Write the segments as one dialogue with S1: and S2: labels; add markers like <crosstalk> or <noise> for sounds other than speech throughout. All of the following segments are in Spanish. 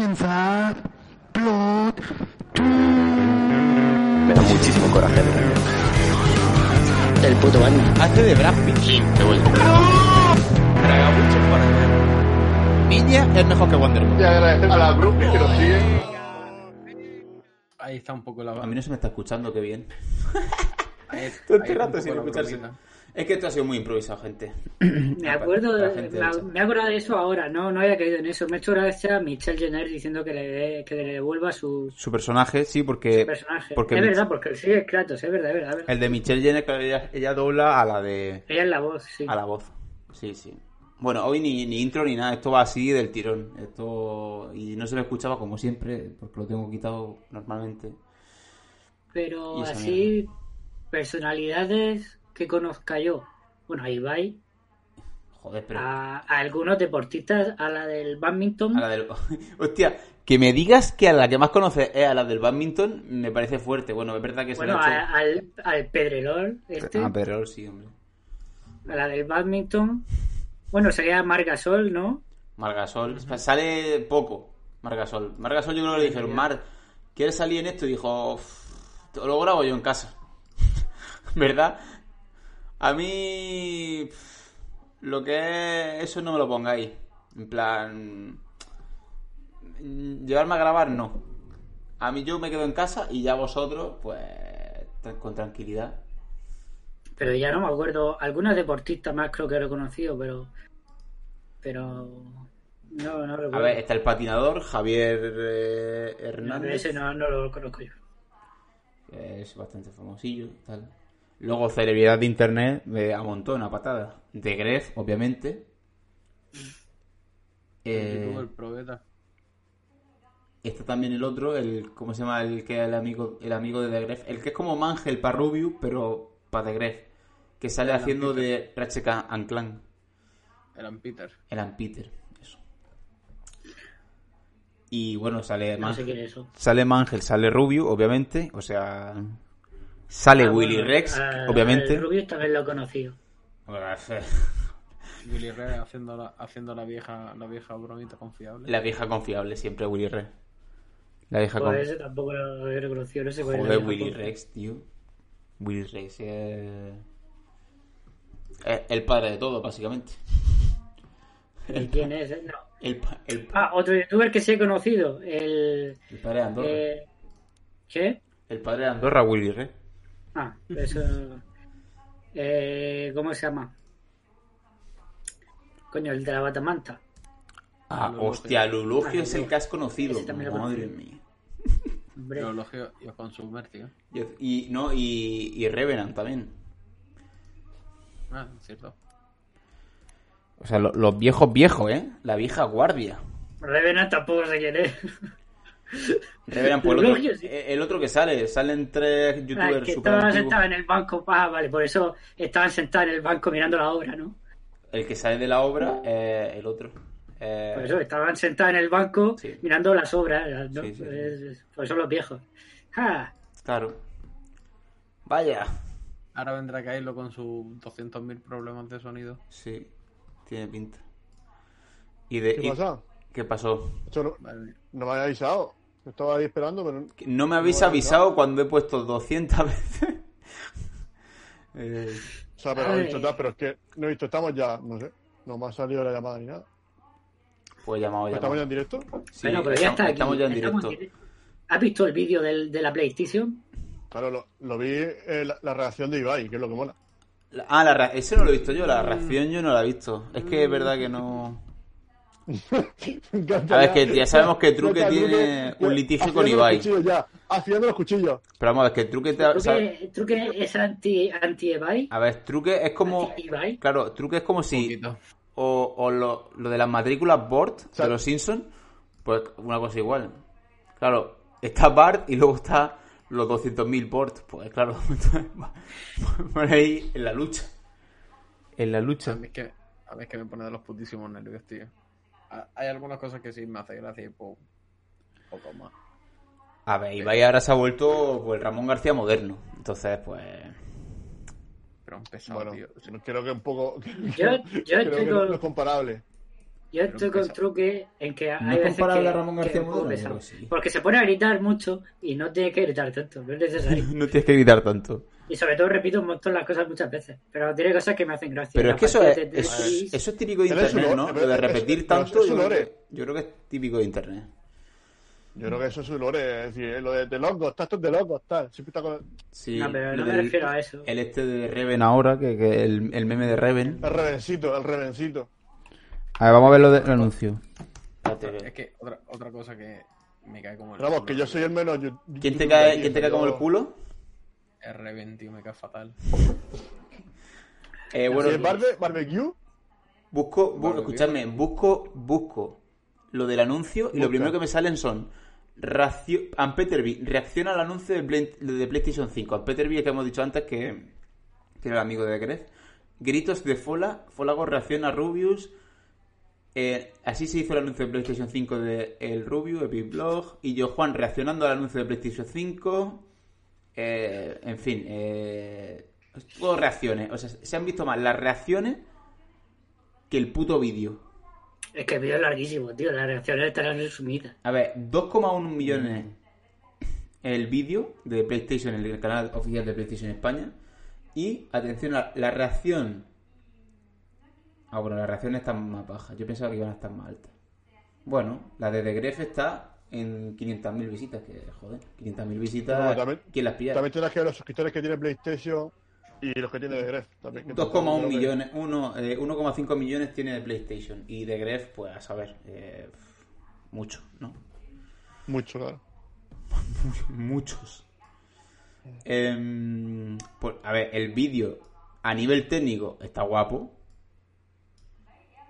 S1: Comienza Plot
S2: Me da muchísimo coraje. de verdad.
S3: El puto Batman.
S4: Hace de Brad Pitt.
S2: Me voy.
S4: Traga mucho para Niña es mejor que Wonder Woman.
S5: Y agradecer a la Brooklyn que nos siguen.
S6: Ahí está un poco la.
S7: A mí no se me está escuchando, qué bien.
S6: ahí- ahí
S7: Todo el
S6: está un
S7: rato
S6: poco
S7: sin
S6: la
S7: escucharse.
S6: bromita.
S7: Es que esto ha sido muy improvisado, gente.
S8: Me
S5: Ah,
S8: acuerdo,
S7: La gente
S8: me,
S7: hecha.
S8: me he acordado de eso ahora, no, no había caído en eso. Me ha hecho gracia a Michelle Jenner diciendo que le, dé- que le devuelva su
S7: Su personaje, sí, porque.
S8: personaje.
S7: Eh, porque
S8: es
S7: Mich-
S8: verdad, porque sí es Kratos, es verdad, es verdad. es verdad.
S7: El de Michelle Jenner, claro, ella, ella dobla a la de.
S8: Ella es la voz, sí.
S7: a la voz. Sí, sí. Bueno, hoy ni, ni intro ni nada, esto va así del tirón. Esto. Y no se lo escuchaba como siempre, porque lo tengo quitado normalmente. Y
S8: Pero
S7: esa
S8: así, personalidades que conozca yo. Bueno, ahí va
S7: Joder, pero.
S8: A, a algunos deportistas, a la del badminton.
S7: A la del... <laughs> Hostia, que me digas que a la que más conoces es a la del badminton, me parece fuerte. Bueno, es verdad que
S8: Bueno,
S7: se lo
S8: a-
S7: ha
S8: al, al Pedrerol, este,
S7: hecho. Ah, Pedrerol, sí, hombre.
S8: a la del badminton. Bueno, sería Margasol, ¿no?
S7: Margasol. Sale poco, Margasol. Margasol yo creo que le dijeron, Mar, ¿quieres salir en esto? Y dijo, "Uf, lo grabo yo en casa. <laughs> ¿Verdad? A mí... pf, Lo que es... Eso no me lo pongáis. En plan... mm, Llevarme a grabar, no. A mí yo me quedo en casa y ya vosotros, pues... tra- Con tranquilidad.
S8: Pero ya no me acuerdo. Algunos deportistas más creo que he reconocido, pero. Pero. No, no recuerdo.
S7: A ver, está el patinador, Javier eh,
S8: No,
S7: Hernández.
S8: ese no, no lo conozco yo.
S7: que es bastante famosillo tal. Luego, celebridad de internet me a montón, a patada. De Gref, obviamente.
S6: El
S7: Eh,
S6: youtuber probeta.
S7: está también el otro, el ¿cómo se llama? El que es el amigo, el amigo de The Gref. El que es como Mangel para Rubius, pero para The Gref. Que sale haciendo de Ratchet and Clank.
S6: El Ann Peter.
S7: El Ann Peter. Eso. Y bueno, sale
S8: No sé
S7: Mangel.
S8: quién es eso.
S7: Sale Mangel, sale Rubio, obviamente. O sea. Sale
S8: Ah,
S7: Willy
S8: bueno,
S7: Rex,
S8: a-
S7: obviamente.
S8: al Rubius también lo he conocido.
S6: Willy Ray haciendo la, haciendo la vieja la vieja bromita confiable.
S7: La vieja confiable, siempre Willy Rex. La vieja
S8: Por
S7: confiable.
S8: Pues ese tampoco lo he reconocido. No sé cuál es
S7: Joder,
S8: pues, la
S7: Willy
S8: tampoco.
S7: Rex, tío. Willy Rex es. es el padre de todo, básicamente.
S8: ¿Y quién es? eh? No.
S7: El, pa- el, pa-
S8: Ah, otro youtuber que sí he conocido. El.
S7: el padre de Andorra.
S8: eh, ¿Qué?
S7: El padre de Andorra, Willy Rex.
S8: Ah, eso. eh, ¿Cómo se llama? Coño, el de la batamanta.
S7: Ah,
S6: Lulugio.
S7: hostia, Lulugio
S8: Ah,
S7: es el
S8: Lulugio.
S7: que has conocido.
S8: Ese también lo
S7: Madre
S8: conocí.
S7: mía.
S8: Hombre.
S6: Yo elogio yo con su ¿eh? tío.
S7: Y, y- no, y, y Revenant también.
S6: Ah, es cierto.
S7: O sea, lo- los viejos viejos, ¿eh? La vieja guardia.
S8: Revenant tampoco sé quién es.
S7: Reverend por pues el otro, eh,
S8: Lulugio, sí.
S7: el otro que sale. Salen tres
S8: <laughs> Ah,
S7: youtubers
S8: que
S7: super
S8: estaban sentados en el banco. Ah, vale, por eso estaban sentados en el banco mirando la obra, ¿no?
S7: El que sale de la obra eh, el otro. Eh,
S5: Pues
S8: Por eso estaban sentados en el banco
S7: Sí.
S8: mirando las obras, ¿no?
S7: Sí, sí, sí.
S8: Es- es- Por eso los viejos. Ah,
S7: Claro. Vaya.
S6: Ahora vendrá Kylo con sus 200.000 problemas de sonido.
S7: Sí, tiene pinta. Y de,
S5: ¿Qué
S7: y-
S5: pasa?
S7: ¿Qué pasó?
S5: Esto no,
S6: Vale.
S5: no me había avisado. Estaba ahí esperando, pero
S7: Que No me habéis
S5: Bueno,
S7: avisado cuando he puesto 200 <laughs> veces. Eh,
S5: O sea, pero, no he visto,
S8: Ay.
S5: tal, pero es que no he visto, estamos ya, no sé, no me ha salido la llamada ni nada.
S7: pues he llamado, he
S5: ¿Estamos
S7: llamado.
S5: ya en directo?
S7: Sí,
S8: bueno, pero ya
S7: estamos,
S8: está aquí.
S7: estamos ya en
S8: Estamos
S7: directo.
S8: directo. ¿Has visto el vídeo del- de la PlayStation?
S5: Claro, lo, lo vi eh, la, la reacción de Ibai, que es lo que mola.
S7: La- Ah, la re- ese no lo he visto yo, la reacción yo no la he visto. Es que es verdad que no.
S5: <laughs> Me encanta
S7: A ver, que ya sabemos que Truque
S5: Ya está,
S7: tiene
S5: Truque,
S7: un litigio
S5: afilando
S7: con
S5: los
S7: Ibai.
S5: cuchillos ya, afilando los cuchillos.
S7: Pero vamos, es que Truque te. sabe-
S8: ¿Truque, truque es anti, anti Ebay?
S7: A ver, Truque es como.
S8: ¿Anti Ebay?
S7: Claro, Truque es como si
S6: Poquito.
S7: O, o lo, lo de las matrículas BORD de
S5: sea-
S7: los Simpsons, pues una cosa igual. Claro, está BART y luego está los 200.000 BORD. Pues claro, <laughs> por ahí en la lucha. En la
S6: A
S7: lucha.
S6: mí, es que, a mí es que me pone de los putísimos nervios, tío. A- Hay algunas cosas que sí me hace gracia y po- poco más.
S7: A ver, Ibai ahora se ha vuelto pues, el Ramón García moderno. Entonces, pues.
S6: Pero un pesado,
S5: Bueno,
S6: tío. Sí.
S5: creo que un poco.
S8: <laughs> Yo, yo
S5: creo que
S8: estoy
S5: no, no
S8: con,
S5: es comparable.
S8: Yo estoy con truque en que
S1: ¿No
S8: hay
S1: es
S8: veces que,
S1: comparable a Ramón
S8: que
S1: García
S8: es un poco
S1: Modena?
S8: pesado.
S1: Yo creo que sí.
S8: Porque se pone a gritar mucho y no tiene que gritar tanto, no es necesario.
S7: No tienes que gritar tanto.
S8: Y sobre todo repito un montón las cosas muchas veces, pero tiene cosas que me hacen gracia.
S7: Pero
S8: La
S7: es que eso es,
S8: partida de
S7: eso,
S8: Tetris,
S7: eso es típico de
S5: Pero es
S7: internet,
S5: un-
S7: ¿no?
S5: pero
S7: Lo de
S5: es-
S7: repetir
S5: es-
S7: tanto.
S5: es
S7: Yo
S5: un
S7: creo, que,
S5: lore.
S7: yo creo que es típico de internet.
S5: Yo creo que eso es su lore, es decir, eh, lo de, de locos, estás tú de locos, tal. Siempre está con
S7: Sí,
S8: No, pero
S7: lo
S8: no me
S7: del-
S8: refiero a eso.
S7: El este de Reven ahora, que, que el, el meme de Reven.
S5: el revencito, el revencito.
S1: A ver, vamos a ver lo del anuncio.
S8: eh.
S6: Es que otra, otra cosa que me cae como el
S5: Vamos,
S6: culo,
S5: que yo soy el menos. yu-
S7: ¿Quién te
S5: youtuber
S7: cae,
S5: aquí,
S7: ¿quién te cae
S5: yo-
S7: como el culo?
S6: R20 tío, me cae fatal.
S7: Eh,
S5: Si es
S7: bueno,
S5: barbe- barbecue,
S7: busco, bu-
S6: Vale,
S7: escuchadme, busco, busco lo del anuncio y lo primero que me salen son. Racio Ann Peterby reacciona al anuncio de, Play- de PlayStation 5. Ann Peterby, el que hemos dicho antes que, que era el amigo de Grez. Gritos de Fola. Folago reacciona a Rubius. Eh, así se hizo el anuncio de PlayStation 5 de El Rubio, Epic Blog. Y yo, Juan, reaccionando al anuncio de PlayStation 5. Eh, en fin, eh, todo reacciones. O sea, se han visto más las reacciones que el puto vídeo.
S8: Es que el vídeo es larguísimo, tío, las reacciones están resumidas.
S7: A ver, 2,1
S5: Mm.
S7: millones el vídeo de PlayStation, el canal oficial de PlayStation España. Y, atención, la, la reacción. Ah, bueno, la reacción está más baja. Yo pensaba que iban a estar más altas. Bueno, la de The Gref está en 500.000 visitas, que joder, 500.000 visitas.
S5: Bueno, también-
S7: ¿Quién las pilla?
S5: también tienes que ver los suscriptores que tiene PlayStation y los que tiene de Gref. también, que tampoco
S7: 2,1
S5: creo que-
S7: millones, uno, eh, 1,5 millones tiene de PlayStation. Y de Gref, pues a saber, eh, mucho, ¿no?
S5: Mucho, claro.
S7: Muchos. Em, pues, a ver, el vídeo a nivel técnico está guapo.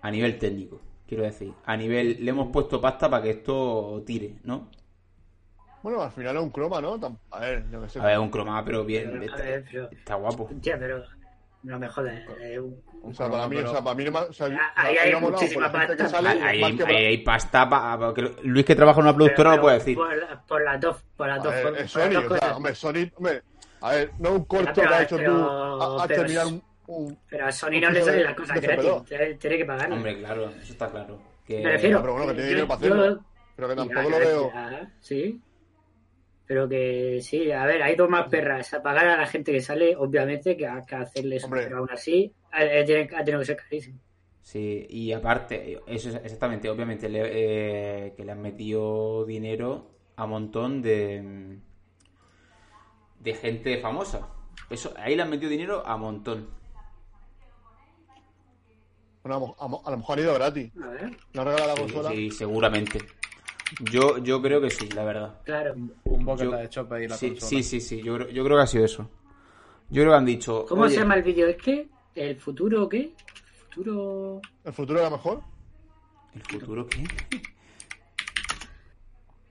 S7: A nivel técnico, quiero decir. A nivel, le hemos puesto pasta para que esto tire, ¿no?
S5: Bueno, al final es un croma, ¿no? Tam- A ver, yo qué sé.
S7: A ver, un cromado, pero bien.
S8: A
S7: Está,
S8: ver, pero,
S7: está guapo.
S8: hostia, pero no me jodas. eh, un-
S5: O sea, para mí, o sea, para mí no me- o sea,
S8: Ahí
S5: me ha
S8: hay
S5: molado por la
S8: muchísima
S5: gente que
S8: pasta.
S5: sale y
S7: Ah, Ahí,
S5: es más que-
S7: ahí hay pasta pa- pa- que Luis, que trabaja en una productora,
S8: pero-
S7: lo puede decir.
S8: Por, la- por las dos, por las
S5: A
S8: dos,
S5: ver,
S8: por-
S5: es
S8: por las
S5: Sony,
S8: dos
S5: o sea,
S8: cosas.
S5: hombre, Sony, hombre, a ver, no un corto
S8: Ya, pero-
S5: que ha hecho tú,
S8: pero-
S5: ha, ha
S8: pero-
S5: terminado un, un-
S8: Pero a Sony
S5: un
S8: no le
S5: piso
S8: salen
S5: de-
S8: las cosas
S5: de
S8: gratis,
S5: Fepeló.
S8: tiene, tiene que pagarlas.
S7: Hombre, claro, eso está claro. Que-
S8: me refiero.
S5: pero bueno, que tiene
S8: yo-
S5: dinero para
S8: yo-
S5: hacerlo. pero que tampoco
S8: Ya,
S5: lo
S8: ya,
S5: veo.
S8: ya, sí. Pero que sí, a ver, hay dos más perras. A pagar a la gente que sale, obviamente, que, a- que hacerle eso.
S5: Hombre.
S8: Pero aún así, ha, ha tiene- ha tenido que ser carísimo.
S7: Sí, y aparte, eso es exactamente, obviamente, le- eh, que le han metido dinero a montón de, mm, de gente famosa. Eso, ahí le han metido dinero a montón.
S5: Bueno, a mo- a, mo- a lo mejor han ido gratis.
S8: A ver,
S5: Le han regalado la
S7: Sí,
S5: consola.
S7: sí, seguramente. Yo, yo creo que sí, la verdad.
S8: claro.
S6: Un bocata
S7: Yo-
S6: de chope y la
S7: Sí,
S6: consola.
S7: sí, sí, sí, yo, creo- yo creo que ha sido eso. Yo creo que han dicho.
S8: ¿Cómo
S7: oye,
S8: se llama el vídeo? ¿Es que el futuro qué? Futuro.
S5: ¿El futuro era mejor?
S7: ¿El futuro qué?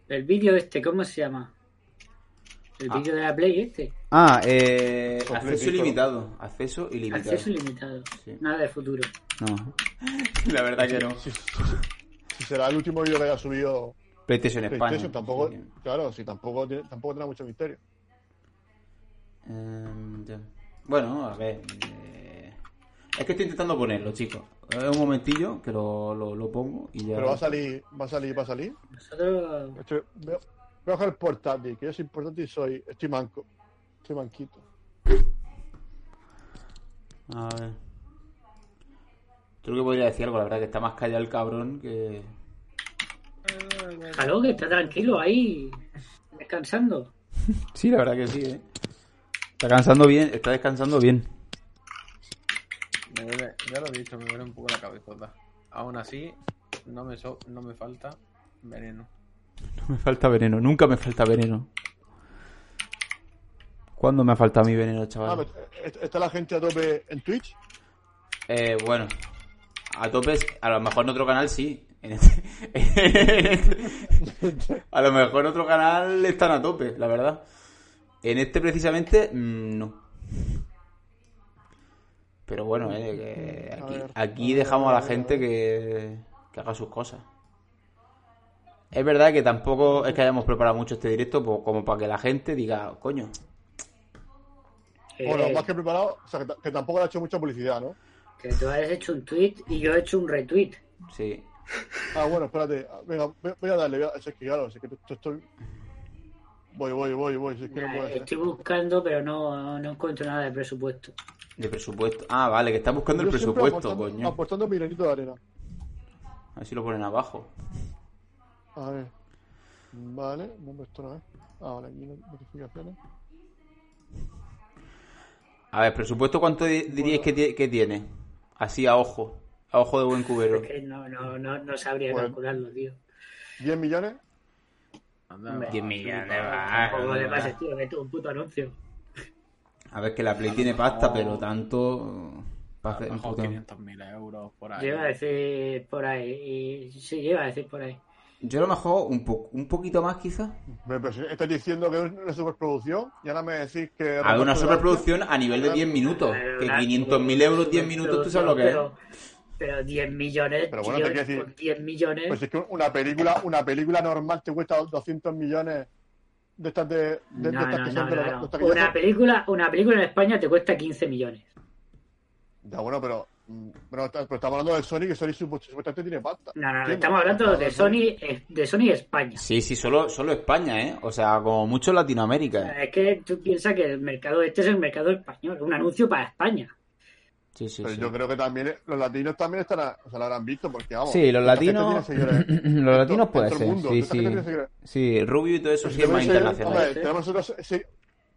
S8: El vídeo este, ¿cómo se llama? El
S7: Ah.
S8: vídeo de la Play este.
S1: Ah, eh.
S7: Eh, acceso
S5: Completito.
S7: ilimitado. Acceso ilimitado.
S8: Acceso ilimitado.
S7: Sí.
S8: Nada de futuro.
S1: No.
S7: <laughs> La verdad que no.
S5: Si, si- si será el último vídeo que haya subido
S7: PlayStation España.
S5: PlayStation, tampoco,
S7: así que-
S5: claro, si tampoco, tiene- tampoco tendrá mucho misterio.
S7: Em, ya. Bueno, a ver. eh, Es que estoy intentando ponerlo, chicos. Eh, Un momentillo que lo, lo, lo pongo y ya.
S5: Pero va a salir, va a salir, va a salir.
S8: Nosotros.
S5: Estoy- voy, a, voy a coger el portátil, que yo soy portátil y soy, estoy manco, estoy manquito.
S7: A ver. Creo que podría decir algo, la verdad, que está más callado el cabrón que.
S8: Jaló, que está tranquilo ahí. Descansando.
S7: Sí, la verdad que sí, eh. Está cansando bien, está descansando bien.
S6: Me duele, ya lo he dicho, me duele un poco la cabezota. Aún así, no me, so- no me falta veneno.
S7: No me falta veneno, nunca me falta veneno. ¿Cuándo me ha faltado mi veneno, chaval?
S5: Ah, pero, eh, ¿Está la gente a tope en Twitch?
S7: Eh, bueno, a topes, a lo mejor en otro canal sí. <laughs> En este- en este- a lo mejor en otro canal están a tope, la verdad. En este precisamente, mm, no. Pero bueno, eh, que
S5: A
S7: aquí,
S5: ver,
S7: aquí
S5: a ver,
S7: dejamos a
S5: a
S7: la
S5: ver,
S7: gente que, que haga sus cosas. Es verdad que tampoco es que hayamos preparado mucho este directo pues, como para que la gente diga, coño,
S8: Eh,
S5: Bueno, más que preparado, o sea, que, ta- que tampoco le ha hecho mucha publicidad, ¿no?
S8: Que tú has hecho un tweet y yo he hecho un retweet.
S7: sí.
S5: Ah, bueno, espérate. Venga, voy- voy a darle. voy a- Es que claro, es que esto estoy. Voy, voy, voy, voy. si es que no
S7: Eh,
S5: puedo hacer.
S8: Estoy buscando, pero no, no encuentro nada de presupuesto.
S7: De presupuesto. Ah, vale, que está buscando el
S5: Yo siempre
S7: presupuesto,
S5: aportando-
S7: coño.
S5: Aportando mi granito de arena.
S7: A ver si lo ponen abajo.
S5: A ver. Vale, un momento una vez. Ah, vale, aquí notificaciones.
S7: A ver, presupuesto, ¿cuánto di- diríais que, ti- que tiene? Así a ojo. A ojo de buen cubero.
S8: Es que no, no, no, no sabría
S5: Bueno.
S8: calcularlo, tío.
S5: 10 millones.
S6: Anda,
S8: Hombre,
S6: va,
S7: 10
S6: tú,
S7: millones,
S6: va.
S7: va.
S8: Tampoco le pases, tío, que esto es un puto anuncio.
S7: A ver, que la Play tiene pasta, pero tanto... pa'
S6: A
S7: hacer
S6: lo
S7: un
S6: mejor
S7: puto-
S6: 500.000 euros por ahí.
S8: Yo iba a decir por ahí. Y... Sí, yo iba a decir por ahí.
S7: Yo a lo mejor un, po- un poquito más, quizás.
S5: Me- pero si Estás diciendo que es una superproducción y ahora me decís que.
S7: A ver, Ah, una
S5: Roberto
S7: superproducción a nivel de 10 minutos. Oh,
S5: Eh,
S7: Que 500.000 euros, 10 minutos, tú sabes lo que es.
S8: Pero, pero 10 millones,
S5: Pero bueno,
S8: tío,
S5: te quiero decir-
S8: con 10 millones.
S5: Pues es que una película, una película normal te cuesta 200 millones de estas de, de- de,
S8: no,
S5: estas
S8: no,
S5: que
S8: no,
S5: son
S8: no,
S5: de los-
S8: no.
S5: de estas que ya
S8: Una
S5: son-
S8: película, una película en España te cuesta 15 millones.
S5: Ya bueno, pero, mm, pero, está- pero estamos hablando de Sony, que Sony supu- supuestamente tiene pasta.
S8: No, no, no,
S5: Sí,
S8: estamos hablando de Sony, eh, de Sony España.
S7: Sí, sí, solo, solo España, ¿eh? O sea, como mucho Latinoamérica. ¿eh?
S8: Es que tú piensas que el mercado este es el mercado español, un anuncio para España.
S7: Sí, sí,
S5: Pero
S7: sí.
S5: yo creo que también los latinos también estarán, o sea, lo habrán visto, porque vamos.
S1: Sí, los
S5: esta gente
S1: latinos.
S5: tiene seguidores. ¿eh?
S7: <clears throat>
S1: <laughs> Los latinos
S5: Todo-
S1: puede
S5: todo el
S1: ser.
S5: mundo,
S1: Sí,
S5: esta gente
S1: sí.
S5: tiene seguidores.
S7: Sí, Rubio y todo eso
S5: Pero
S7: sí es más
S5: tengo seguidores-
S7: internacional.
S5: hombre, tenemos otros- si,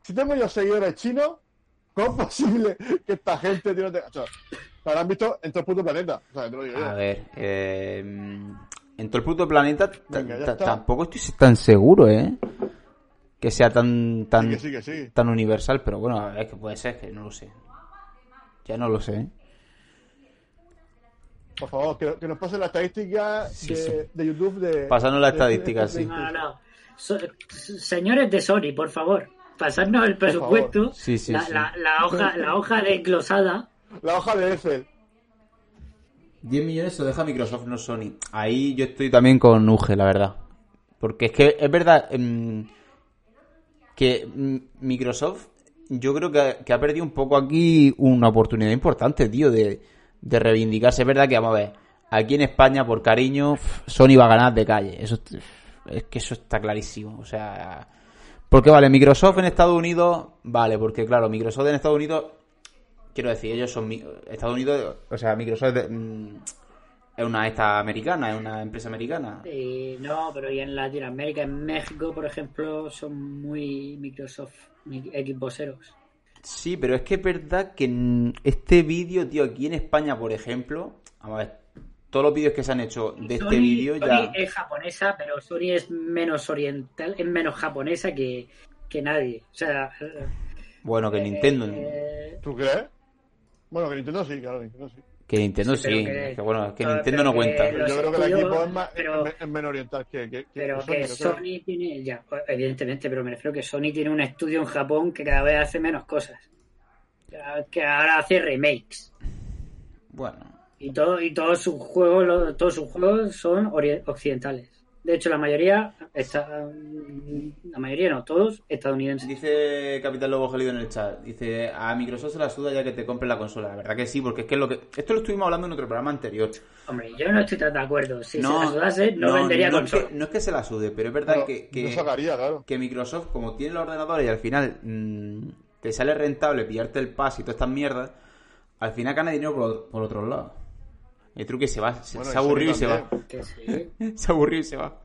S5: si tengo yo seguidores chinos, ¿cómo es posible que esta gente tiene... O sea, lo habrán visto en todo el puto planeta. O sea, te lo digo yo.
S7: A ver, eh, en todo el puto planeta t-
S5: Venga, ya
S7: t-
S5: está.
S7: tampoco estoy tan seguro, ¿eh? Que sea tan
S5: Sí,
S7: tan
S5: que sí, que sí.
S7: tan universal, pero bueno, a ver, que puede ser, que no lo sé. Ya no lo sé. ¿eh?
S5: Por favor, que, que nos pasen la estadística
S7: Sí,
S5: de,
S7: sí.
S5: de YouTube de.
S7: Pásanos la
S5: de- de-
S7: estadística,
S5: de-
S7: sí.
S8: No, no, no. So- señores de Sony, por favor, pasadnos el presupuesto,
S7: Sí, sí,
S8: la,
S7: sí.
S8: la- la hoja, la hoja desglosada.
S5: La hoja de Excel.
S7: 10 millones se lo deja Microsoft, no Sony. Ahí yo estoy también con Uge, la verdad. Porque es que es verdad em, que mm, Microsoft, yo creo que ha, que ha perdido un poco aquí una oportunidad importante, tío, de, de reivindicarse. Es verdad que, vamos a ver, aquí en España, por cariño, pff, Sony va a ganar de calle. Eso est- Es que eso está clarísimo. O sea, porque vale, Microsoft en Estados Unidos, vale, porque claro, Microsoft en Estados Unidos Quiero decir, ellos son mi- Estados Unidos, o sea, Microsoft es, de- mm, es una esta americana, es una empresa americana.
S8: Eh, no, pero y en Latinoamérica, en México, por ejemplo, son muy Microsoft, mi- Xboxeros.
S7: Sí, pero es que es verdad que en este vídeo, tío, aquí en España, por ejemplo, vamos a ver, todos los vídeos que se han hecho de este
S8: Sony-
S7: vídeo ya.
S8: Sony eh, es japonesa, pero Sony es menos oriental, es menos japonesa que, que nadie. O sea,
S7: Bueno, que Nintendo,
S8: eh,
S5: ¿Tú crees? Bueno, que Nintendo sí, claro, Nintendo sí.
S7: que Nintendo sí,
S8: pero
S7: que,
S8: que-
S7: bueno, es que
S8: pero-
S7: Nintendo
S8: pero
S7: no
S8: que
S7: cuenta.
S5: Pero
S8: Los
S5: yo creo que el
S8: estudios,
S5: equipo es, más,
S8: pero-
S5: es, es menos oriental que, que, que
S8: Pero
S5: Sony,
S8: que
S5: yo creo.
S8: Sony tiene, ya, evidentemente, pero me refiero que Sony tiene un estudio en Japón que cada vez hace menos cosas. Que ahora hace remakes.
S7: Bueno,
S8: Y todo, y todos sus juegos, lo- todos sus juegos son ori- occidentales. De hecho, la mayoría está, la mayoría no, todos estadounidenses.
S7: Dice Capital Lobo Gelido en el chat, dice, a Microsoft se la suda ya que te compre la consola. La verdad que sí, porque es que es lo que... Esto lo estuvimos hablando en otro programa anterior.
S8: Hombre, yo no estoy tan de acuerdo. Si se la sudase, ¿eh? no, vendería
S7: no es
S8: consola.
S7: que, no es que se la sude, pero es verdad
S5: Pero
S7: que,
S5: yo
S7: que,
S5: sacaría, claro.
S7: que Microsoft, como tiene los ordenadores y al final mm, te sale rentable pillarte el pass y todas estas mierdas, al final gana dinero por, por otros lados. El truque se va, se,
S5: Bueno,
S7: se ha aburrido y
S5: Sony
S7: se va.
S5: también.
S8: Que sí.
S7: <laughs> Se ha aburrido y se va.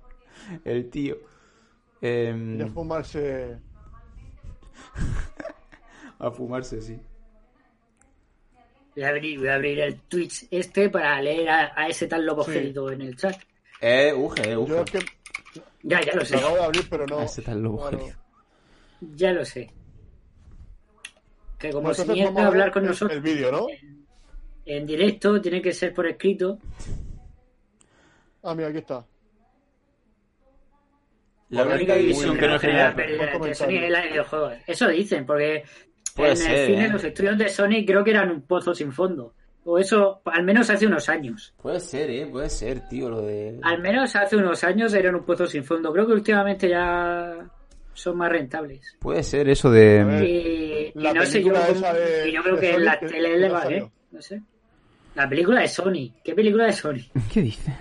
S7: El tío. Em,
S5: Y a fumarse.
S7: a fumarse, sí.
S8: Voy a abrir, voy a abrir el Twitch este para leer a, a ese tal lobo
S5: Sí.
S8: Gélito en el chat.
S7: Eh, uge, eh,
S5: Yo
S7: uge.
S5: es que
S8: Ya, ya lo sé.
S5: lo acabo de abrir, pero no.
S7: Ah, ese tal lobo,
S5: claro.
S7: Gelido.
S8: Ya lo sé. Que como
S5: Bueno,
S8: se
S5: entonces
S8: niega
S5: vamos a
S8: a
S5: ver
S8: hablar con
S5: el-
S8: nosotros
S5: El vídeo, ¿no?
S8: en directo, tiene que ser por escrito.
S5: Ah, mira, aquí está.
S7: La
S5: Porque
S7: única
S5: hay
S7: división
S5: muy
S7: que no es
S5: buena
S7: general.
S5: gente.
S8: pérdida de
S5: Buen
S8: Sony
S5: comentario.
S8: en la de videojuegos. Eso dicen, porque
S7: Puede
S8: en
S7: ser,
S8: el cine
S7: ¿eh?
S8: los estudios de Sony creo que eran un pozo sin fondo. O eso, al menos hace unos años.
S7: Puede ser, eh, puede ser, tío, lo de...
S8: Al menos hace unos años eran un pozo sin fondo. Creo que últimamente ya son más rentables.
S7: Puede ser eso
S5: A ver,
S7: de...
S8: Y, y
S5: Eh, La
S8: no sé yo.
S5: película
S8: cómo-
S5: esa de-
S8: y yo creo
S5: de
S8: que
S5: Sony
S8: en las
S5: que-
S8: teles
S5: que
S8: le
S5: no
S8: va,
S5: salió.
S8: ¿eh? No sé. La película de Sony. ¿Qué película de Sony?
S7: ¿Qué dice?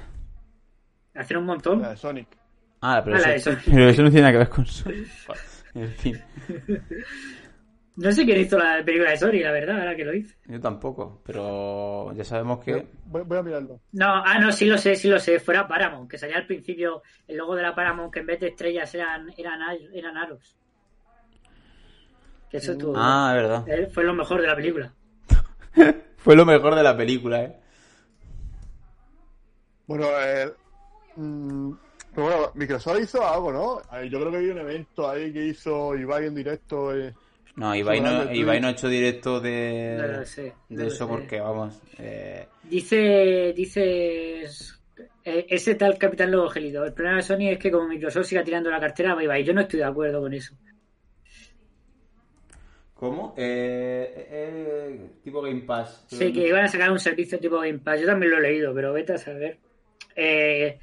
S8: Hacen un montón.
S5: La de Eh, Sonic.
S7: Ah, pero
S8: Ah, la de
S7: eso,
S8: Sonic.
S7: <laughs> pero eso no tiene nada que ver con <laughs> eso. En fin,
S8: No sé quién hizo la película de Sony, la verdad, ahora que lo hice.
S7: yo tampoco, pero ya sabemos que...
S5: Voy, voy a mirarlo.
S8: No, ah, no, sí lo sé, sí lo sé. Fuera Paramount, que salía al principio el logo de la Paramount, que en vez de estrellas eran, eran, ar- eran aros. Que eso estuvo-
S7: Ah, es verdad.
S8: eh, Fue lo mejor de la película.
S7: Fue lo mejor de la película, ¿eh?
S5: Bueno, eh, mm, pero bueno, Microsoft hizo algo, ¿no? A ver, yo creo que hay un evento ahí que hizo Ibai en directo. eh.
S7: No, Ibai no, Ibai no ha hecho directo
S8: No lo
S7: de,
S8: sé, no
S7: Eh, de
S8: lo
S7: eso
S8: sé.
S7: porque, vamos, eh,
S8: Dice, dices, eh, ese tal Capitán Lobo Gélido. El problema de Sony es que como Microsoft siga tirando la cartera, bye bye. Yo no estoy de acuerdo con eso.
S7: ¿Cómo? Eh, eh, eh, tipo Game Pass.
S8: Sí, que iban a sacar un servicio tipo Game Pass. Yo también lo he leído, pero vete a saber. Eh,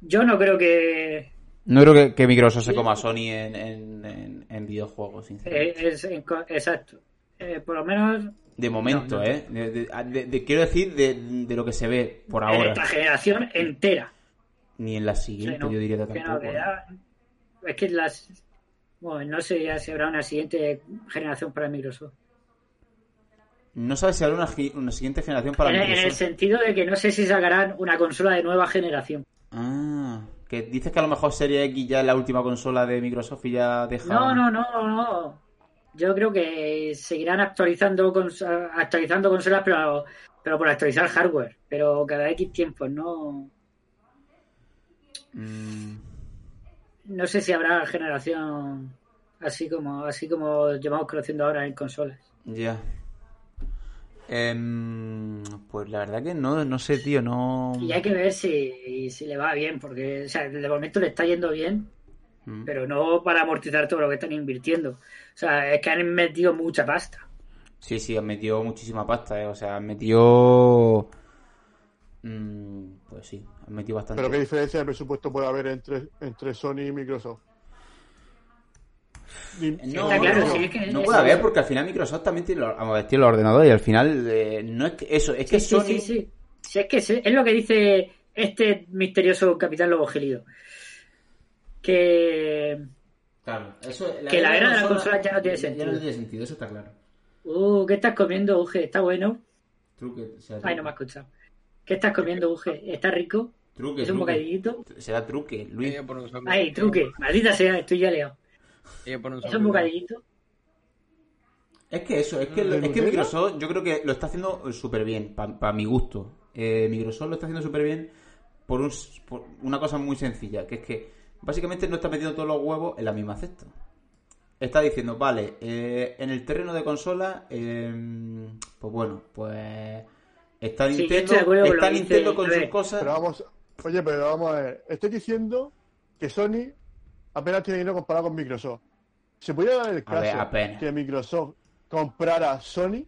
S8: yo no creo que
S7: No creo que, que Microsoft se coma a Sony en, en, en- en videojuegos,
S8: eh,
S7: sinceramente.
S8: es en co- exacto. Eh, por lo menos
S7: de momento,
S8: no, no.
S7: ¿eh? De- de- de- de- quiero decir de, de lo que se ve por
S8: en
S7: ahora.
S8: esta generación entera.
S7: Ni en la
S8: Que
S7: siguiente,
S8: no,
S7: yo diría
S8: que
S7: tampoco. ¿eh?
S8: no, que ya- es que las bueno, no sé ya si habrá una siguiente generación para Microsoft.
S7: No sabes si habrá una, gi- una siguiente generación para
S8: en, en el
S7: Microsoft.
S8: sentido de que no sé si sacarán una consola de nueva generación.
S7: Ah, que dices que a lo mejor Serie X ya es la última consola de Microsoft y ya deja...
S8: No, no, no, no. Yo creo que seguirán actualizando cons- actualizando consolas, pero, pero por actualizar hardware. Pero cada X tiempos, no.
S7: Mm,
S8: No sé si habrá generación así como así como llevamos conociendo ahora en consolas.
S7: ya. Em, pues la verdad que no, no sé, tío, no...
S8: Y hay que ver si, si le va bien, porque o sea, de momento le está yendo bien,
S7: Mm.
S8: pero no para amortizar todo lo que están invirtiendo. O sea, es que han metido mucha pasta.
S7: Sí, sí, han metido muchísima pasta, ¿eh? O sea, han metido... Mm, pues sí, han metido bastante.
S5: Pero qué diferencia de presupuesto puede haber entre, entre Sony y Microsoft. Ni-
S7: No,
S8: Está claro,
S7: no,
S8: sí, es que-
S7: no
S8: es-
S7: puede haber porque al final Microsoft también tiene los, vamos a ver, tiene los ordenadores y al final eh, no es que eso, es que
S8: Sí, sí,
S7: Sony...
S8: sí, sí. Si es que se- es lo que dice este misterioso capitán Lobo Gélido. Que.
S7: Claro, eso,
S8: Que la era de la consola ya no tiene sentido.
S7: sentido, eso está claro.
S8: Uh, ¿qué estás comiendo, Uge? ¿Está bueno?
S7: Truque, o sea,
S8: Ay, no me has escuchado. ¿qué estás comiendo, Uge? ¿Está rico?
S7: truque,
S8: ¿Es un
S7: truque.
S8: bocadillito?
S7: Será truque, Luis.
S6: Ella por un soco.
S8: Ay, truque. Maldita sea, estoy ya liado.
S6: Ella por un
S8: ¿Es
S6: soco.
S8: un bocadillito?
S7: Es que eso, es que,
S5: ¿De
S7: es que
S5: Nutella?
S7: Microsoft yo creo que lo está haciendo súper bien, para mi gusto. Eh, Microsoft lo está haciendo súper bien por, un, s- por una cosa muy sencilla, que es que básicamente no está metiendo todos los huevos en la misma cesta. Está diciendo, vale, eh, en el terreno de consola, eh, pues bueno, pues está
S8: Sí, yo
S7: Nintendo,
S8: estoy de acuerdo con
S7: está
S8: lo que
S7: Nintendo
S8: dice-
S7: con
S8: a
S7: sus
S8: ver,
S7: cosas.
S5: Pero vamos, oye, pero vamos a ver. Estoy diciendo que Sony apenas tiene dinero comparado con Microsoft. ¿Se podría dar el
S7: A ver,
S5: caso
S7: apenas.
S5: que Microsoft comprara Sony,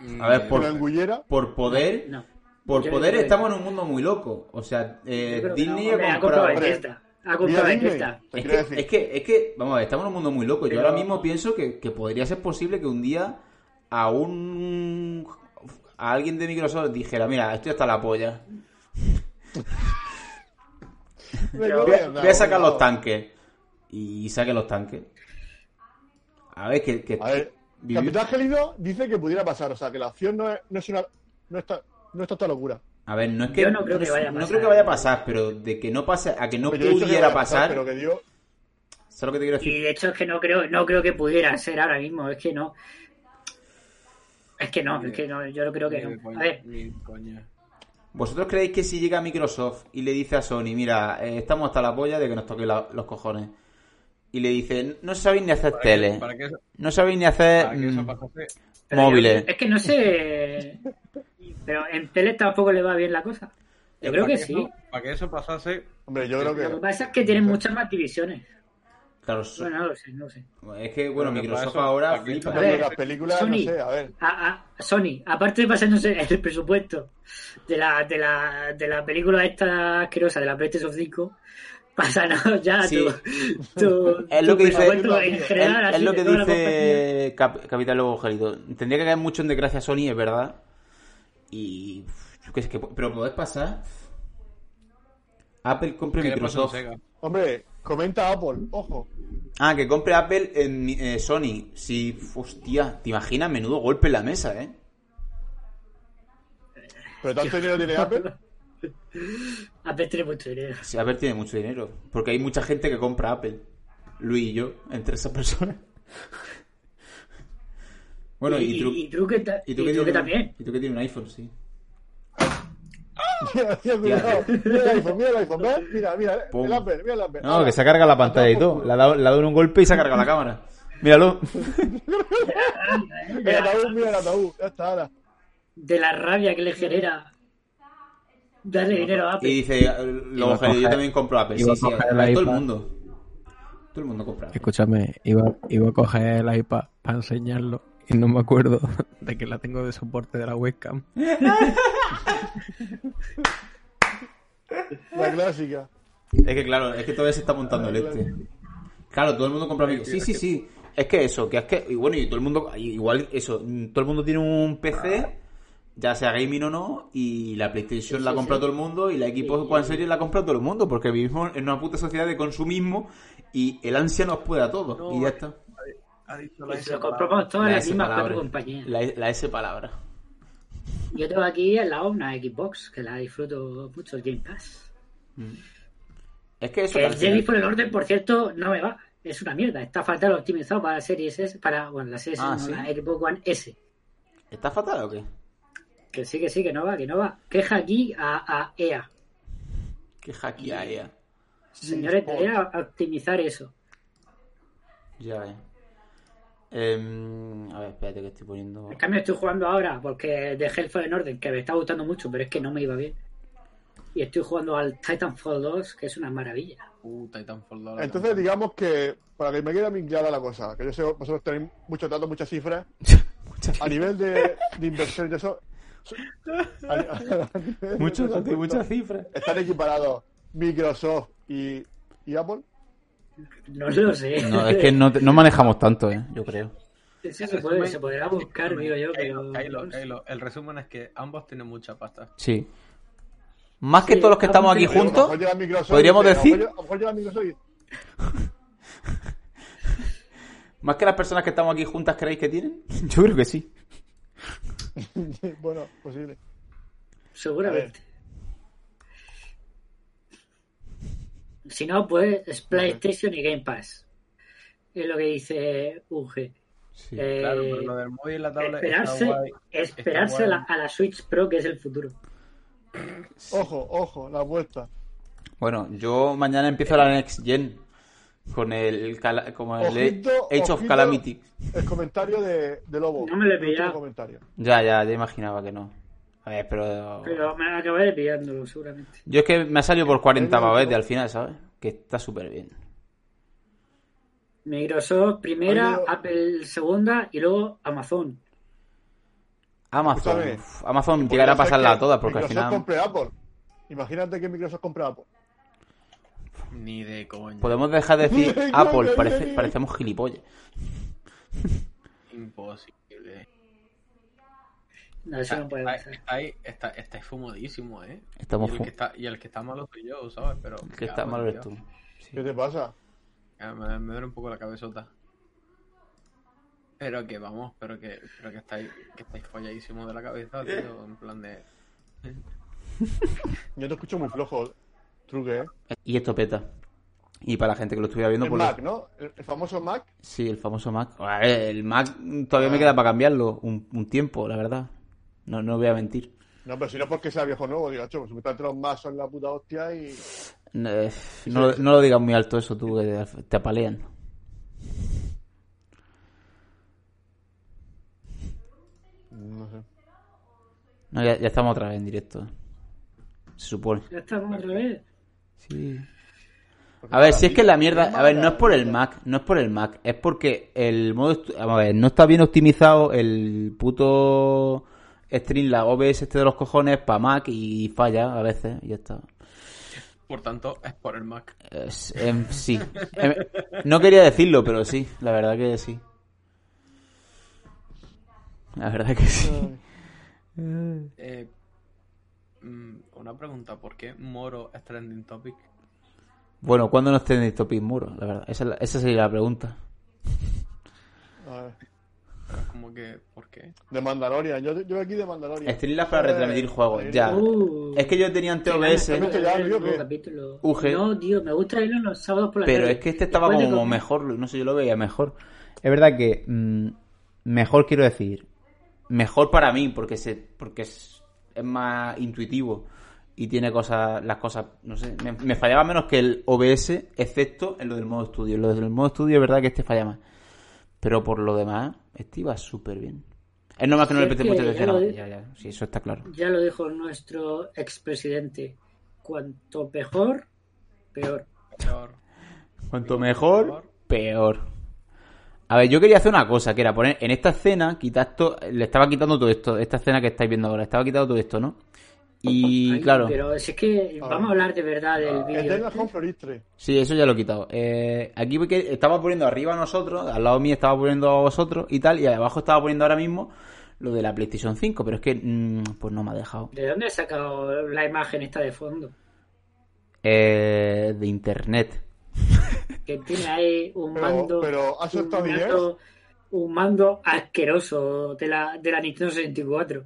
S6: Mm,
S7: A ver,
S5: que
S7: por-
S5: lo engullera?
S7: Por poder,
S8: No.
S7: por
S8: Yo
S7: poder
S8: creo que-
S7: estamos en un mundo muy loco. O sea, eh,
S8: Yo creo que
S7: Disney
S8: no. Hombre,
S7: ha
S8: ha comprado
S7: comprado...
S5: hombre.
S8: Bethesda. Ha
S5: Mira
S8: comprado
S5: Disney,
S8: Bethesda.
S5: te
S7: Es
S5: quiero
S7: que,
S8: <laughs>
S5: decir.
S7: es, que, es que, vamos a ver, estamos en un mundo muy loco. Yo
S8: Pero-
S7: ahora mismo pienso que, que podría ser posible que un día a un. a alguien de Microsoft dijera: Mira, estoy hasta la polla.
S8: Pero-
S7: Voy a, voy a sacar los tanques. Y saque los tanques. A ver, que. que-
S5: A ver,
S7: vivi-
S5: Capitán Gélido dice que pudiera pasar, o sea, que la opción no es, no es una. No está, no está esta locura.
S7: a ver, no es que.
S8: Yo no creo que vaya a
S7: no
S8: pasar.
S7: creo que vaya a pasar, pero de que no pase. A que no
S5: Pero yo he dicho que
S7: pudiera
S5: vaya a
S7: pasar.
S5: Pero que digo,
S7: ¿Sabes lo que te quiero
S8: Y
S7: decir?
S8: de hecho es que no creo, no creo que pudiera ser ahora mismo, es que no. Es que no, es que no, yo creo que
S6: ni de
S8: no.
S6: coña,
S8: A ver,
S6: ni de coña.
S7: ¿Vosotros creéis que si llega Microsoft y le dice a Sony, mira, eh, estamos hasta la polla de que nos toquen la- los cojones? Y le dice, no sabéis ni hacer
S6: Para que-
S7: tele,
S6: Para que eso,
S7: no sabéis ni hacer
S6: para que eso
S7: Eh. mm,
S6: pasase.
S8: pero yo-
S7: móviles.
S8: es que no sé. Pero en tele tampoco le va bien la cosa. Yo creo
S6: para
S8: que sí.
S6: eso- para que eso pasase,
S5: hombre, yo
S8: Lo que
S5: creo que.
S8: pasa es que tienen muchas más divisiones.
S7: Claro, so-
S8: Bueno, no lo sé, no lo sé.
S7: es que, bueno,
S6: Pero que
S7: Microsoft
S6: para eso-
S7: ahora
S6: para que
S7: flipa.
S6: eso-
S5: Hombre,
S8: ver,
S5: las películas, no
S8: Sony.
S5: sé, a ver.
S8: A, a- Sony, aparte de pasándose el presupuesto de la, de la, de la película esta asquerosa de la PlayStation 5, pásanos <laughs> ya
S7: Sí.
S8: tu, tu-
S7: <laughs> Es lo
S8: tu
S7: que dice-
S8: presupuesto en
S5: es-
S7: Es,
S8: general,
S7: es
S8: así
S7: lo
S8: de
S7: que
S8: toda la compañía.
S7: dice Cap- Capitán Lobo Gélido. Tendría que caer mucho en desgracia Sony, es verdad. Y... uf, Yo qué sé, que, pero podés pasar. Apple compre
S6: ¿Qué le pasa a un
S7: Microsoft.
S6: Sega?
S5: Hombre, comenta Apple, ojo.
S7: Ah, que compre Apple en mi- eh, Sony. Si, hostia, te imaginas, menudo golpe en la mesa, ¿eh?
S5: ¿Pero tanto
S8: <laughs>
S5: dinero tiene Apple?
S8: Apple tiene mucho dinero.
S7: Sí, Apple tiene mucho dinero. Porque hay mucha gente que compra Apple. Luis y yo, entre esas personas. <laughs> bueno, y, tú,
S8: y, tú que, ta-
S7: y tú
S8: y
S7: que
S8: tú que
S7: tienes-
S8: también.
S7: Y tú que tienes un iPhone, sí.
S5: <laughs> Mira, mira, cuidado. mira el iPhone, mira el iPhone, ¿ves? Mira, mira,
S7: Pum.
S5: el Apple, mira el Apple.
S1: No, que se ha cargado la pantalla y todo. Le ha dado, le ha dado un golpe y se ha cargado la cámara.
S7: cámara.
S1: Míralo.
S5: El ataúd, mira el ataúd, ya está ahora.
S8: De la rabia que le genera darle dinero a
S7: Y
S8: Apple.
S7: dice, lo
S9: Iba a
S7: cogeré, yo
S9: coger-
S7: también compro Apple. Sí,
S9: iba a
S7: sí,
S9: coger el
S7: todo el
S9: iPad.
S7: mundo. Todo el mundo compra Apple.
S9: Escúchame, iba, iba a coger el iPad para enseñarlo y no me acuerdo <laughs> de que la tengo de soporte de la webcam.
S5: La clásica.
S7: Es que claro, es que todavía se está montando el este. Claro, todo el mundo compra Mac. Sí, sí, sí. Es que eso, que es que, y bueno, y todo el mundo, y igual eso, mm, todo el mundo tiene un PC, ya sea gaming o no, y la PlayStation la compra todo el mundo, y la Xbox One Series la compra todo el mundo, porque vivimos en una puta sociedad de consumismo y el ansia nos puede a todos,
S6: No,
S7: y ya está.
S6: Ha dicho
S8: Y
S6: la
S8: se
S6: esa
S8: lo
S6: palabra.
S8: compramos todas las
S7: S
S8: mismas cuatro
S7: palabra.
S8: compañías.
S7: La, la S palabra.
S8: Yo tengo aquí al lado una Xbox, que la disfruto mucho, el Game Pass.
S7: Es que eso.
S8: Que
S7: al
S8: el
S7: final-
S8: Jedi por el orden, por cierto, no me va. Es una mierda. Está fatal optimizado para la Series S, para, bueno, la Series S,
S7: Ah,
S8: no,
S7: ¿sí?
S8: la Xbox One S.
S7: ¿Está fatal o qué?
S8: Que sí, que sí, que no va, que no va. Queja aquí a, E a EA.
S7: Qué hackea ella.
S8: Señores, debería optimizar eso.
S7: Ya ves. Em, a ver, espérate que estoy poniendo.
S8: En cambio, estoy jugando ahora porque dejé el Fallen Order, que me está gustando mucho, pero es que no me iba bien. Y estoy jugando al Titanfall 2, que es una maravilla.
S6: Uh, Titanfall dos, la
S5: Entonces,
S6: canción.
S5: digamos que, para que me quede a mí clara la cosa, que yo sé, vosotros tenéis muchos datos,
S7: <laughs>
S5: muchas cifras, a nivel de, de inversión y eso... a- a- a nivel de
S7: Mucho,
S5: todo
S7: tiene
S5: esto,
S7: muchas cifras.
S5: Están equiparados Microsoft y, y Apple.
S8: No lo sé.
S1: No, es
S8: <laughs>
S1: que no, te- no manejamos tanto, eh, yo creo.
S8: Eso se, puede, se podrá buscar, digo yo, pero.
S6: Kylo, Kylo, Kylo, el resumen es que ambos tienen mucha pasta.
S7: Sí. Más que
S8: Sí,
S7: todos los que
S8: está
S7: estamos aquí
S8: funcionando.
S5: A lo
S7: juntos,
S5: mejor llega Microsoft y
S7: podríamos
S5: dice, a lo mejor
S7: decir-
S5: llega- A lo mejor llega Microsoft y- <laughs>
S7: más que las personas que estamos aquí juntas creéis que tienen, <laughs> yo creo que sí.
S5: Bueno, posible.
S8: Seguramente. Si no, pues es PlayStation y Game Pass. Es lo que dice UG. Eh,
S6: Claro, pero lo del móvil y la tablet
S8: esperarse
S6: está guay.
S8: esperarse
S6: está
S8: a la, a la Switch Pro, que es el futuro.
S5: Ojo, ojo, la vuelta.
S7: Bueno, yo mañana empiezo la Next Gen con el, cala- como el
S5: Ojito,
S7: Age of
S5: ojito.
S7: Calamity.
S5: El comentario de, de Lobo.
S8: No me lo he
S5: El último
S8: pillado.
S5: comentario.
S7: Ya, ya, ya imaginaba que no. A ver, pero...
S8: Pero me acabaré pillándolo, seguramente.
S7: Yo es que me ha salido por 40 pavete al final, ¿sabes? Que está súper bien.
S8: Microsoft primera,
S5: Oye, yo-
S8: Apple segunda y luego Amazon.
S7: Amazon.
S5: Escúchame.
S7: uf, Amazon llegará a pasarla a todas porque al
S5: Microsoft
S7: final
S5: compre Apple. Imagínate que Microsoft compre Apple.
S6: Ni de coño.
S7: podemos dejar de decir
S5: <laughs> Venga,
S7: Apple,
S5: venga,
S7: parece-
S5: venga.
S7: parecemos gilipollas.
S6: Imposible.
S8: No,
S5: Ah,
S8: eso no puede
S6: Ahí-
S8: pasar.
S6: ahí está, estáis fumadísimo, ¿eh?
S7: Estamos
S6: y, el
S7: fu-
S6: que está, y el que está malo soy yo, ¿sabes? Pero.
S7: Que
S6: ya,
S7: está mal
S6: bueno,
S7: eres
S6: tío.
S7: tú.
S5: ¿Qué te pasa?
S6: Ya, Me, me duele un poco la cabezota. Pero que vamos, pero que, pero que estáis, que estáis folladísimos de la cabeza, tío. En plan de.
S5: Yo te escucho muy flojo. Truque, ¿eh?
S7: Y esto peta. Y para la gente que lo estuviera viendo
S5: El
S7: por
S5: Mac,
S7: los-
S5: ¿no? El, el famoso Mac.
S7: Sí, el famoso Mac. A ver, El Mac todavía me
S5: Ah.
S7: queda para cambiarlo un, un tiempo, la verdad. No, no voy a mentir.
S5: No, pero si no porque sea viejo nuevo, diga, chicos, supuestamente los Mac son la puta hostia y.
S7: No, eh, no- no lo digas muy alto eso tú, que te- te apalean.
S5: No sé.
S7: No, ya, ya estamos otra vez en directo. Se supone.
S8: Ya estamos otra vez.
S7: Sí. A ver, si es que la mierda. A ver, no es por el
S5: Mac
S7: Mac, no es por el Mac, es porque el modo. estu- Vamos a ver, no está bien optimizado el puto stream, la OBS este de los cojones para Mac y falla a veces, y ya está.
S6: Por tanto, es por el Mac.
S7: Es- em, sí. Em, no quería decirlo, pero sí, la verdad que sí. La verdad que sí.
S6: Eh, Mm, Una pregunta, ¿por qué Moro es trending topic?
S7: Bueno, ¿cuándo nos tenéis Topic Muro? La verdad, esa, es la- esa sería la pregunta.
S5: A ver.
S6: Es como que, ¿por qué?
S5: De Mandalorian, yo, yo aquí de Mandalorian. Eh,
S7: Streamlabs para retransmitir juegos, ya.
S8: Uh,
S7: Es que yo tenía ante OBS,
S5: ¿Has visto ya el
S8: nuevo
S5: vídeo que-
S8: capítulo.
S7: UG.
S8: No, tío, me gusta verlo los sábados por la
S7: pero
S8: tarde.
S7: es que este estaba
S8: Después de
S7: como
S8: comer.
S7: mejor, no sé, yo lo veía mejor.
S1: Es verdad que mm, mejor quiero decir.
S7: Mejor para mí, porque se, porque es, es más intuitivo y tiene cosas, las cosas, no sé, me, me fallaba menos que el OBS, excepto en lo del modo estudio. En lo del modo estudio es verdad que este falla más. Pero por lo demás, este iba súper bien. Es normal que no
S8: Sí,
S7: le
S8: es
S7: preste
S8: que
S7: mucha
S8: ya
S7: atención.
S8: lo
S7: a-
S8: di-
S7: Ya, ya, sí, eso está claro.
S8: Ya lo dijo nuestro expresidente. Cuanto mejor, peor.
S6: Peor.
S7: Cuanto
S6: Digo,
S7: mejor, peor. A ver, yo quería hacer una cosa, que era poner en esta escena, quitar esto, le estaba quitando todo esto, esta escena que estáis viendo ahora, estaba quitando todo esto, ¿no? Y
S8: <laughs> Ay,
S7: claro,
S8: Pero si es que vamos a hablar de verdad
S5: Ah,
S8: del vídeo.
S5: Eternal Home Floristre.
S7: sí, eso ya lo he quitado. Eh, aquí porque estaba poniendo arriba a nosotros, al lado mío estaba poniendo a vosotros y tal, y abajo estaba poniendo ahora mismo lo de la PlayStation 5, pero es que, mm, pues no me ha dejado.
S8: ¿De dónde he sacado la imagen esta de fondo?
S7: Eh, de internet.
S8: Que tiene ahí un
S5: Pero-
S8: mando.
S5: pero, ¿ha
S8: un,
S5: soltado
S8: mando un mando asqueroso de la, de la Nintendo 64.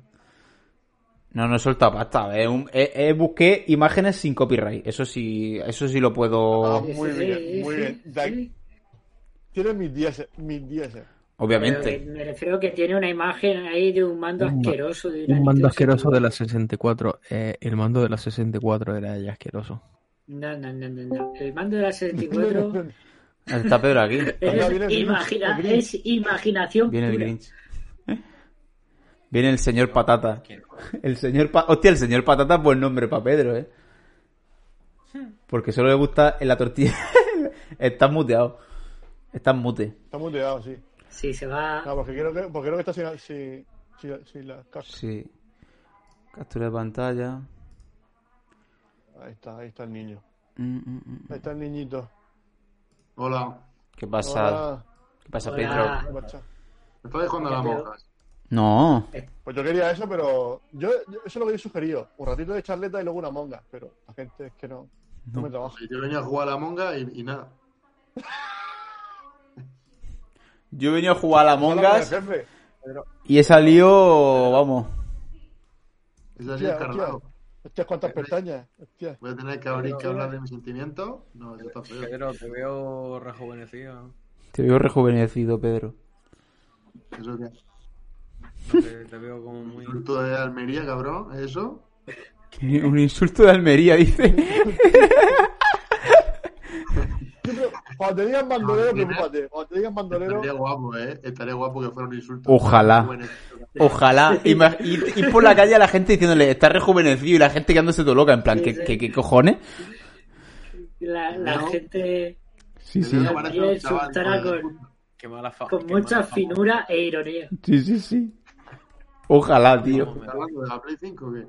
S7: No, no he soltado pasta. eh, un- eh, eh, busqué imágenes sin copyright. Eso sí, eso sí lo puedo.
S5: Ah, muy
S8: Sí,
S5: bien, muy
S8: sí,
S5: bien.
S8: sí.
S5: Dai- Tiene mis 10, mis eh. 10.
S8: Pero que
S7: Obviamente.
S8: me refiero que tiene una imagen ahí de un mando
S9: Un ma-
S8: asqueroso. de una
S9: Un mando
S8: Nintendo
S9: asqueroso de la
S8: 64.
S9: 64. eh, el mando de la 64 era ya asqueroso.
S8: No, no, no, no, no. El mando de la
S5: <laughs>
S8: 64
S7: Está Pedro aquí.
S5: Anda, viene el
S8: es,
S5: Grinch,
S8: imagina-
S5: el Grinch.
S8: es imaginación.
S7: Viene el
S8: pura.
S7: Grinch. Viene el señor Patata.
S6: ¿Quién?
S7: El señor Pa- Hostia, el señor Patata es buen nombre para Pedro, ¿eh? Porque solo le gusta en la tortilla. <laughs> Estás muteado. Estás mute.
S5: Está muteado, sí.
S8: Sí, se va.
S5: No, porque creo que, porque creo que está sin, sin, sin, sin la casca.
S7: Sí. Captura de pantalla.
S5: Ahí está, ahí está el niño.
S7: Mm, mm, mm.
S5: Ahí está el niñito.
S10: Hola.
S7: ¿Qué pasa?
S5: Hola.
S7: ¿Qué pasa,
S8: Hola.
S7: Pedro?
S5: ¿Qué pasa?
S10: Estás jugando a las monjas.
S7: No.
S5: Pues yo quería eso, pero yo, yo- eso es lo que yo he sugerido. Un ratito de charleta y luego una monga. Pero la gente es que no, no me trabaja.
S10: Y Yo venía a jugar a la monga y, y nada.
S7: Yo he venido a jugar a la Mongas
S5: Hola, jefe.
S7: y he salido. Vamos.
S10: Es así
S5: Hostia,
S10: encarnado.
S5: hostia. Hostia, cuántas pestañas. Hostia.
S10: Voy a tener que abrir que hablar de mis sentimientos. No, eso está feo.
S6: Pedro, te veo rejuvenecido.
S7: Te veo rejuvenecido, Pedro.
S10: Eso que.
S6: No sé, te veo como muy.
S10: Fruto de Almería, cabrón. Eso.
S7: Un insulto de Almería, <laughs> dice.
S5: Siempre- Cuando te digan bandolero, preocúpate. Cuando te digan bandolero,
S10: Estaría guapo, eh. Estaría guapo que fuera un insulto.
S7: Ojalá.
S10: Bueno,
S7: Ojalá. Ima- Y, y por la calle a la gente diciéndole, está rejuvenecido y la gente quedándose todo loca, en plan, ¿qué, qué, qué cojones?
S8: La, la
S10: No.
S8: gente
S1: Sí,
S10: te
S1: sí,
S10: veo parece
S8: Quiere
S10: un chaval,
S8: insultar a
S10: hijo de
S8: con-
S10: puta.
S6: Qué mala
S5: Ah,
S6: fa-
S8: con
S6: qué
S8: mucha
S6: mala fama.
S8: finura e ironía.
S1: sí, sí, sí. Ojalá, tío.
S10: ¿Estás hablando de la Play 5 o qué?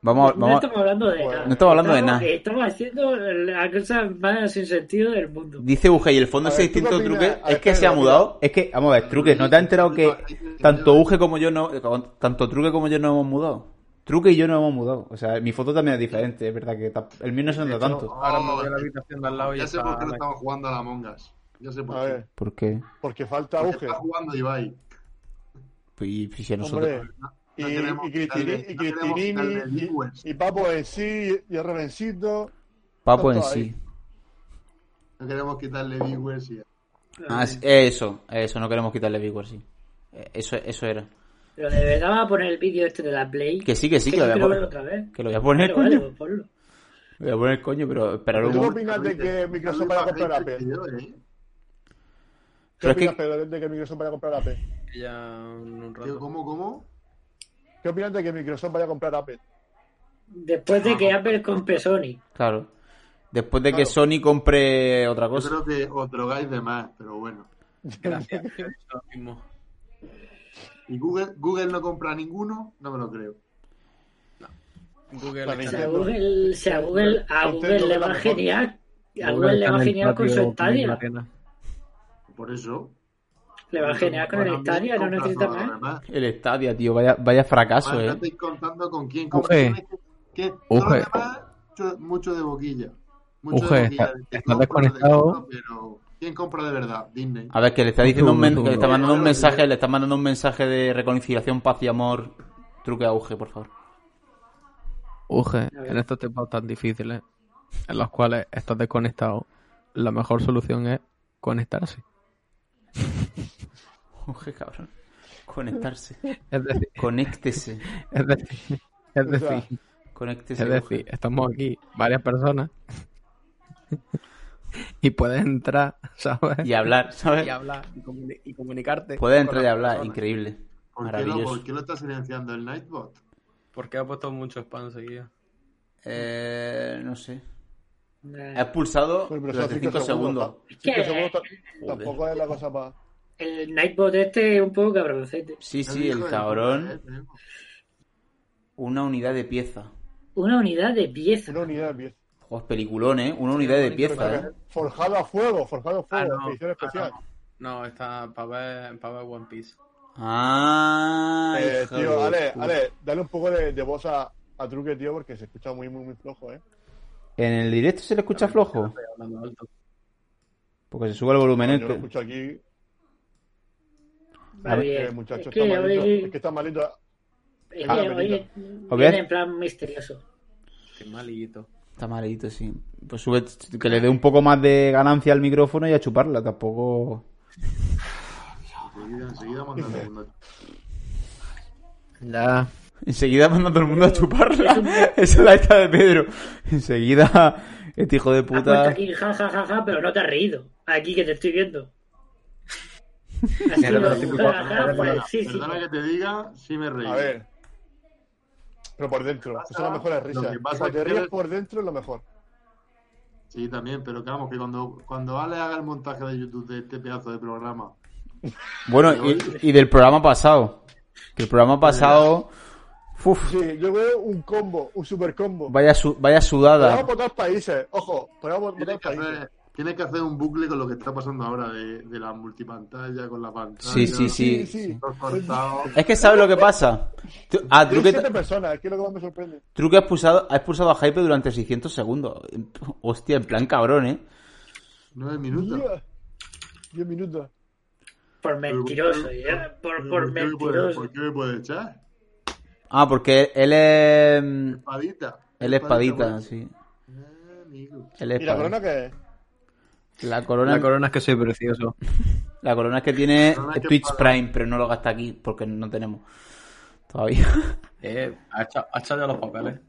S7: Vamos,
S8: no
S7: vamos.
S8: estamos hablando de nada.
S7: No estamos hablando de nada.
S8: Estamos haciendo la cosa más sin sentido del mundo.
S7: Dice Uge, y el fondo
S5: A
S7: ese
S5: ver, ¿tú qué
S7: distinto
S5: opinas?
S7: truque
S5: A ver,
S7: es que se
S5: Pedro,
S7: ha mudado. Es que, vamos a ver, truque, ¿no te has enterado que tanto Uge como yo no, eh, tanto truque como yo no hemos mudado? Truque y yo no hemos mudado. O sea, mi foto también es diferente, es verdad que ta- el mío no se nota tanto.
S6: Ahora me
S10: Oh,
S6: voy a la habitación de al lado y
S10: ya sé por qué no
S6: está-
S10: estamos jugando a las mongas. Ya sé por
S5: a
S10: qué.
S5: ver,
S7: ¿Por qué?
S5: porque falta
S10: Porque
S5: auge.
S10: está jugando Ibai.
S7: Pues, y- y si a nosotros.
S5: Hombre. Y,
S10: No queremos
S5: y Cristini-
S10: quitarle-
S5: y
S10: no queremos
S5: Cristinini,
S10: quitarle
S5: y-
S10: viewers.
S5: y, Papo en sí, y el Revencito.
S7: Papo en
S5: Ahí.
S7: sí.
S10: No queremos quitarle viewers y
S7: Ah, sí, eso, eso, no queremos quitarle vigor, sí. Eh, Eso, eso era.
S8: Pero de verdad va a poner el vídeo este de la Play.
S7: Que sí, que sí, que
S8: yo
S7: lo voy a
S8: quiero verlo
S7: poner.
S8: otra vez.
S7: Que lo voy a poner,
S8: Pero vale,
S7: coño.
S8: pues ponlo.
S7: Voy a poner coño, pero esperar
S5: ¿Tú
S7: un
S5: qué
S7: momento.
S5: opinas de que Microsoft vaya a comprar Apple? ¿Qué
S10: Yo, eh.
S7: Pero es que-
S5: opinas, Pedro, de que Microsoft vaya a comprar Apple?
S6: Ya en un
S10: Tío,
S6: rato.
S10: ¿cómo, cómo?
S5: ¿Qué opinas de que Microsoft vaya a comprar Apple?
S8: Después de que Apple compre Sony.
S7: Claro. Después de que
S5: Claro.
S7: Sony compre otra
S10: Yo
S7: cosa.
S10: creo que os drogáis de más, pero bueno.
S6: Gracias. yo he hecho lo mismo.
S10: ¿Y Google, Google no compra ninguno? No me lo creo.
S6: Google
S5: La
S6: está-
S8: Si a
S5: Nintendo.
S8: Google, si a Google, a
S5: Nintendo
S8: Google le
S5: es la
S8: va
S5: mejor.
S8: genial. A
S9: Google
S8: Google le
S9: está
S8: va
S9: en el
S8: genial con
S9: patio
S8: su
S9: comiendo
S8: estadio.
S9: arena.
S10: Por eso.
S8: Le va a generar con el
S10: Bueno,
S8: estadio, no
S10: compras
S8: necesita
S10: todo lo
S8: más.
S10: demás.
S7: El Stadia, tío, vaya, vaya fracaso,
S10: Además, no
S7: eh.
S10: estoy contando con quién
S9: Uge.
S10: compras. Que todo lo
S9: Uge.
S10: demás, mucho, mucho de boquilla. Mucho
S9: Uge,
S7: eh.
S10: de boquilla.
S9: está- está
S10: Te compro, te
S9: desconectado.
S10: compro, Pero ¿quién compra de verdad? Disney.
S7: A ver, que le está diciendo un men- que le está mandando un
S10: Bueno,
S7: mensaje,
S10: bien.
S7: le está mandando un mensaje de reconciliación, paz y amor. Truque auge, por favor. <laughs>
S9: Uge, en estos tiempos tan difíciles, en los cuales estás desconectado, la mejor solución es conectarse.
S7: Auge, cabrón. Conectarse.
S9: Es decir, <laughs>
S7: Conéctese.
S9: es decir, es decir,
S7: Conéctese.
S9: es
S7: auge.
S9: decir, estamos aquí varias personas <laughs> y puedes entrar, <laughs> ¿sabes?
S7: Y hablar, <laughs> ¿sabes?
S9: Y hablar y, comuni- y comunicarte.
S7: Puedes
S9: con
S7: entrar y
S9: las
S7: hablar,
S9: personas.
S7: increíble.
S10: ¿Por qué, lo,
S7: Maravilloso.
S10: ¿Por qué lo está silenciando el Nightbot?
S6: Porque ha puesto mucho spam seguido.
S7: Eh, no sé. Ha
S8: Nah.
S7: expulsado
S5: Pues, pero son
S7: durante
S5: cinco
S7: 5
S5: segundos,
S7: segundos.
S8: Es
S5: Cinco segundos
S8: que
S5: ta- tampoco es la cosa para.
S8: el Nightbot este es un poco cabroncete.
S7: Sí,
S10: Es
S7: sí,
S10: hijo de
S7: el
S10: puta, ¿eh?
S7: cabrón.
S10: Tenemos.
S7: Una unidad de pieza.
S8: Una unidad de pieza.
S5: Una unidad bien.
S7: Joder, peliculón, ¿eh? Una unidad de pieza, ¿eh?
S5: Forjado a fuego, forjado a
S6: Ah,
S5: fuego,
S6: no.
S5: edición
S6: ah,
S5: especial.
S6: no. No, está para ver, para ver One Piece.
S7: Ah,
S5: Eh,
S7: hija
S5: tío,
S7: de
S5: Ale,
S7: puta.
S5: Ale, dale un poco de, de voz a, a Truque, tío, porque se escucha muy, muy, muy flojo, ¿eh?
S1: ¿En el directo se le escucha flojo?
S6: Estoy hablando alto.
S1: Porque se sube el volumen.
S5: Yo lo
S1: este.
S5: escucho aquí,
S8: Va bien.
S5: eh, muchacho,
S8: es que
S5: está malito.
S8: hoy,
S5: Es que está malito.
S8: es
S5: Ah,
S8: que hoy
S5: Benito.
S1: Obviamente.
S8: viene en plan misterioso.
S6: Qué malito.
S7: Está malito, sí. Pues sube,
S1: Que le dé un poco más de ganancia al micrófono y a chuparla, tampoco.
S10: Enseguida, enseguida mandando uno.
S9: Ya.
S7: Enseguida manda a todo el mundo a chuparla. <laughs>
S8: Es un-
S7: Esa es la esta de Pedro. Enseguida, este hijo de
S8: Has puesto
S7: puta.
S8: aquí ja, ja, ja, ja, pero no te has reído. Aquí que te estoy
S10: <laughs>
S8: viendo. Ha sido
S6: lo
S8: ja,
S6: típico,
S8: ja, ja,
S6: perdona,
S8: pues, sí, sí.
S10: Perdona que te diga, sí me reí.
S5: A ver. Pero por dentro, esas son las mejores
S10: Lo
S5: risas.
S10: que pasa
S5: Cuando te
S10: es que-
S5: ríes por dentro es lo mejor.
S10: Sí, también, pero que vamos, que cuando, cuando Ale haga el montaje de YouTube de este pedazo de programa,
S7: Bueno, y, y del programa pasado. Que el programa pasado. Uf,
S5: Sí, yo veo un combo, un super combo.
S7: vaya, su- vaya
S5: Podemos
S7: sudada.
S5: votar países, ojo, podemos votar
S10: tienes que,
S5: países.
S10: hacer, tienes que hacer un bucle con lo que está pasando ahora de, de la multipantalla, con la pantalla.
S7: Sí, sí, sí.
S10: los cortados.
S7: Es que sabes lo que pasa. Tú- Ah,
S5: Tiene
S7: Truque,
S5: siete personas, es que es lo que más me sorprende.
S7: Truque ha expulsado, ha expulsado a Hype durante 600 segundos. Hostia, en plan cabrón, ¿eh?
S10: Nueve minutos.
S5: Diez- Diez minutos.
S8: Por mentiroso, ya. Por,
S10: Pero
S8: por
S10: qué me puede,
S8: mentiroso.
S10: ¿Por qué me puede echar?
S7: Ah, porque él es. mm,
S10: Espadita.
S7: Él es espadita,
S10: bueno.
S7: sí.
S10: Ah, amigo.
S7: Él es
S5: ¿Y la
S7: espadita.
S5: corona qué es?
S7: La corona.
S9: La corona es que soy precioso.
S7: La corona es que tiene
S10: corona es que
S7: Twitch
S10: paga.
S7: Prime, pero no lo gasta aquí porque no tenemos. Todavía.
S6: Eh, ha echado ha echado ya los papeles.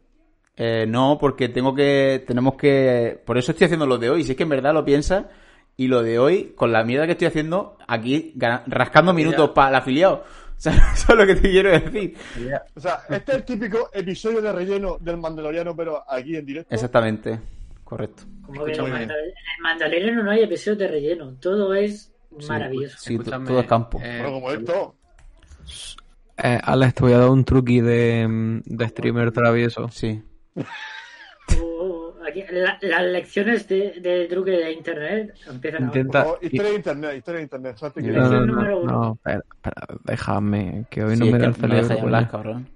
S7: Eh, no, porque tengo que. Tenemos que. Por eso estoy haciendo lo de hoy. Si es que en verdad lo piensas. Y lo de hoy, con la mierda que estoy haciendo, aquí gana- rascando minutos para el afiliado. <laughs> O sea, eso es lo que te quiero decir.
S5: O sea, este es el típico episodio de relleno del Mandaloriano, pero aquí en directo.
S7: Exactamente. Correcto.
S8: Como que en el
S6: Escúchame.
S8: Mandal- en el Mandaloriano no hay episodios de relleno. Todo es
S10: pues,
S8: maravilloso.
S7: Sí, to-
S6: Escúchame,
S7: todo es campo.
S6: eh,
S5: Pero como esto,
S9: Eh, Alex, te voy a dar un truqui de, mm, de streamer travieso.
S7: Sí.
S8: Oh, oh, aquí- la- las lecciones de, de truque de internet empiezan ahora.
S5: por
S9: Intenta.
S5: favor, historia de internet, historia de internet. Salte que-
S9: No, no,
S8: Lección número
S9: no,
S8: uno.
S9: no, espera, espera, déjame, que hoy
S7: Sí,
S9: no
S7: es
S9: me da el
S7: que no deja
S9: cerebro.
S7: de hablar,
S9: coño.
S7: cabrón.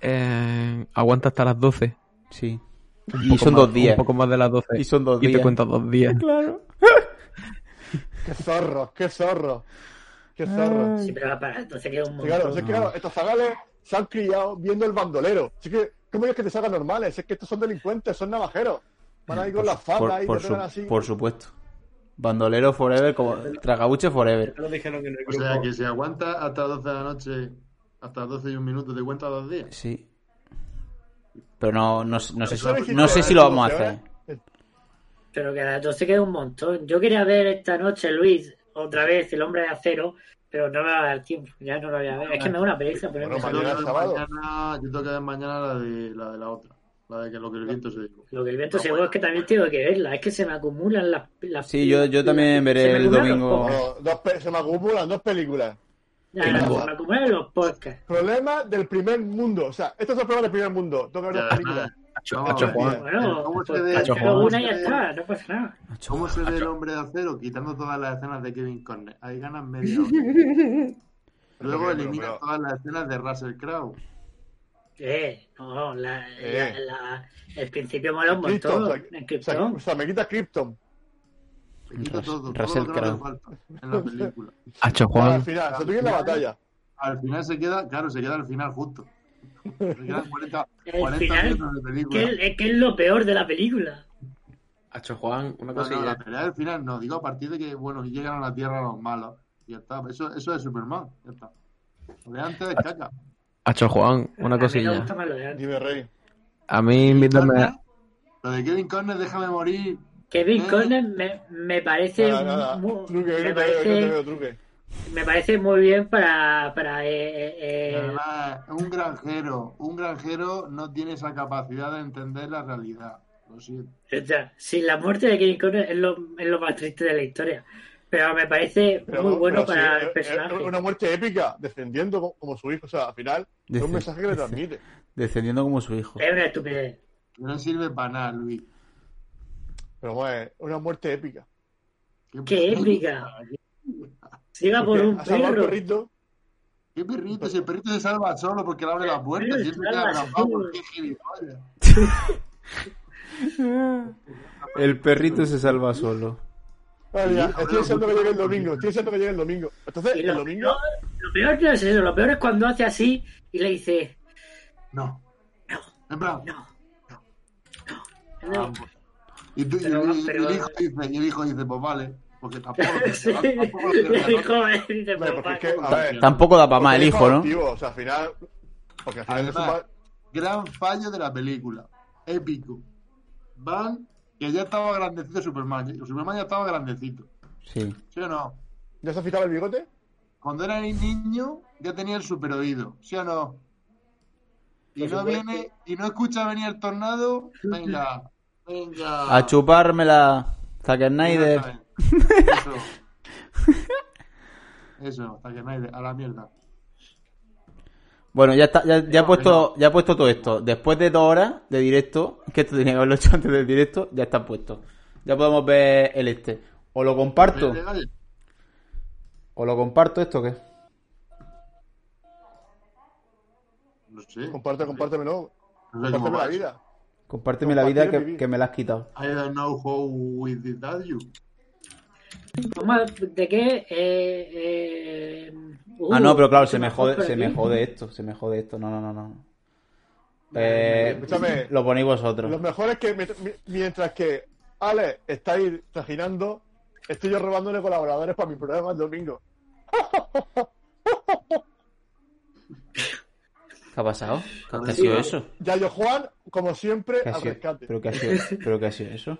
S9: Eh, aguanta hasta las 12.
S7: Sí.
S9: un
S7: Y
S9: poco
S7: son
S9: más-
S7: dos días.
S9: Un poco más de las 12.
S7: Y son dos
S9: Y
S7: días.
S9: te cuentas
S7: <laughs>
S9: dos días.
S7: Claro.
S5: Qué zorro, qué zorro. Qué zorro.
S8: Sí, pero para entonces queda un
S5: Sí, claro,
S8: montón.
S5: es que claro, estos zagales se han criado viendo el bandolero. Así que, ¿cómo es que te salgan normales? Es que estos son delincuentes, son navajeros. Van ahí con las fatas
S7: Por,
S5: y
S7: por
S5: te tocan
S7: su-
S5: así.
S7: por supuesto. Bandolero forever, como tragabuche forever.
S6: ya lo dijeron en el
S10: pues. O
S6: grupo.
S10: sea, que si aguanta hasta las 12 de la noche, hasta las 12 y un minuto, te cuenta dos días.
S7: Sí. Pero no, no, no sé, si-
S5: Eso lo hiciste
S7: no sé
S5: ahora,
S7: si lo
S5: tío,
S7: vamos a
S5: que
S7: hacer.
S5: ahora-
S8: Pero que entonces queda un montón. Yo quería ver esta noche, Luis, otra vez, el hombre de acero, pero no me va a dar tiempo. Ya no lo voy a ver. Es que me da una pereza, pero
S5: Bueno,
S10: Yo
S8: es
S10: tengo que
S5: mañana
S10: ver
S5: es sábado.
S10: mañana- yo tengo que ver mañana la de la, de la otra. La de que lo que el viento se dijo.
S8: Lo que el viento se llevó es que también tengo que verla. Es que se me acumulan las. las
S7: Sí, yo, yo también
S8: se
S7: veré
S8: me
S7: el
S8: acumulan
S7: domingo.
S8: los
S5: Bueno, dos pe- se me acumulan dos películas.
S8: podcasts. Ya, no, se me acumulan los podcasts.
S5: Problema del primer mundo. O sea, estos son problemas del primer mundo. Tengo que ver
S10: Ya,
S5: dos películas.
S10: nada. Vamos a
S9: Hacho
S10: ver,
S9: Juan.
S8: Bueno,
S10: ¿Cómo se
S8: pues,
S10: ve-
S9: Hacho
S8: pero
S9: Juan.
S8: una y ya está, no pasa nada.
S10: ¿Cómo se ve el hombre de acero quitando todas las escenas de Kevin Conner? Ahí ganas media hora.
S1: <laughs>
S10: Luego
S5: Pero, pero,
S10: elimina
S5: pero-
S10: todas las escenas de Russell Crowe.
S8: Eh, no, la,
S5: Eh.
S8: la- la- el principio mola un
S5: Krypton,
S8: montón.
S5: o sea,
S8: En
S5: o sea,
S8: Krypton.
S5: o sea, me quitas Krypton.
S10: Te quita
S1: Rus-
S10: todo,
S1: Russell
S10: todo lo que no
S1: Crowe.
S10: hace falta en la película.
S9: Hacho
S5: Al
S9: Juan.
S5: final, se te queda la batalla.
S10: Al final se queda, claro, se queda al final justo. Se quedan 40,
S8: <laughs> El
S10: 40
S8: final,
S10: minutos de
S8: Que
S10: película.
S8: es, es que es lo peor de la película.
S6: Hacho Juan, una
S10: No, no,
S6: cosilla.
S8: eh.
S10: la pelea del final no, digo a partir de que, bueno, llegan a la Tierra los malos. Y ya está, eso, eso es Superman, ya está. Lo de antes es caca.
S9: Hacho Juan, una
S8: A mí me
S9: cosilla.
S8: gusta más lo de antes.
S5: Dime, Rey.
S9: A mí invítame a-
S10: Lo de Kevin Conner, déjame morir.
S8: Kevin
S10: Eh.
S8: Conner me, me parece
S5: Nada, nada.
S8: mu-
S5: Truque,
S8: me
S5: yo no te veo, yo no te
S8: parece
S5: veo truque.
S8: me parece muy bien para para eh, eh, eh,
S10: Además, un granjero, un granjero no tiene esa capacidad de entender la realidad. Lo siento.
S8: ya, sin la muerte de Kevin Conner es lo, es lo más triste de la historia pero me parece
S5: Pero-
S8: muy bueno
S5: pero
S8: para
S5: sí,
S8: el
S5: es-
S8: personaje
S5: es Una muerte épica, descendiendo como, como su hijo. O sea, al final, es
S7: Descend-
S5: un mensaje que le transmite.
S7: Descendiendo como su hijo.
S8: es una estupidez
S10: No sirve para nada, Luis.
S5: Pero bueno, es una muerte épica.
S8: qué épica siga por
S5: Porque
S8: Ah, un
S5: ha salvado al
S8: perro
S5: perrito.
S10: ¿Qué perrito? Si el perrito se salva solo porque le abre la puerta,
S8: Pero
S10: si eso
S8: se
S10: queda
S8: salva
S10: atrapado,
S8: solo.
S10: qué gilipollas.
S7: El perrito se salva solo.
S5: Vale, Ah, ya, estoy deseando que llegue el domingo. Estoy deseando que llegue el domingo. Entonces,
S8: Y
S5: el
S8: lo,
S5: domingo.
S8: lo peor no es eso lo peor es cuando hace así y le dice
S10: No. En plan,
S8: no
S10: Ah, pues. Y, tú, y-
S8: Pero-
S10: y- y
S8: pero-
S10: el hijo dice, y el hijo dice, pues vale,
S8: <laughs>
S10: porque tampoco lo
S8: Sí,
S10: que- tampoco lo
S8: le
S10: que-
S8: dijo, eh, dice,
S5: Vale,
S8: "Papá,
S5: porque es que, a ver.
S7: Tampoco da para más el
S5: porque es
S7: hijo, ¿no?
S5: adoptivo, O sea, al final. Porque al final es su
S10: Además,
S5: pa-
S10: gran fallo de la película. Épico. Van, que ya estaba grandecito Superman. Superman ya estaba grandecito.
S7: Sí.
S10: ¿Sí o no?
S5: ¿Ya se ha fijado el bigote?
S10: Cuando era niño ya tenía el super oído. ¿Sí o no? Y
S5: Por
S10: no
S5: supuesto.
S10: viene, y no escucha venir el tornado. Venga, venga.
S7: A chupármela, Zack Snyder.
S10: Exactamente.
S7: <laughs>
S10: Eso. Eso, Zack Snyder, a la mierda.
S7: Bueno, ya está, ya, ya he puesto, ya he puesto todo esto. Después de dos horas de directo, que esto tenía que haberlo hecho <laughs> antes del directo, ya está puesto. Ya podemos ver el este. O lo comparto,
S10: Oye, oye,
S7: o lo comparto esto que.
S10: No sé.
S5: Comparte, compártemelo.
S10: No sé cómo
S5: Compárteme
S10: va
S5: la
S10: eso.
S5: vida.
S7: Compárteme la vida
S5: Compartir y
S7: que,
S5: vivir.
S7: que me la has quitado.
S10: I don't know how we did that you.
S8: Toma, ¿De qué? Eh, eh, uh,
S7: ah, no, pero claro, se me
S8: mejor
S7: jode,
S8: por
S7: se
S8: aquí.
S7: me jode esto, se me jode esto. No, no, no, no. Eh,
S8: Vale,
S5: escúchame.
S7: lo ponéis vosotros.
S5: Lo mejor es que mi- mi- mientras que Ale está ahí trajinando, estoy yo robándole colaboradores para mi programa el domingo.
S7: ¿Qué ha pasado? ¿Qué, qué ha sido eso?
S5: Yayo Juan, como siempre,
S7: ¿Qué ha
S5: al
S7: sido?
S5: rescate.
S7: ¿Pero qué ha sido? ¿Pero qué ha sido eso?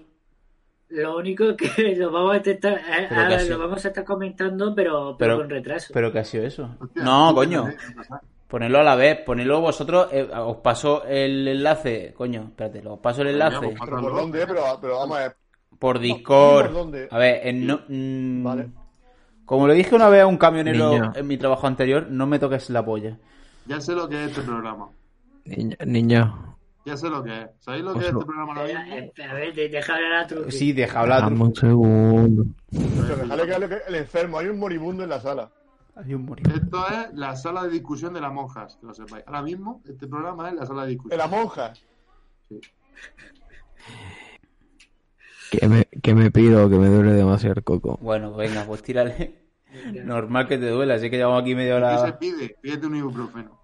S8: Lo único que <laughs> lo vamos a intentar, eh,
S7: Pero
S8: ahora
S7: casi.
S8: lo vamos a estar comentando, pero, pero,
S7: Pero-
S8: con retraso.
S7: ¿Pero qué ha sido eso?
S10: Hostia,
S7: No,
S10: sí,
S7: coño.
S10: sí, sí, sí.
S7: Ponedlo a la vez, ponedlo vosotros. eh, os paso el enlace, coño, espérate, os paso el enlace
S10: pues,
S5: Pero por dónde, pero, pero vamos a ver.
S7: por
S5: ¿por
S7: Discord.
S5: dónde?
S7: A ver, en no- mm,
S5: Vale.
S7: como le dije una vez a un camionero
S9: Niño.
S7: en mi trabajo anterior, no me toques la polla.
S10: Ya sé lo que es este programa.
S9: Niño, niño,
S10: Ya sé lo que es. ¿Sabéis lo
S9: Pues
S10: que es
S9: lo-
S10: este programa ahora
S8: Espera,
S10: mismo?
S8: espera, Eh, a ver, de- deja hablar a Truqui.
S7: Sí, deja hablar.
S9: dame un segundo.
S5: Pero dejadle que hable que- el enfermo, hay un moribundo en la sala.
S7: Hay un moribundo.
S10: Esto es la sala de discusión de las monjas, que lo sepáis. Ahora mismo, este programa es la sala de
S5: De
S10: discusión.
S5: la monja.
S9: Que me, que me pido, que me duele demasiado el coco.
S7: Bueno, venga, pues tírale. Normal que te duela, así que llevamos aquí media
S10: ¿Qué se
S7: hora.
S10: pide? Pídete un ibuprofeno.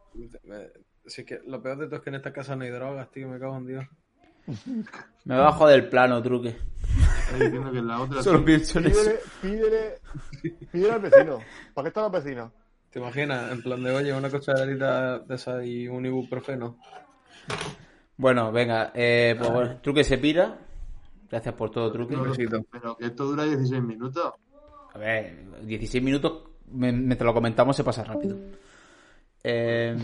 S6: Me- Eh, Si es que lo peor de todo es que en esta casa no hay drogas, tío, me cago en Dios.
S7: Me bajo del plano, truque.
S10: Está diciendo que en
S5: <laughs>
S10: la otra.
S7: Solo
S10: sí.
S7: pienso en eso.
S5: Pídele, pídele, pídele al vecino. ¿Para qué están los vecinos?
S6: ¿Te imaginas? En plan de, oye, una cucharadita de esa y un ibuprofeno.
S7: Bueno, venga, eh, pues bueno, truque se pira. Gracias por todo, truque.
S10: No, no,
S6: besito.
S10: Pero que esto dura 16 minutos.
S7: A ver, 16 minutos, me- mientras lo comentamos, se pasa rápido. Eh,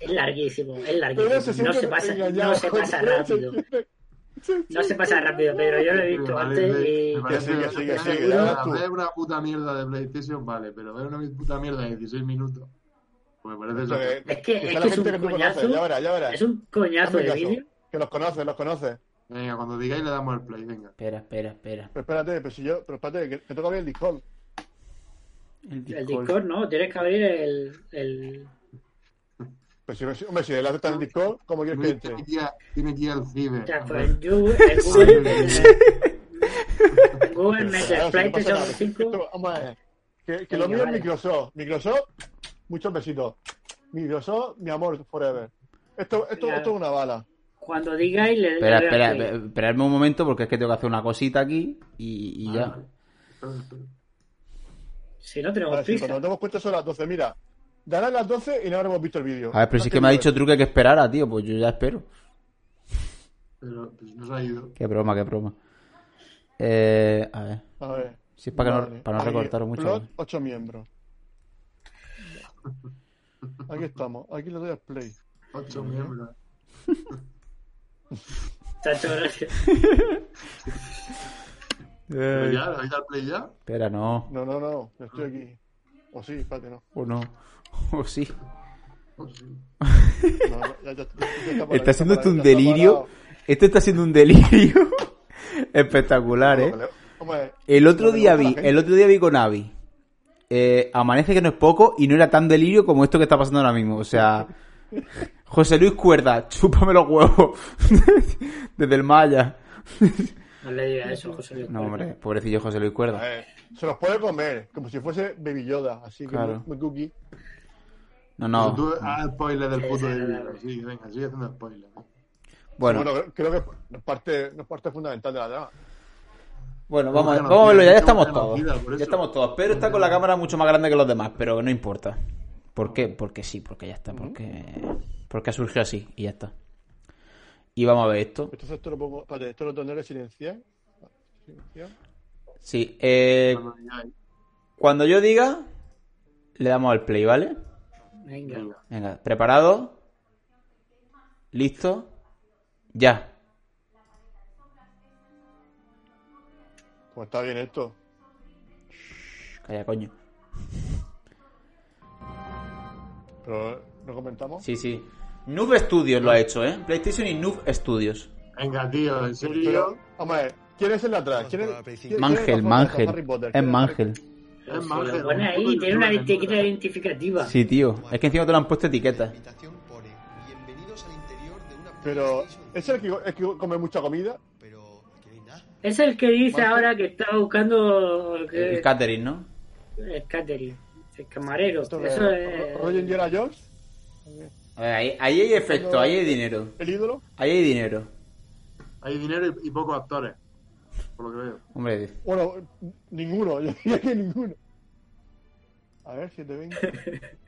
S8: Es larguísimo, es
S5: Pedro
S8: larguísimo. No se pasa, no se pasa rápido. No se pasa rápido, Pedro. Yo lo he visto antes y.
S10: me parece
S5: Que
S10: que
S5: sigue,
S10: sí,
S5: que
S10: que
S5: sigue,
S10: sí.
S5: que ya vas tú.
S10: una puta mierda de PlayStation, vale, pero es una puta mierda de 16 minutos. pues Me parece
S5: Esto
S10: eso.
S5: que-
S8: Es que- es
S5: la
S8: que es
S5: gente
S8: un
S5: que tú
S8: coñazo.
S5: conoces, ya verás, ya verás.
S8: Es un coñazo
S5: Hazme
S8: de
S5: caso,
S8: vídeo.
S5: Que los conoces, los conoces.
S10: Venga, cuando digáis le damos el play, venga.
S7: Espera, espera, espera.
S5: Pero espérate, pero si yo, pero espérate, que, que toca bien el Discord.
S8: El Discord, no, tienes que abrir el. el...
S5: Pero Pues si, no- hombre, si el enlace está en el Discord, ¿cómo quieres que
S10: Luis
S5: entre?
S10: tiene que ir a- tiene que ir al ciber.
S8: O sea, pues el Yu-
S5: <laughs>
S8: el Google. el Google
S5: Claro,
S8: Meter
S5: si Pues, ah, no
S8: Flight
S5: pasa nada.
S8: 5.
S5: Esto, vamos a ver. Que, que lo
S8: Venga,
S5: mío
S8: vale.
S5: es Microsoft. Microsoft, muchos besitos. Microsoft, mi amor, forever. Esto, esto,
S8: Venga.
S5: esto es una bala.
S8: Cuando digáis, le.
S7: Espera,
S8: le doy
S7: espera,
S8: al play.
S7: espe- esperadme un momento porque es que tengo que hacer una cosita aquí y,
S5: Ah,
S7: y ya.
S8: Si no
S5: Ahora
S8: tenemos
S5: Ah, sí,
S8: prisa.
S5: cuando nos damos cuenta son las 12. Mira, darán las 12 y no habremos visto el vídeo.
S7: A ver, pero si es que me ha dicho Truque que esperara, tío, pues yo ya espero.
S10: Pero pues, nos ha ido.
S7: Qué broma, qué broma. Eh, a ver,
S5: A ver.
S7: si es para, que
S5: Vale.
S7: no, para no
S5: Ahí,
S7: recortaros mucho. ¿eh?
S5: plot, ocho miembros. Aquí estamos. Aquí le doy a play.
S10: Ocho
S5: Eh.
S10: miembros.
S8: Chacho, gracias.
S10: Pero ya, ¿le dais al play ya?
S7: Espera, no.
S5: No, no, no. Yo estoy aquí. O sí, espérate, no.
S7: O no. <laughs> O sí.
S10: Pues sí.
S5: No, ya- ya- ya- ya por
S7: Está
S5: ahí,
S7: haciendo
S5: por
S7: esto
S5: ahí,
S7: un
S5: ya está
S7: delirio.
S5: parado.
S7: Esto Este está siendo un delirio <laughs> espectacular, ¿eh?
S5: Hombre,
S7: El otro
S5: lo que
S7: día
S5: gusta a
S7: vi,
S5: la gente.
S7: el otro día vi con Avi. Eh, amanece que no es poco y no era tan delirio como esto que está pasando ahora mismo. O
S5: <laughs>
S7: sea, José Luis Cuerda, chúpame los huevos. <laughs> Desde el Maya.
S8: No le digas eso, José Luis.
S7: No, hombre, pobrecillo José Luis Cuerda.
S5: A ver, eh, se los puede comer, como si fuese Baby Yoda, así que
S7: Claro.
S5: muy, muy cookie.
S7: No,
S10: Pero
S7: no.
S10: Tú, ah, spoiler del
S8: Sí,
S10: puto
S8: sí,
S10: de
S8: claro.
S10: Sí, venga, sigue haciendo spoiler. ¿eh?
S7: Bueno,
S5: Bueno, creo que no es parte, no es parte fundamental de la trama.
S7: bueno, vamos, a-
S10: Busca
S7: vamos a verlo ya,
S10: noticias,
S7: ya estamos
S10: busca
S7: todos.
S10: noticias, por
S7: Ya
S10: eso.
S7: estamos todos. Pedro está con la cámara mucho más grande que los demás, pero no importa. ¿Por qué? Porque sí, porque ya está, porque, porque ha surgido así y ya está. Y vamos a ver esto.
S5: Entonces esto lo pongo, espérate, esto lo tendré silenciar. Silenciar.
S7: Sí, eh,
S10: Cuando digáis,
S7: Cuando yo diga, le damos al play, ¿vale?
S8: Venga.
S10: venga.
S7: Venga, preparado. Listo. Ya.
S5: Pues está bien esto.
S7: Calla, coño.
S5: Pero no comentamos.
S7: Sí, sí. Noob Studios lo ha hecho, ¿eh? PlayStation y Noob Studios.
S10: Venga, tío, en
S5: Pero,
S10: serio.
S5: vamos a ver, ¿quién es el de atrás? ¿Quién es- quién- quién es la
S7: Mangel,
S5: foto? Harry
S7: Mangel.
S5: Potter, ¿eh?
S7: Es
S5: ¿quién
S7: Mangel.
S10: Es
S8: Si
S10: Mangel.
S8: lo pone ahí, tiene una etiqueta identificativa.
S7: Sí, tío. Es que encima te lo han puesto etiqueta.
S11: invitación pone, "Bienvenidos al interior de una
S5: Pero,
S11: PlayStation
S5: ¿es el que, el que come mucha comida?
S11: Pero aquí no hay nada.
S8: Es el que dice
S5: Mangel.
S8: ahora que está buscando el, que-
S7: Eh, El catering, ¿no?
S8: el catering, el camarero.
S5: Esto
S8: Eso
S5: es- Rollo
S8: es.
S5: Indiana Jones,
S7: A ver, ahí, ahí hay efecto, ahí hay dinero.
S5: el ídolo.
S7: Ahí hay dinero.
S10: Hay dinero y, y pocos actores. Por lo que veo.
S7: Hombre,
S5: Bueno, ninguno, <laughs> yo diría que ninguno. A ver, 720.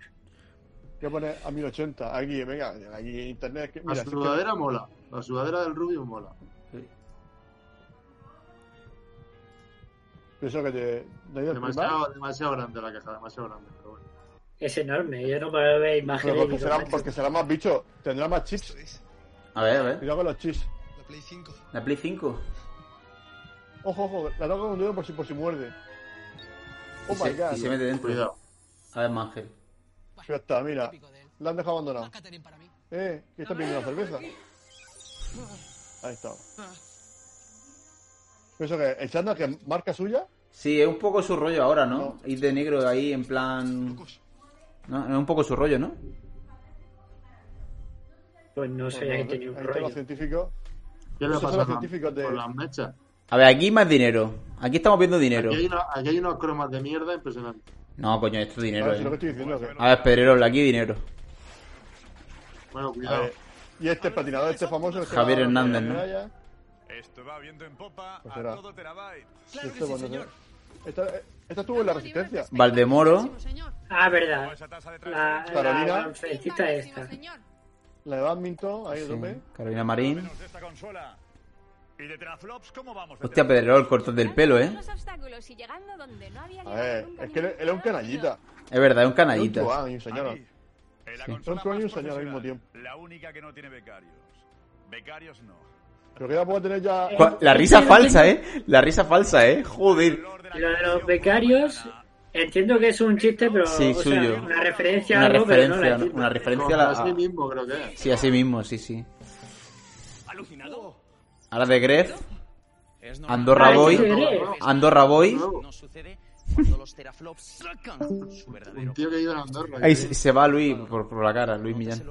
S5: Voy a poner a 1080. Aquí, venga, aquí en internet. que-
S10: La
S5: Mira, si es que-
S10: sudadera mola. La sudadera del Rubio mola.
S5: pienso que te. ¿no hay del
S10: Demasiado, demasiado grande la caja, demasiado grande. Pero bueno.
S8: Es enorme, yo no puedo ver
S5: primario? Pero
S8: imágenes.
S5: porque,
S8: digo,
S5: será,
S8: macho,
S5: porque será más bicho, tendrá más
S11: Esto
S5: chips.
S11: es
S7: a ver, a ver.
S5: Cuidado con los chips.
S11: la Play 5.
S7: La Play 5.
S5: Ojo, ojo, la toco con un dedo por si, por si muerde. Oh
S7: Y
S5: my
S7: se,
S5: god.
S7: y se mete dentro.
S10: Cuidado.
S7: A ver, Mangel.
S5: Ya está, mira. La han dejado abandonada.
S11: Catherine para mí.
S5: Eh, ¿qué está pidiendo la cerveza?
S11: Ah.
S5: Ahí está. Pienso que el chándal que es marca suya.
S7: Sí, es un poco su rollo ahora, ¿no?
S5: No.
S7: Ir de negro ahí en plan... No, es un poco su rollo, ¿no?
S8: Pues no
S5: Pues
S8: sé,
S5: no,
S8: ahí tenía un
S5: ahí están los
S8: rollo.
S5: científicos.
S10: ¿Qué le
S5: Esos
S10: pasa
S5: son los
S10: con-
S5: científicos de-
S10: con las mechas?
S7: A ver, aquí más dinero. Aquí estamos viendo dinero.
S10: Aquí hay, una- aquí hay unos cromas de mierda impresionantes.
S7: No, coño, esto es
S5: A
S7: dinero,
S5: ver, si es lo que
S7: eh.
S5: estoy diciendo. que-
S7: A ver, Pedrerol, aquí dinero.
S10: Bueno,
S5: A
S10: cuidado.
S5: ver, Y este patinador, este famoso. este
S7: Javier
S5: ganador de la
S7: Hernández, ¿no?
S5: medalla,
S12: Esto va viento en popa
S5: Pues será.
S12: a todo terabyte.
S5: y este, bueno, Esta, eh, esta estuvo en la resistencia.
S7: Valdemoro.
S8: Ah, verdad.
S12: Esa taza de tra-
S8: La,
S5: Carolina.
S8: la festita esta.
S5: La de badminton, ahí a tope.
S7: Carolina Marín.
S12: menos de esta consola. Y de Teraflops, ¿cómo vamos? de
S7: Hostia, Pedrerol, cortos del pelo, eh.
S5: A ver, es que él, él es un canallita.
S7: Es verdad, es un
S5: Es un
S7: canallita.
S5: truán y un
S12: Teraflops?
S5: señor.
S12: Aquí, en la
S7: Sí.
S12: consola
S5: Son truán y
S12: más
S5: un señor al mismo
S12: profesional,
S5: tiempo.
S12: La única que no tiene becarios. Becarios no.
S5: Pero que ya puedo tener ya.
S7: Cu- La risa falsa, eh. La risa falsa, eh. Joder.
S12: Olor de la
S8: Lo de los
S12: canción
S8: becarios
S12: por la mañana.
S8: Entiendo que es un chiste, pero
S7: Sí,
S8: o sea,
S7: suyo.
S8: una referencia a
S7: Una
S8: algo, pero no la
S7: referencia,
S8: entiendo.
S7: una referencia a la...
S6: Como a sí mismo, creo que es.
S7: Sí, a sí mismo, sí, sí. Ahora de Gref, Andorra
S4: Ah,
S7: Boy,
S4: ese es Gref.
S7: Andorra Boy,
S4: No sucede cuando los teraflops sacan su verdadero.
S10: Tío que vive en Andorra.
S7: ahí se se va Luis por, por la cara, Luis Millán.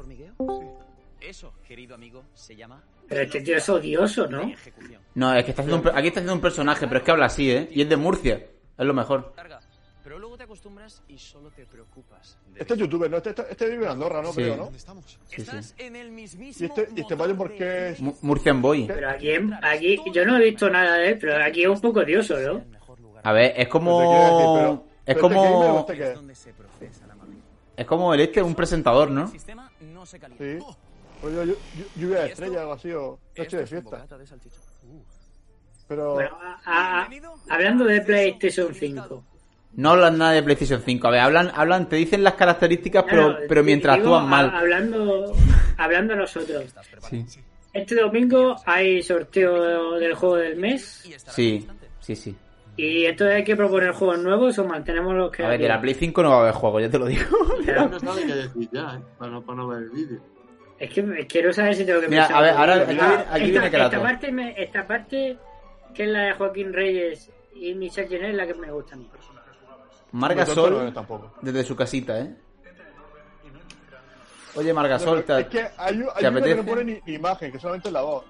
S4: Eso, querido amigo, se llama.
S8: Pero este tío es odioso, ¿no?
S7: No, es que está haciendo un per- aquí está haciendo un personaje, pero es que habla así, ¿eh? Y es de Murcia, es lo mejor.
S4: Pero luego te acostumbras y solo te preocupas.
S5: Este es youtuber, ¿no? Este, este- este vive en Andorra, ¿no?
S7: Sí.
S5: Creo, ¿no?
S7: Sí, sí.
S4: En el mismo.
S5: Y este, y este Valle porque es...
S7: Mu- Murcian Boy.
S8: Pero aquí, aquí, yo no he visto nada de él, pero aquí es un poco odioso, ¿no?
S7: A ver, es como...
S5: este
S7: Es como... Es como el este, un presentador, ¿no?
S5: Sí.
S11: Oh.
S5: Oye, yo, yo, lluvia de estrella, algo así, o noche de fiesta. Uh. Pero...
S8: Bueno, a- a- hablando de PlayStation 5,
S7: No hablan nada de PlayStation 5. A ver, hablan, hablan, te dicen las características, pero,
S8: Claro,
S7: pero mientras
S8: digo, ah,
S7: actúan
S8: a-
S7: mal.
S8: Hablando, hablando nosotros.
S7: Sí.
S8: Este domingo hay sorteo del juego del mes
S7: Sí, sí, sí.
S8: y esto hay que proponer juegos nuevos o mantenemos los que...
S7: A ver, de la Play 5 no va a haber juego, ya te lo
S5: <laughs>
S7: digo.
S10: Ya no sabe qué decir ya, ¿eh? Para no, para no ver el vídeo.
S8: Es que me- quiero saber si tengo que
S7: Mira,
S8: pensar
S7: a ver,
S8: algo.
S7: ahora aquí
S8: Ah,
S7: viene- aquí
S8: esta,
S7: viene Kratos.
S8: esta parte me- esta parte que es la de Joaquín Reyes y Michelle Jenner es la que me gusta a mí.
S7: Marga
S5: No, no,
S7: Sol
S5: no, tampoco.
S7: desde su casita, ¿eh? Oye, Marga Sol,
S5: es
S7: te,
S5: que hay,
S7: ¿te
S5: hay uno que no
S7: apetece?
S5: pone ni, ni imagen, que solamente es la voz.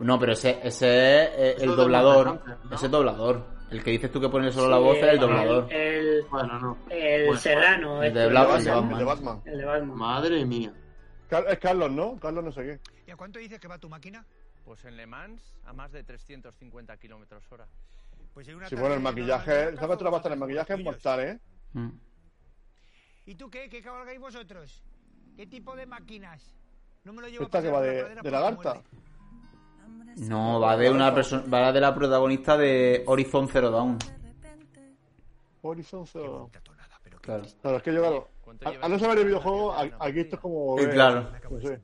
S7: No, pero ese, ese es eh, el
S10: Eso
S7: doblador.
S10: también,
S7: Ese es doblador. El que dices tú que pones solo la voz es el doblador.
S8: El, el-
S10: Bueno, no.
S8: el
S10: Bueno.
S8: Serrano.
S7: El
S8: este,
S7: de
S5: El
S7: Bla-
S5: de
S7: el de
S5: Batman,
S7: Batman.
S5: el de Batman.
S8: el de Batman.
S10: Madre mía.
S5: Car- es Carlos, ¿no? Carlos no sé qué.
S11: ¿Y a cuánto dices que va tu máquina?
S12: Pues en Le Mans, a más de 350 kilómetros hora.
S11: Pues hay una
S5: Si bueno, el maquillaje... ¿Sabes otra pasta? El maquillaje es mortal, ¿eh?
S7: Mm.
S11: ¿Y tú qué? ¿Qué cabalgáis vosotros? ¿Qué tipo de máquinas? No me lo llevo a
S5: Esta que
S11: pasear
S5: va
S11: por la pradera
S5: de, de
S11: por tu
S5: lagarta.
S11: muerte.
S7: No, va de una persona, va de la protagonista de Horizon Zero Dawn.
S5: Horizon Zero.
S7: Claro.
S5: Claro, es que yo, claro, al, al no saber el videojuego, a- aquí esto es como.
S7: Eh,
S5: ver,
S7: claro.
S5: no sé,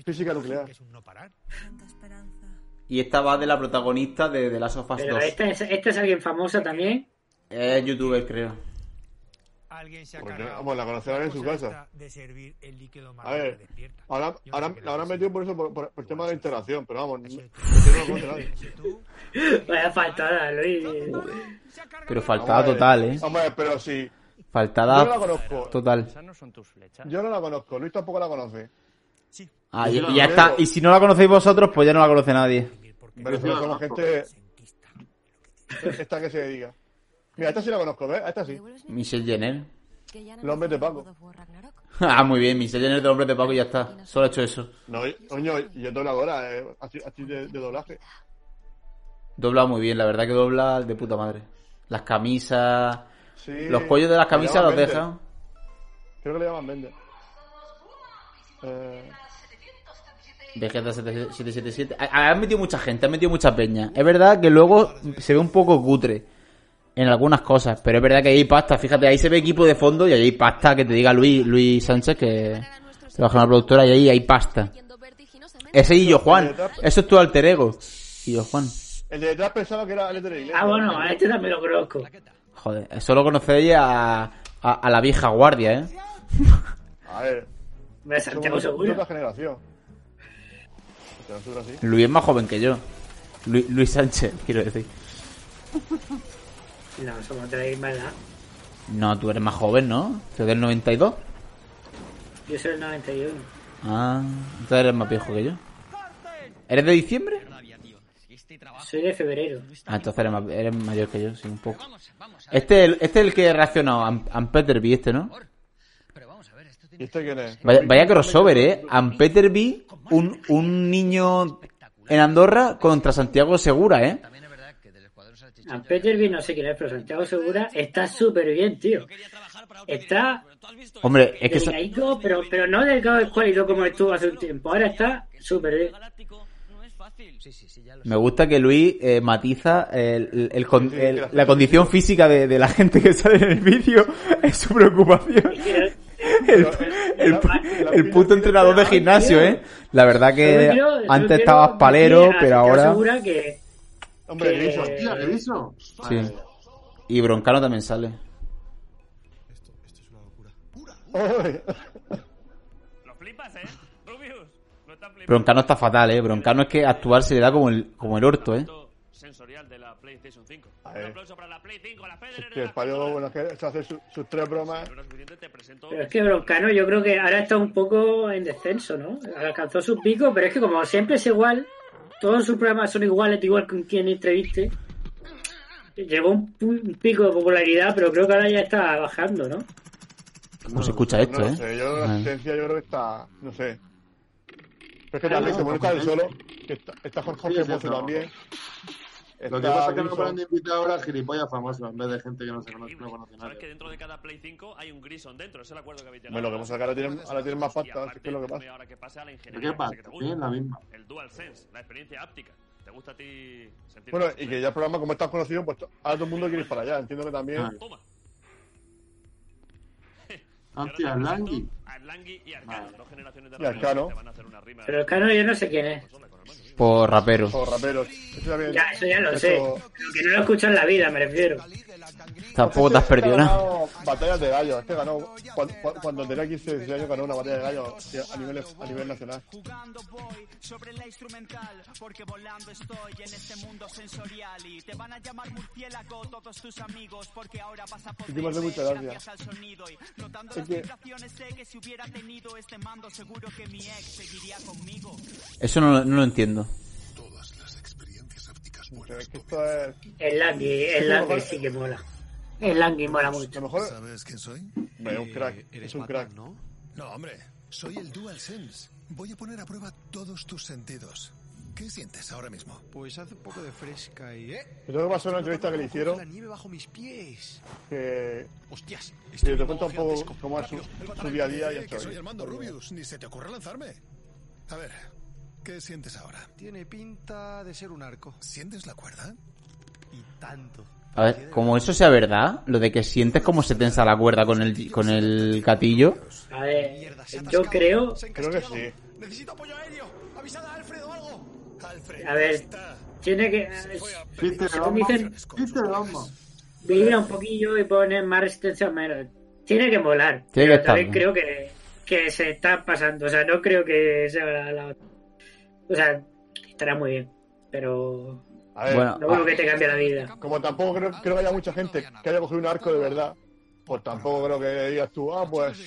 S5: Pues física nuclear.
S7: Y esta va de la protagonista de The Last of Us
S8: Pero este-
S7: 2.
S8: esta es, esta es alguien famosa también.
S7: Es youtuber, creo.
S11: Alguien se ha
S5: Porque,
S11: cargado
S5: vamos, la conocerán en
S11: cosa
S5: su casa.
S11: esta de servir el líquido
S5: A
S11: marrón que
S5: ver,
S11: despierta.
S5: ahora,
S11: Yo no
S5: ahora
S11: sé qué
S5: la habrán
S11: le
S5: metido por eso, por, por, por el tema de la interacción, pero vamos, no,
S11: Eso
S5: no,
S11: es.
S5: no conoce nadie.
S8: Vaya faltada, Luis.
S7: Pero
S5: Vamos
S7: faltada
S5: a ver,
S7: total, ¿eh?
S5: Vamos a ver, pero si. Yo no la
S7: Faltada
S5: conozco.
S7: total.
S12: Esas no son tus flechas.
S5: Yo no la conozco, Luis tampoco la conoce.
S7: Ah, y,
S10: Yo no
S7: y ya
S10: la
S7: está.
S5: conozco.
S7: Y si no la conocéis vosotros, pues ya no la conoce nadie.
S5: Pero si no somos gente. Esta que se dedica. Mira, esta sí la conozco, ¿ves? Esta sí.
S7: Michelle Jenner.
S5: El hombre de Paco.
S7: <laughs> ah, muy bien, Michelle Jenner de Hombre de Paco y ya está. Solo ha hecho eso.
S5: No, y- coño, y es dobladora, eh, así, así de, de doblaje.
S7: Dobla muy bien, la verdad que dobla de puta madre. Las camisas.
S5: Sí,
S7: Los cuellos de las
S5: le
S7: camisas
S5: llaman
S7: los
S5: Bender.
S7: dejan.
S5: Creo que le llaman Bender. Eh,
S7: Vegeta 777. Ha- Han metido mucha gente, han metido mucha peña. Es verdad que luego se ve un poco cutre en algunas cosas, pero es verdad que ahí hay pasta. Fíjate, ahí se ve equipo de fondo y ahí hay pasta que te diga Luis, Luis Sánchez que trabaja en la productora y ahí hay pasta. Ese y yo, Juan. Eso es tu alter ego. Y yo, Juan.
S5: el de detrás pensaba que era el de la iglesia.
S8: Ah, bueno, a este también lo conozco.
S7: Joder, eso lo conocéis a, a, a la vieja guardia, ¿eh?
S5: A ver,
S8: Me Santiago
S5: somos de otra
S8: Seguro.
S5: generación. Hostia, nosotros sí.
S7: Luis es más joven que yo. Luis, Luis Sánchez, <laughs> quiero decir.
S8: No, somos de la misma edad.
S7: No, tú eres más joven, ¿no? Tú eres del 92.
S8: Yo soy el 91.
S7: Ah, entonces eres más viejo que yo. ¿Eres de diciembre?
S8: Soy de febrero.
S7: Ah, entonces eres, más- eres mayor que yo, sí, un poco. Este, es el- este es el que reaccionó a Peterby, este, ¿no?
S5: ¿Y este quién es?
S7: Vaya, vaya crossover, ¿eh? Ampeterby, un, un niño en Andorra contra Santiago Segura, ¿eh?
S8: A Peterby no sé quién es, pero Santiago Segura está súper bien, tío. Está
S7: Hombre, es que... eso-
S8: delgadito, pero, pero no delgado escuálido como estuvo hace un tiempo. Ahora está súper bien.
S7: Me gusta que Luis eh, matiza el- el con- el- la condición física de, de la gente que sale en el vídeo. <laughs> Es su preocupación. El, el- el puto entrenador de gimnasio, ¿eh? La verdad que
S8: Yo quiero- yo
S7: antes
S8: quiero
S7: estabas palero,
S8: decir a
S7: pero
S8: Santiago
S7: ahora...
S8: Segura que
S5: Hombre,
S8: que-
S5: Griso.
S10: Hostia, ¿qué hizo?
S7: Sí. Y Broncano también sale.
S12: Lo flipas, ¿eh? <laughs> Rubius, no está flipando.
S7: Broncano está fatal, eh. Broncano es que actuar se le da como el, como el orto, eh.
S12: Sensorial de la PlayStation 5.
S5: A
S12: Un
S5: ver.
S12: aplauso para la Play 5, la Federer.
S5: Que el payo, bueno, es que se hace su- sus tres bromas.
S8: Pero es que Broncano yo creo que ahora está un poco en descenso, ¿no? Alcanzó su pico, pero es que como siempre es igual, todos sus programas son iguales, igual con quien entreviste. Llegó un, pu- un pico de popularidad, pero creo que ahora ya está bajando, ¿no?
S7: ¿Cómo se escucha esto,
S5: no lo
S7: eh?
S5: sé, yo la
S7: Ajá.
S5: asistencia yo creo que está, no sé. Pero es que
S10: Ah,
S5: también
S10: no,
S5: se molesta de
S10: porque-
S5: solo, que está, está Jorge
S10: Sí, sí,
S5: Pozo
S10: no.
S5: también.
S10: Lo que
S5: Está
S10: pasa es que no
S5: Wilson.
S10: paran de invitar ahora a gilipollas famosos en vez de gente que no se conoce, no conoce
S12: Sabes que
S10: nadie.
S12: dentro de cada Play 5 hay un Grison dentro, es el acuerdo que habéis llegado.
S5: Bueno, lo que pasa es que ahora tienen, ahora tienen más faltas, es que es lo que
S12: Y
S5: pasa.
S12: ahora que pase a la ingeniería.
S10: ¿Qué
S12: que
S10: pasa?
S12: sé que te gusta.
S10: Tienen la misma.
S12: El DualSense, la experiencia áptica. ¿Te gusta a ti sentir
S5: Bueno,
S12: cosas?
S5: y que ya el programa, como estás conocido, pues ahora todo el mundo quiere ir para allá. Entiendo que también.
S7: Ah.
S12: Toma.
S10: Hostia, Langui.
S12: Arlangui y Arcano, dos generaciones de
S5: Y Arcano.
S12: te van a hacer una rima. Pues
S8: Pero Cano yo no sé quién es.
S7: Por rapero.
S5: O raperos. Eso también-
S8: Ya, eso ya lo
S5: eso-
S8: sé. Pero Que no lo he escuchado en la vida, me refiero.
S7: Tampoco te has
S5: Este
S7: perdido nada.
S5: ganó batallas de gallos. Este ganó. cuan- cuan- Cuando, tenía 15 16 años, ganó una batalla de gallos a nivel, a nivel nacional.
S11: sobre la instrumental porque volando estoy en este mundo sensorial y te van a llamar murciélago todos tus amigos porque ahora vas a
S5: Y que me hace mucha
S11: poder ver
S5: gracia.
S11: gracias al sonido y notando
S5: Es
S11: las
S5: que-
S11: vibraciones sé que si hubiera tenido este mando seguro que mi ex seguiría conmigo
S7: Eso no, no lo entiendo.
S5: O sea, es que esto es.
S8: El Langui, el Langui sí que mola. El Langui mola mucho.
S13: ¿Sabes quién soy?
S5: Hombre, un crack,
S13: Eh,
S5: es un crack.
S13: ¿no? No, hombre. Soy el DualSense. Voy a poner a prueba todos tus sentidos. ¿Qué sientes ahora mismo? Pues hace un poco de fresca y... ¡Eh!
S5: Yo creo que pasó una entrevista que le
S13: Coge La
S5: hicieron
S13: nieve bajo mis pies.
S5: que.
S13: Hostias.
S5: Que te cuenta un poco cómo es su, su día a día y
S13: Eh,
S5: esto.
S13: que soy
S5: ¿eh?
S13: Armando Rubius. Ni se te ocurra lanzarme. A ver, ¿qué sientes ahora? Tiene pinta de ser un arco. ¿Sientes la cuerda? Y tanto.
S7: A ver, como eso sea verdad, lo de que sientes como se tensa la cuerda con el, con el gatillo.
S8: A ver, yo creo...
S5: Creo que sí.
S13: Necesito apoyo aéreo. Avisad a Alfred o algo. Alfred.
S8: A ver, tiene que...
S10: Viste
S8: si
S10: el
S8: tú me
S10: hombro.
S8: dices-
S10: Viste el hombro.
S8: vibra un poquillo y poner más resistencia menos. Tiene que molar.
S7: Tiene
S8: pero
S7: que estar,
S8: también
S7: ¿no?
S8: creo que, que se está pasando. O sea, no creo que sea la, la- O sea, estará muy bien. Pero
S5: A ver,
S7: Bueno,
S8: no creo que te cambie la vida.
S5: como tampoco creo, creo que haya mucha gente que haya cogido un arco de verdad, pues tampoco creo que digas tú, ah, pues.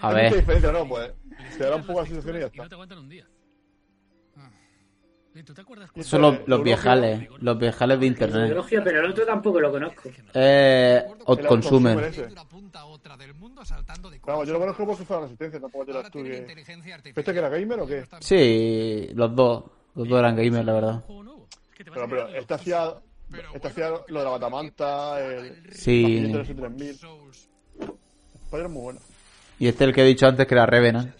S7: A
S5: es
S7: ver.
S5: mucha diferencia, no, pues. Te dará un poco la sensación y ya está.
S13: Ah.
S7: Eso son los, los viejales, los viejales de internet.
S8: Elogio, pero el otro tampoco lo conozco.
S7: Eh, Hot Consumer.
S5: Vamos, yo lo conozco porque fue la resistencia, tampoco te la estuve. ¿Este que era gamer o qué?
S7: Sí, los dos. Los dos eran gamers, la verdad.
S5: Pero, pero, este hacía. Este hacía lo de la batamanta, el.
S7: Sí.
S5: el 3000. Pues era muy bueno.
S7: Y este es el que he dicho antes que era Revenant.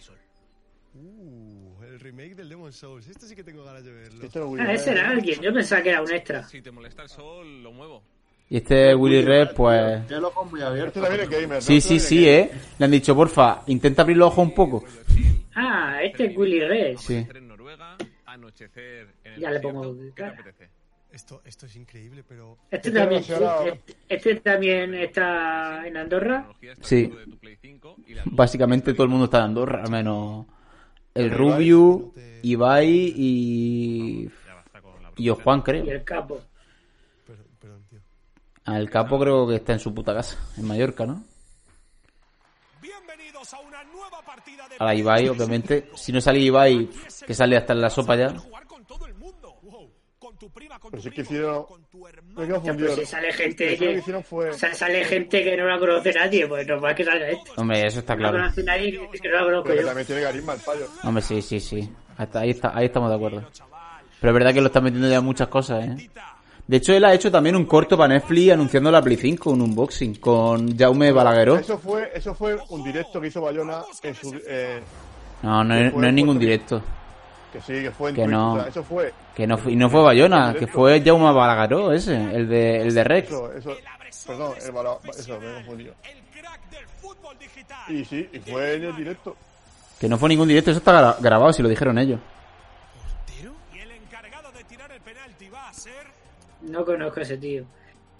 S13: Uh, el remake del Demon Souls. Este sí que tengo ganas de verlo.
S5: Este era muy
S8: Ah, ese era alguien. Yo pensaba que era un extra.
S12: Si te molesta el sol, lo muevo.
S7: Y este Willy Red, pues...
S10: Yo lo compro y
S5: Este
S10: abierto.
S5: también es gamer. ¿no?
S7: Sí, sí, sí, eh. Le han dicho, porfa, intenta abrir los ojos un poco.
S8: Ah, este es Willy Red.
S7: Sí.
S12: en Noruega, anochecer en
S8: Ya le pongo.
S12: apetece?
S13: Esto, esto es increíble, pero...
S8: Este también, este, este también está en Andorra.
S7: Sí. Básicamente todo el mundo está en Andorra, al menos el Rubiu, Ibai y. Y o Juan,
S8: Y
S7: creo.
S8: el capo.
S7: Al capo creo que está en su puta casa, en Mallorca, ¿no? A la Ibai, obviamente. Si no sale Ibai, que sale hasta en la sopa ya. eh.
S5: Pero si es que hicieron. Me he
S8: Ya, pero
S5: confundido.
S8: pues, si sale gente
S5: Eso lo que
S8: que,
S5: hicieron fue.
S8: sa- sale gente que no la conoce nadie, pues normal que salga este.
S7: Hombre, eso está
S8: No la
S7: claro.
S8: conoce nadie que no la conozco
S5: Pero que
S8: yo.
S5: también tiene carisma el fallo.
S7: Hombre, sí, sí, sí. Hasta ahí, está, ahí estamos de acuerdo. Pero es verdad que lo están metiendo ya en muchas cosas, ¿eh? De hecho, él ha hecho también un corto para Netflix anunciando la Play 5, un unboxing, con Jaume Balagueró.
S5: Eso fue, eso fue un directo que hizo Bayona en su. eh,
S7: No, no, es- no es ningún directo.
S5: que sí, que fue en
S7: Que
S5: Twitch,
S7: no.
S5: o sea, eso fue.
S7: Que no, fu- y no fue Bayona, que fue Jaume Balagueró ese, el de, el de Rex.
S5: Eso, eso. Perdón, el balao- eso, me he confundido. Y sí, y fue en el directo.
S7: Que no fue ningún directo, eso está gra- grabado, si lo dijeron ellos.
S8: No conozco a ese tío.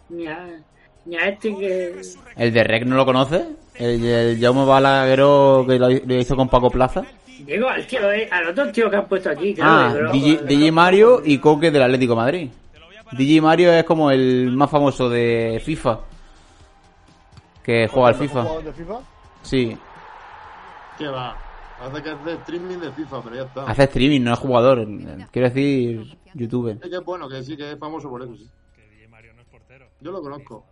S8: Ni a- Ni a este que.
S7: ¿El de Rec no lo conoces? ¿El, el Jaume Balagueró que lo, lo hizo con Paco Plaza?
S8: Diego, al tío, eh, a los dos tíos que han puesto aquí, claro.
S7: ah,
S8: de broma,
S7: DJ,
S8: de
S7: DJ Mario y Coque del Atlético de Madrid. DJ Mario es como el más famoso de FIFA. Que juega al FIFA.
S10: jugador de FIFA?
S7: Sí,
S10: ¿Qué va? Hace que hace streaming de FIFA, pero ya está.
S7: hace streaming, no es jugador. Quiero decir, youtuber.
S10: Es que es bueno, que sí, que es famoso por eso, sí. Yo lo conozco.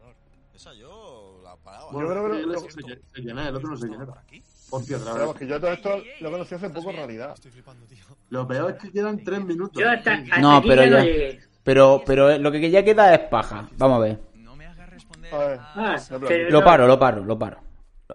S5: Yo creo
S10: Bueno,
S5: que
S10: él
S5: lo-
S10: es- sé que- sé quién es, el otro no sé quién es. Por tierra, la
S5: Pero vamos,
S10: verdad.
S5: que yo todo esto lo conocí hace poco en realidad.
S10: Lo peor es que quedan tres minutos.
S8: Yo hasta- hasta
S7: No,
S8: aquí
S7: pero
S8: ya
S7: ya.
S8: no llegué.
S7: Pero, pero eh, lo que ya queda es paja. Vamos a ver.
S5: A ver.
S8: Ah, pero
S7: Lo
S8: no.
S7: paro, lo paro, lo paro.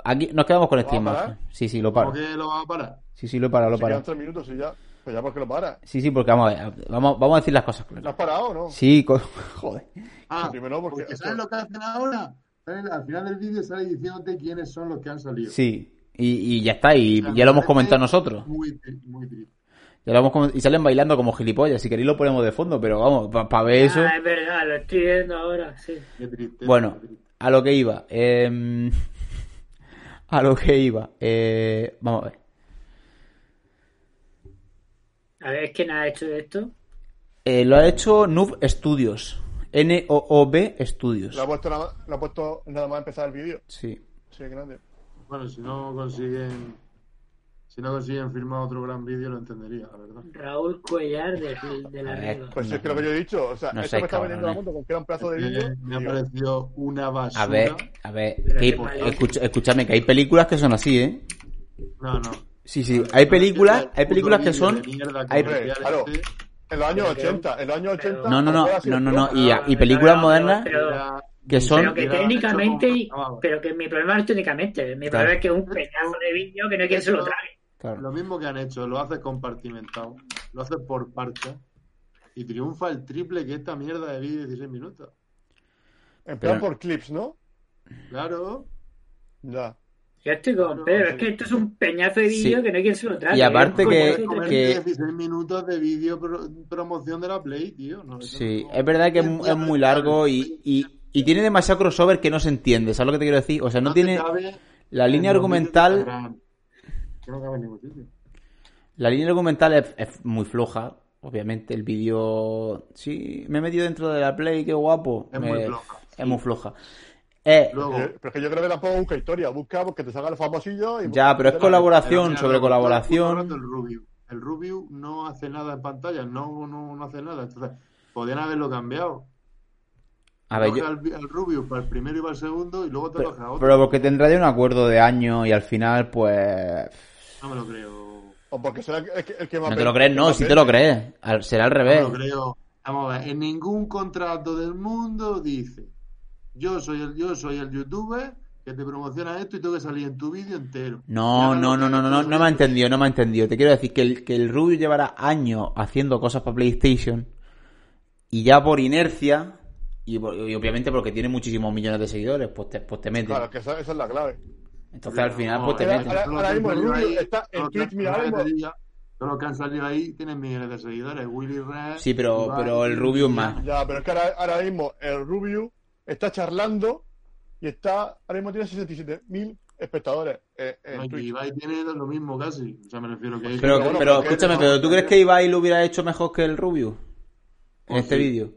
S7: Aquí nos quedamos con esta
S5: ¿Lo vas a parar?
S7: imagen. Sí, sí, lo
S5: ¿Por
S7: paro.
S5: qué lo vas a parar?
S7: Sí, sí, lo paro, lo
S5: Si quedan
S7: paro.
S5: tres minutos y ya. Pues ya, ¿por qué lo para?
S7: Sí, sí, porque vamos a ver, vamos, vamos a decir las cosas
S5: ¿Lo
S7: claras.
S5: has parado o no?
S7: Sí, co- <laughs> joder.
S10: Ah,
S5: primero porque.
S10: porque ¿sabes lo que hacen ahora? Salen- al final del vídeo sale diciéndote quiénes son los que han salido.
S7: Sí. Y, y ya está, y ya lo hemos comentado nosotros.
S10: Muy, tri- muy triste.
S7: Ya lo hemos comen- y salen bailando como gilipollas. Si queréis lo ponemos de fondo, pero vamos, para ver eso.
S8: Ah, es verdad, lo estoy viendo ahora, sí.
S10: eh.
S7: Bueno, a lo que iba. eh, <laughs> a lo que iba. eh, vamos a ver.
S8: A ver, ¿quién ha hecho esto?
S7: Eh, lo ha hecho Noob Studios. N-O-O-B Studios.
S5: Lo ha puesto nada, lo ha puesto nada más empezar el vídeo.
S7: Sí.
S5: Sí, grande.
S10: Bueno, si no consiguen. Si no consiguen firmar otro gran vídeo, lo entendería, la verdad.
S8: Raúl Cuellar de, de la Riva.
S5: Pues es que lo que yo he dicho, o sea,
S7: No
S5: esto
S7: sé,
S5: me está vendiendo la
S7: cabrones.
S5: moto con que era un plazo de vídeo.
S10: Me ha parecido una basura.
S7: A ver, a ver. que hay-
S10: Pero qué
S7: escucha- escúchame, que hay películas que son así, ¿eh?
S10: No, no.
S7: Sí, sí.
S10: Ah,
S7: Hay películas, hay películas que son. hay-
S5: Hombre, claro, en los años 80, en los años 80.
S7: No, no, no,
S5: ahora sí,
S7: no, no, no. Y, y películas modernas
S8: Pero,
S7: que
S8: pero
S7: son.
S8: que técnicamente, y- pero que mi problema no es técnicamente, mi
S7: Claro.
S8: problema es que es un pedazo de vídeo que no hay quien se lo trague.
S10: Lo mismo que han hecho, lo haces compartimentado, lo haces por partes y triunfa el triple que esta mierda de vídeo de 16 minutos.
S5: En plan
S10: Pero-
S5: por clips, ¿no?
S10: Claro.
S5: Ya.
S8: Yo estoy con Pedro, es que esto es un peñazo de vídeo
S7: Sí.
S8: que no hay quien se lo trague.
S7: Y aparte
S8: Es
S7: que-
S8: como-
S10: Comerte
S7: que-
S10: 16 minutos de vídeo pro- promoción de la Play, tío. No, eso
S7: Sí, es verdad que es, mu- es muy largo y, y, y tiene demasiado crossover que no se entiende. ¿Sabes lo que te quiero decir? O sea, no,
S10: no te
S7: tiene.
S10: cabe
S7: La
S10: en
S7: línea
S10: los vídeos
S7: argumental.
S10: de Instagram. Que no cabe en ningún sitio.
S7: La línea argumental es, es muy floja, obviamente. El vídeo. Sí, me he metido dentro de la Play, qué guapo.
S5: Es
S7: Me-
S5: muy floja.
S7: Es muy floja. Eh,
S5: Eh, pero es que yo creo que tampoco busca historia, busca porque te salgan los famosillos y.
S7: ya, pero es colaboración
S10: Mira,
S7: sobre
S10: mira,
S7: colaboración.
S10: hablando del Rubius. El Rubius no hace nada en pantalla, no, no, no hace nada. Entonces, podrían haberlo cambiado.
S7: A ver,
S10: Coge
S7: yo-
S10: al, al Rubius para el primero y para el segundo y luego te lo a otro.
S7: pero porque tendrá ya un acuerdo de año y al final, pues.
S10: No me lo creo.
S5: O porque será el que, el que más
S7: No te
S5: vende.
S7: lo crees, no, si te lo crees. Al- Será al revés.
S10: No me lo creo. Vamos a ver, en ningún contrato del mundo dice yo soy el, yo soy el youtuber que te promociona esto y tengo que salir en tu vídeo entero.
S7: No, no, no, no, no, no, no me ha entendido, no me ha entendido. Te quiero decir que el, que el Rubio llevará años haciendo cosas para PlayStation y ya por inercia, y, por- y obviamente porque tiene muchísimos millones de seguidores, pues te, pues te meten.
S5: Claro, que esa, esa es la clave.
S7: Entonces al final,
S10: No,
S7: pues te
S10: era-
S7: meten.
S10: era-
S5: Ahora, ahora mismo el Rubius está en
S10: Todos
S5: Twitch,
S10: los
S5: mira, ahora
S10: que
S5: mismo.
S10: te diga, Todos los que han salido ahí tienen millones de seguidores. Willy Red.
S7: Sí, pero,
S10: Ibai,
S7: pero el Rubio más.
S5: Ya, pero es que ahora, ahora mismo el Rubius está charlando y está. Ahora mismo tiene 67.000 espectadores. eh, en
S10: No, y
S5: Twitch.
S10: Ibai tiene lo mismo casi. O sea, me refiero que.
S7: Pero, pero escúchame, pero ¿tú crees que Ibai lo hubiera hecho mejor que el Rubio? En
S10: Oh,
S7: este
S10: sí.
S7: vídeo.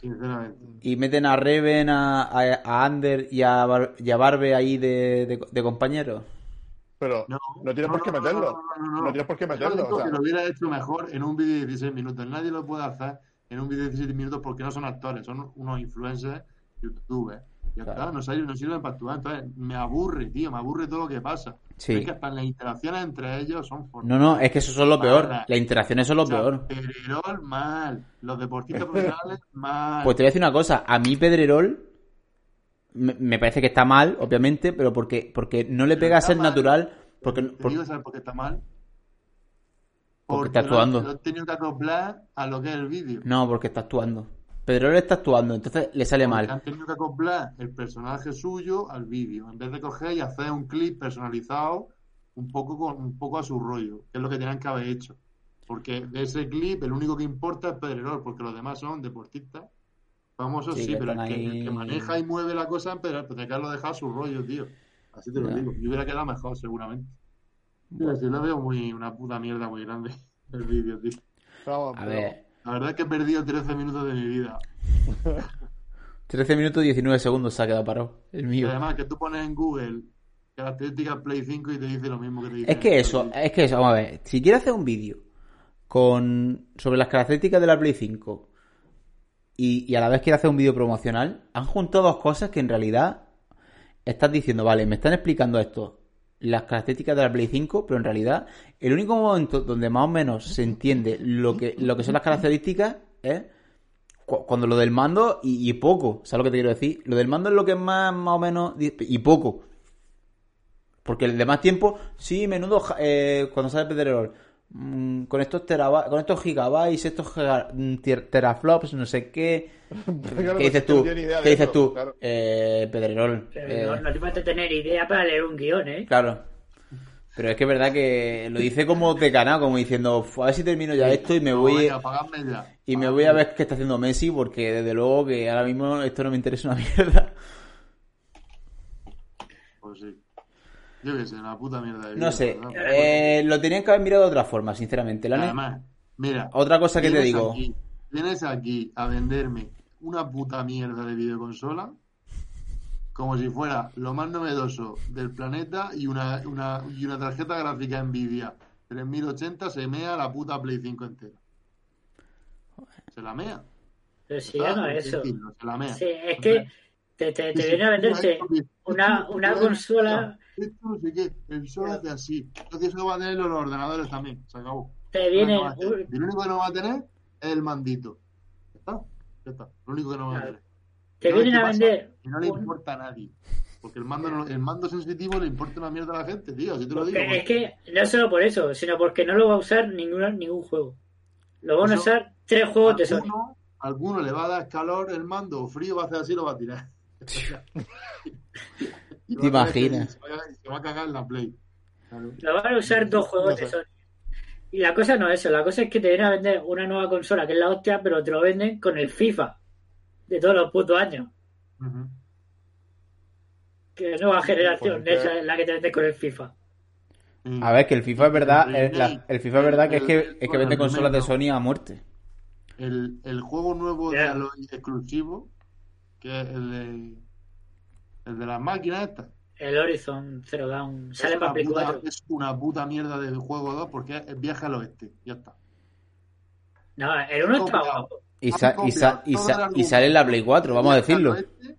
S10: Sinceramente.
S7: Y meten a Reven, a, a- a Ander y a, Bar- y a Barbe ahí de, de, de compañeros.
S5: Pero no, tienes por qué meterlo. No, tienes por qué
S10: Yo
S5: meterlo.
S10: digo
S5: o sea.
S10: que lo hubiera hecho mejor en un vídeo de 16 minutos. Nadie lo puede hacer en un vídeo de 16 minutos porque no son actores, son unos influencers youtubers. Ya está, no sirven, no sirven para actuar. Entonces, me aburre, tío, me aburre todo lo que pasa.
S7: Sí.
S10: Es que hasta las interacciones entre ellos son forzadas.
S7: No, no, es que eso es
S10: Ah,
S7: lo peor.
S10: Barra.
S7: Las interacciones son lo peor.
S10: Pedrerol, mal. Los deportistas profesionales, mal.
S7: Pues te voy a decir una cosa, a mí Pedrerol me, me parece que está mal, obviamente, pero porque, porque no le pega a ser natural, porque,
S10: Te
S7: por-
S10: digo, ¿sabes por qué está mal?
S7: porque está
S10: lo- Lo he
S7: actuando.
S10: tenido que acoplar a lo que es el vídeo.
S7: No, porque está actuando. Pedrerol está actuando, entonces le sale
S10: Porque
S7: mal.
S10: Han tenido que acoplar el personaje suyo al vídeo, en vez de coger y hacer un clip personalizado un poco con, un poco a su rollo, que es lo que tenían que haber hecho. Porque de ese clip el único que importa es Pedrerol, porque los demás son deportistas Famoso sí,
S7: Sí, que
S10: pero el
S7: están
S10: que, el
S7: ahí.
S10: que maneja y mueve la cosa, pero pues, dejarlo dejar a su rollo, tío. Así te lo
S7: Ya.
S10: digo. Yo hubiera quedado mejor, seguramente. Tío, sí, lo veo muy, una puta mierda muy grande <laughs> el vídeo, tío.
S7: A
S5: <laughs>
S7: ver.
S10: La verdad es que he perdido 13 minutos de mi vida.
S7: 13 minutos 19 segundos se ha quedado parado. El
S10: Y
S7: mío.
S10: además que tú pones en Google características Play 5 y te dice lo mismo que te dice.
S7: Es que eso, eh, es que eso, vamos a ver. Si quieres hacer un vídeo con sobre las características de la Play 5 y, y a la vez quieres hacer un vídeo promocional, han juntado dos cosas que en realidad estás diciendo, vale, me están explicando esto, las características de la Play 5, pero en realidad el único momento donde más o menos se entiende lo que, lo que son las características es cu- cuando lo del mando y, y poco, ¿sabes lo que te quiero decir? Lo del mando es lo que más, más o menos di- y poco. Porque el demás tiempo, sí, menudo ja- eh, cuando sale Pedrerol. mm, con estos teraba- con estos gigabytes, estos giga- mm, tier- teraflops, no sé qué.
S5: Claro,
S7: ¿Qué dices
S5: pues, no
S7: tú?
S5: tiene idea
S7: ¿Qué
S5: de
S7: dices
S5: eso,
S7: tú?
S5: claro.
S7: Eh, Pedrerol. eh,
S8: No, no te falta tener idea para leer un guión, ¿eh?
S7: Claro. Pero es que es verdad que lo dice como de canal, como diciendo, "Fu, a ver si termino ya esto y me voy
S10: Apagadme ya.
S7: y me voy a ver qué está haciendo Messi, porque desde luego que ahora mismo esto no me interesa una <laughs> mierda.
S10: Pues sí. Yo qué sé, una puta mierda de
S7: No
S10: vídeo,
S7: sé,
S10: ¿verdad?
S7: eh, lo tenían que haber mirado de otra forma, sinceramente. La ne-
S10: Además, mira.
S7: Otra cosa que te
S10: vienes
S7: digo.
S10: aquí- vienes aquí a venderme una puta mierda de videoconsola como si fuera lo más novedoso del planeta y una, una- y una tarjeta gráfica Nvidia 3080 se mea la puta Play 5 entera. Se la mea.
S8: Pero si
S10: Ah,
S8: ya no es eso.
S10: Decirlo, se la mea.
S8: Sí, es que te, te, te viene a venderse una, una consola,
S10: Esto no sé qué, el sol hace así. Entonces eso va a tener los ordenadores también. Se acabó.
S8: te uh, viene...
S10: No va a tener. Y lo único que no va a tener es el mandito. Ya está, ya está. Lo único que no va a tener.
S8: Te
S10: ¿Sabes
S8: vienen
S10: qué
S8: a
S10: pasa?
S8: vender
S10: Que no le importa a nadie. Porque el mando, no- el mando sensitivo le importa una mierda a la gente, tío. Si te lo digo.
S8: Porque es que no solo por eso, sino porque no lo va a usar ninguna, ningún juego. Lo van a
S10: Eso-
S8: usar tres juegos de Sony.
S10: alguno, alguno le va a dar calor el mando o frío, va a hacer así y lo va a tirar.
S7: <laughs>
S10: Y
S7: ¿Te
S10: va a tener que-
S7: imaginas?
S10: Se va a- se va a cagar en la Play.
S8: Lo van a usar dos juegos de Sony. Y la cosa no es eso, la cosa es que te vienen a vender una nueva consola, que es la hostia, pero te lo venden con el FIFA de todos los putos años.
S10: Ujú.
S8: Que es nueva generación,
S10: Porque-
S8: esa es la que te venden con el FIFA.
S10: Mm.
S7: A ver, que el FIFA es verdad, el, la- el FIFA es verdad que es que,
S10: el-
S7: es que vende
S10: el
S7: consolas de Sony a muerte.
S10: El, el juego nuevo de Aloy exclusivo, que es el de, el de las máquinas estas.
S8: El Horizon Zero Dawn sale
S10: es,
S8: para
S10: una
S8: Play
S10: puta,
S8: 4.
S10: es una puta mierda del juego 2 porque es viaje al oeste. Ya está.
S8: No, el uno está
S10: Copiado.
S8: guapo.
S7: Y,
S10: Han
S7: sa- y, sa-
S10: copiado
S7: y,
S10: todo
S7: sa- y
S10: el argumento
S7: sale en la Play 4, vamos a
S10: de viaje al
S7: decirlo.
S10: oeste.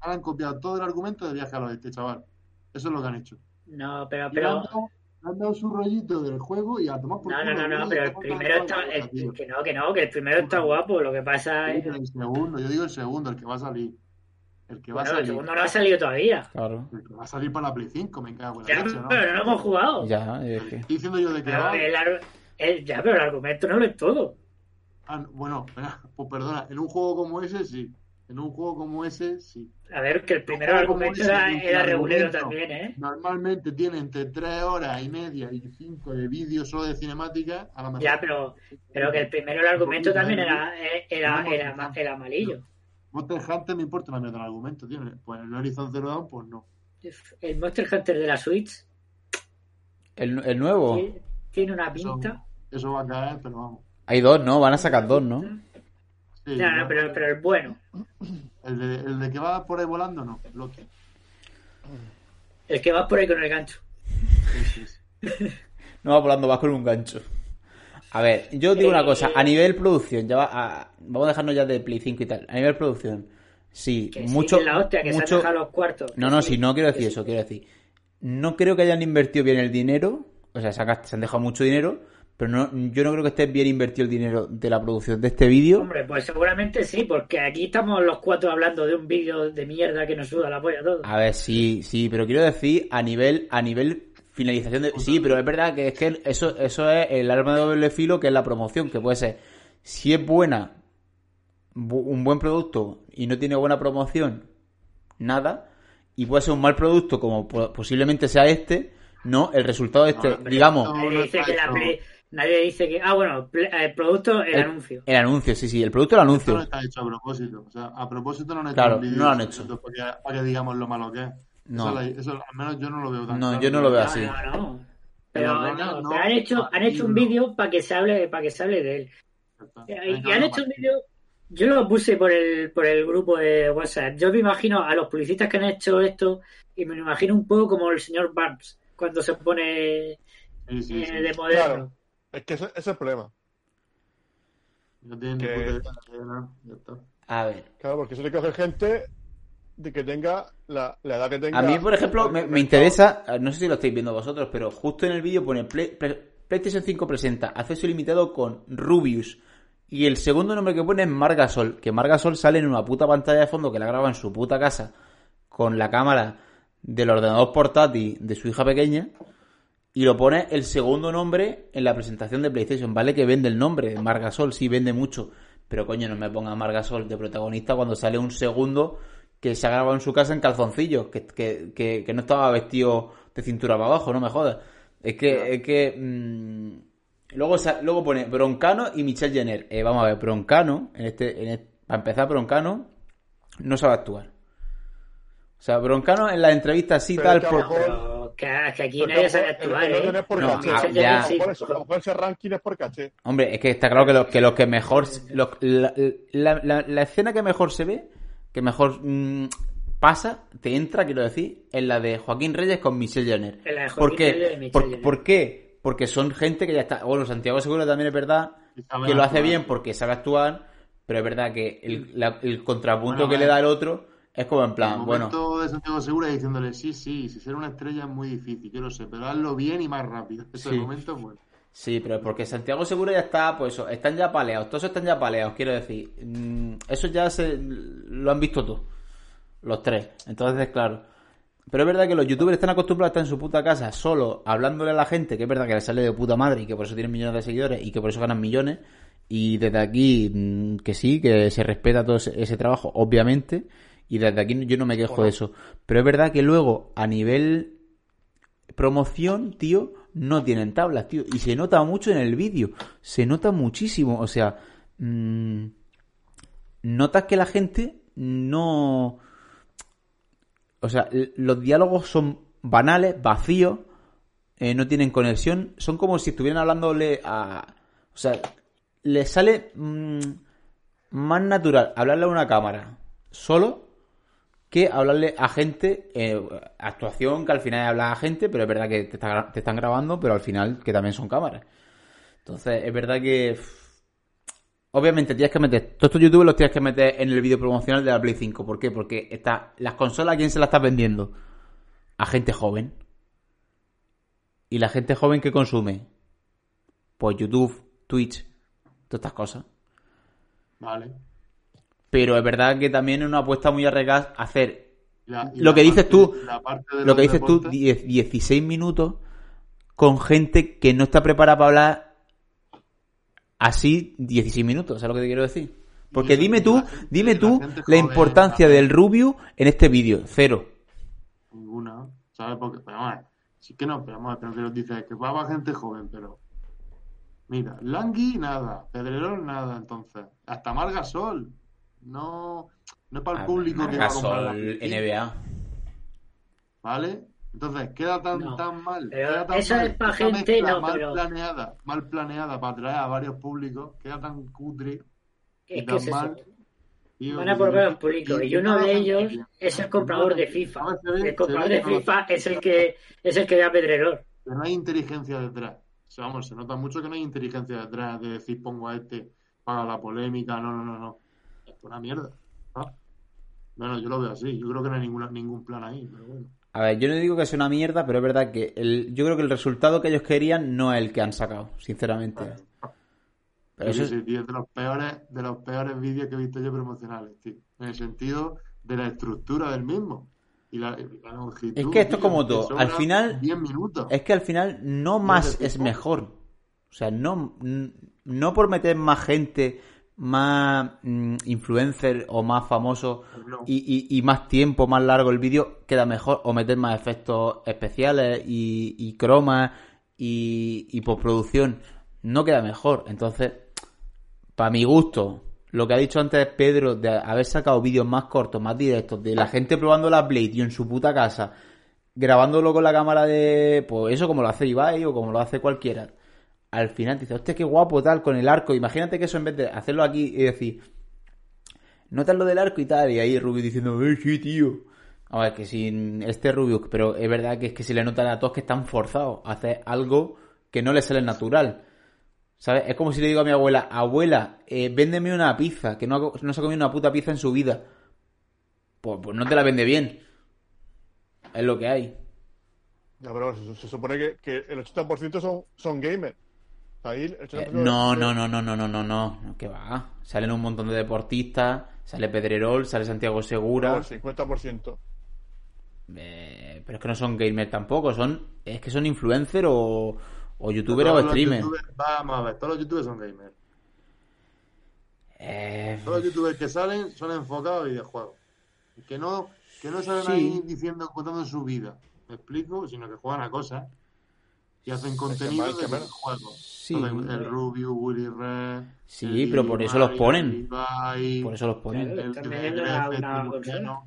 S10: Ahora han copiado todo el argumento de viaje al oeste, chaval. Eso es lo que han hecho.
S8: No, pero,
S10: Y le han
S8: pero
S10: dado, le han dado su rollito del juego y a tomar por
S8: No, no,
S10: culo,
S8: no, no,
S10: tío,
S8: pero el
S10: te cortan
S8: primero
S10: toda
S8: está.
S10: la
S8: el-
S10: cabeza, tío.
S8: que no, que no, que el primero está guapo. Lo que pasa
S10: Sí,
S8: es.
S10: pero el segundo, yo digo el segundo, el que va a salir. El que
S8: Bueno,
S10: va a
S8: el
S10: salir.
S8: segundo no ha salido todavía.
S7: Claro.
S10: El que va a salir para la Play 5, me cago en la
S8: Ya,
S10: leche, ¿no?
S8: pero no lo hemos jugado.
S7: Ya, es que-
S10: Estoy diciendo yo de que
S8: Pero
S10: va.
S8: el ar- el- ya, pero el argumento no lo es todo.
S10: Ah, no, bueno, pues perdona, en un juego como ese sí. En un juego como ese sí.
S8: A ver, que el primero
S10: Ojo,
S8: argumento
S10: como
S8: era,
S10: dice,
S8: era
S10: el
S8: regulero
S10: argumento.
S8: también, ¿eh?
S10: Normalmente tiene entre 3 horas y media y 5 de vídeo solo de cinemática, a lo mejor.
S8: Ya, pero, pero que el primero el argumento también era, eh, era,
S10: No,
S8: era, ma- el amarillo.
S10: Monster Hunter me importa una mierda el argumento, tío. Pues en el Horizon Zero Dawn, pues no.
S8: El Monster Hunter de la Switch
S7: El, el nuevo.
S8: tiene- tiene una pinta.
S10: Eso va a caer, pero vamos.
S7: Hay dos, ¿no? Van a sacar dos, ¿no?
S10: Sí,
S8: Ya,
S10: ya.
S8: no, pero, pero el bueno.
S10: El, de, el de que va por ahí volando, no. Loki.
S8: El que va por ahí con el gancho.
S7: No va volando, vas con un gancho. A ver, yo digo una cosa, a nivel producción, ya va a- vamos a dejarnos ya de Play 5 y tal. A nivel producción, sí,
S8: Que sí,
S7: mucho.
S8: que es la hostia, que se
S7: mucho-
S8: han dejado los cuartos.
S7: No,
S8: Que
S7: no,
S8: sí.
S7: sí, no quiero decir eso, quiero decir. No creo que hayan invertido bien el dinero. O sea, se han, gast- se han dejado mucho dinero. Pero no, yo no creo que esté bien invertido el dinero de la producción de este vídeo.
S8: Hombre, pues seguramente sí, porque aquí estamos los cuatro hablando de un vídeo de mierda que nos suda la polla a todos.
S7: A ver, sí, sí, pero quiero decir a nivel, a nivel finalización de. Sí, pero es verdad que es que eso, eso es el arma de doble filo que es la promoción, que puede ser. Si es buena, bu- un buen producto y no tiene buena promoción, nada. Y puede ser un mal producto, como po- posiblemente sea este, no, el resultado de este, digamos.
S8: Ahí dice que la Play, Nadie dice que. Ah, bueno, pl- el producto,
S7: Eh,
S8: el, anuncio.
S7: El anuncio, sí, sí, el producto el
S10: Esto no
S7: anuncio.
S10: está hecho a propósito. O sea, a propósito no han hecho
S7: Claro,
S10: un vídeo
S7: no lo han
S10: de
S7: hecho.
S10: minutos Para que, para que digamos lo malo que es.
S7: No.
S10: Eso, es la- eso al menos yo no lo veo tan
S7: No,
S10: claro.
S7: yo no lo veo así.
S8: Pero no, pero han hecho, han hecho un vídeo para que se hable, para que se hable de él. Eh, Y han hecho un vídeo. Yo lo puse por el, por el grupo de WhatsApp. Yo me imagino a los publicistas que han hecho esto y me lo imagino un poco como el señor Barnes cuando se pone eh, de moderno.
S5: Claro, es que ese, ese es el problema.
S10: No tienen
S5: Que-
S7: A ver.
S5: Claro, porque eso te coge gente de que tenga la, la edad que tenga.
S7: A mí, por ejemplo, me, me interesa, eh, no sé si lo estáis viendo vosotros, pero justo en el vídeo pone Play- Play- PlayStation 5 presenta acceso ilimitado con Rubius. Y el segundo nombre que pone es Margasol, que Margasol sale en una puta pantalla de fondo que la graba en su puta casa con la cámara del ordenador portátil de su hija pequeña y lo pone el segundo nombre en la presentación de PlayStation. Vale que vende el nombre, Margasol, sí vende mucho, pero coño, no me ponga Margasol de protagonista cuando sale un segundo que se ha grabado en su casa en calzoncillos, que, que, que- que no estaba vestido de cintura para abajo, no me jodas. Es que, es que mm, luego, sa- luego pone Broncano y Michelle Jenner. Eh, vamos a ver, Broncano, en este, en este- para empezar, Broncano no sabe actuar. O sea, Broncano en la entrevista así
S5: Pero
S7: tal
S5: es que a
S7: por-
S5: lo mejor-
S8: Que, que aquí
S5: Porque
S8: nadie
S5: a lo
S8: sabe
S5: mejor el
S8: actuar,
S5: ranking
S8: ¿eh?
S5: es por
S7: No,
S5: caché.
S7: ah,
S5: A lo
S7: ya.
S5: mejor eso- a lo mejor ese ranking es por caché.
S7: Hombre, es que está claro que, lo- que los que mejor. los- la, la- la- la escena que mejor se ve, que mejor mm, pasa, te entra, quiero decir, es la de Joaquín Reyes con Michelle Jenner.
S8: En la de
S7: ¿Por
S8: Joaquín
S7: qué?
S8: Reyes y Michelle
S7: por,
S8: Jenner.
S7: por qué? Porque son gente que ya está. Bueno, Santiago Seguro también es verdad que lo hace
S10: actuar.
S7: bien porque sabe actuar, pero es verdad que el, la- el contrapunto
S10: Bueno,
S7: que
S10: a
S7: le
S10: ver.
S7: da el otro es como en
S10: el
S7: plan, bueno.
S10: momento de Santiago Segura diciéndole, sí, sí, si ser una estrella es muy difícil, yo lo sé, pero hazlo bien y más rápido. <laughs> Ese
S7: Sí.
S10: momento es bueno.
S7: Sí, pero porque Santiago Segura ya está, pues eso, están ya paleados, todos están ya paleados, quiero decir. Mm, Eso ya se lo han visto todos, los tres. Entonces, claro. Pero es verdad que los youtubers están acostumbrados a estar en su puta casa solo hablándole a la gente, que es verdad que les sale de puta madre y que por eso tienen millones de seguidores y que por eso ganan millones. Y desde aquí, mm, que sí, que se respeta todo ese, ese trabajo, obviamente. Y desde aquí yo no me quejo de eso. Pero es verdad que luego, a nivel promoción, tío, no tienen tablas, tío. Y se nota mucho en el vídeo. Se nota muchísimo. O sea, mm, notas que la gente no... O sea, l- los diálogos son banales, vacíos, eh, no tienen conexión. Son como si estuvieran hablándole a... O sea, les sale mm, más natural hablarle a una cámara solo que hablarle a gente, eh, actuación, que al final hablas a gente, pero es verdad que te, está- te están grabando, pero al final que también son cámaras. Entonces, es verdad que... pff, Obviamente tienes que meter, todos estos youtubers los tienes que meter en el vídeo promocional de la Play 5. ¿Por qué? Porque está, las consolas, ¿a quién se las estás vendiendo? A gente joven. ¿Y la gente joven que consume? Pues YouTube, Twitch, todas estas cosas.
S10: Vale.
S7: Pero es verdad que también es una apuesta muy arriesgada hacer
S10: Y la- y
S7: lo
S10: la
S7: que dices
S10: parte-
S7: tú,
S10: la parte de
S7: lo que
S10: los
S7: dices tú,
S10: deportes-
S7: 10 16 minutos con gente que no está preparada para hablar así 16 minutos, ¿sabes lo que te quiero decir? Porque dime tú, dime tú la, importancia del Rubio en este vídeo, cero.
S10: Ninguna. ¿Sabes? Porque, pero vamos a ver, sí que no, pero vamos a ver, pero que nos dice que va para gente joven, pero. Mira, Langui nada, Pedrerol nada, entonces. Hasta Margasol. No, no es para el público que va a comprar la
S7: Ah, Gasol,
S10: Play
S7: NBA.
S10: ¿Vale? Entonces, queda tan,
S8: No,
S10: tan mal.
S8: pero
S10: queda tan
S8: eso
S10: mal.
S8: es pa'
S10: Esa
S8: gente,
S10: mezcla
S8: no,
S10: mal
S8: pero-
S10: planeada, mal planeada para atraer a varios públicos, queda tan cutre
S8: Es
S10: y
S8: que
S10: tan
S8: es eso.
S10: mal. Tío,
S8: Van a
S10: que-
S8: por ver al público. Y uno de ellos es el comprador de FIFA. El comprador de FIFA es el que es el que ve a Pedrerol.
S10: Pero no hay inteligencia detrás. O sea, vamos, se nota mucho que no hay inteligencia detrás de decir pongo a este para la polémica, no, no, no, no. Es una mierda. ¿no? Bueno, yo lo veo así. Yo creo que no hay ninguna, ningún plan ahí, pero bueno.
S7: A ver, yo no digo que sea una mierda, pero es verdad que el, yo creo que el resultado que ellos querían no es el que han sacado, sinceramente. Pero
S10: Sí,
S7: eso
S10: sí, tío, es de los peores, de los peores vídeos que he visto yo promocionales, tío. En el sentido de la estructura del mismo. Y la, y la longitud.
S7: Es que esto es
S10: tío,
S7: como
S10: que
S7: todo.
S10: sobra
S7: Al final.
S10: 10 minutos.
S7: Es que al final no más es mejor. O sea, no, n- no por meter más gente, más mm, influencer o más famoso
S10: No.
S7: y, y- y más tiempo, más largo el vídeo, queda mejor. O meter más efectos especiales y, y cromas y, y postproducción. no queda mejor. Entonces, para mi gusto, lo que ha dicho antes Pedro de haber sacado vídeos más cortos, más directos, de la gente probando la Blade y en su puta casa, grabándolo con la cámara de. Pues eso, como lo hace Ibai o como lo hace cualquiera. Al final dice, hostia, qué guapo tal, con el arco. Imagínate que eso en vez de hacerlo aquí y decir, notas lo del arco y tal. Y ahí Rubio diciendo, eh, sí, tío. A ver, que sin este Rubio, pero es verdad que es que se le nota a todos que están forzados a hacer algo que no les sale natural. ¿Sabes? Es como si le digo a mi abuela, abuela, eh, véndeme una pizza, que no, ha co- no se ha comido una puta pizza en su vida. Pues, pues no te la vende bien. Es lo que hay.
S5: Ya, pero se, se supone que, que el 80% son, son gamers. Ahí el 80% de-
S7: Eh, No, no, no, no, no, no, no, no. no, Que va. Salen un montón de deportistas. Sale Pedrerol, sale Santiago Segura.
S5: El 50%.
S7: Eh, pero es que no son gamers tampoco. Son, es que son influencer o, o youtuber
S10: Todos
S7: o
S10: los
S7: streamer.
S10: youtubers- Vamos a ver, todos los youtubers son gamers.
S7: Eh,
S10: Todos los youtubers que salen son enfocados a videojuegos. Que no, que no salen
S7: Sí.
S10: ahí diciendo, contando su vida. ¿Me explico? Sino que juegan a cosas. Y hacen contenido
S5: mal,
S10: de
S5: qué mal.
S10: videojuegos.
S7: Sí.
S10: Entonces, El Rubio, Willy Red.
S7: Sí,
S10: el
S7: pero por
S10: Ibai,
S7: eso los ponen.
S10: Ibai,
S7: Por eso los ponen.
S10: el- el-
S8: También
S10: el-
S8: era
S10: el-
S8: una
S10: el-
S8: consola.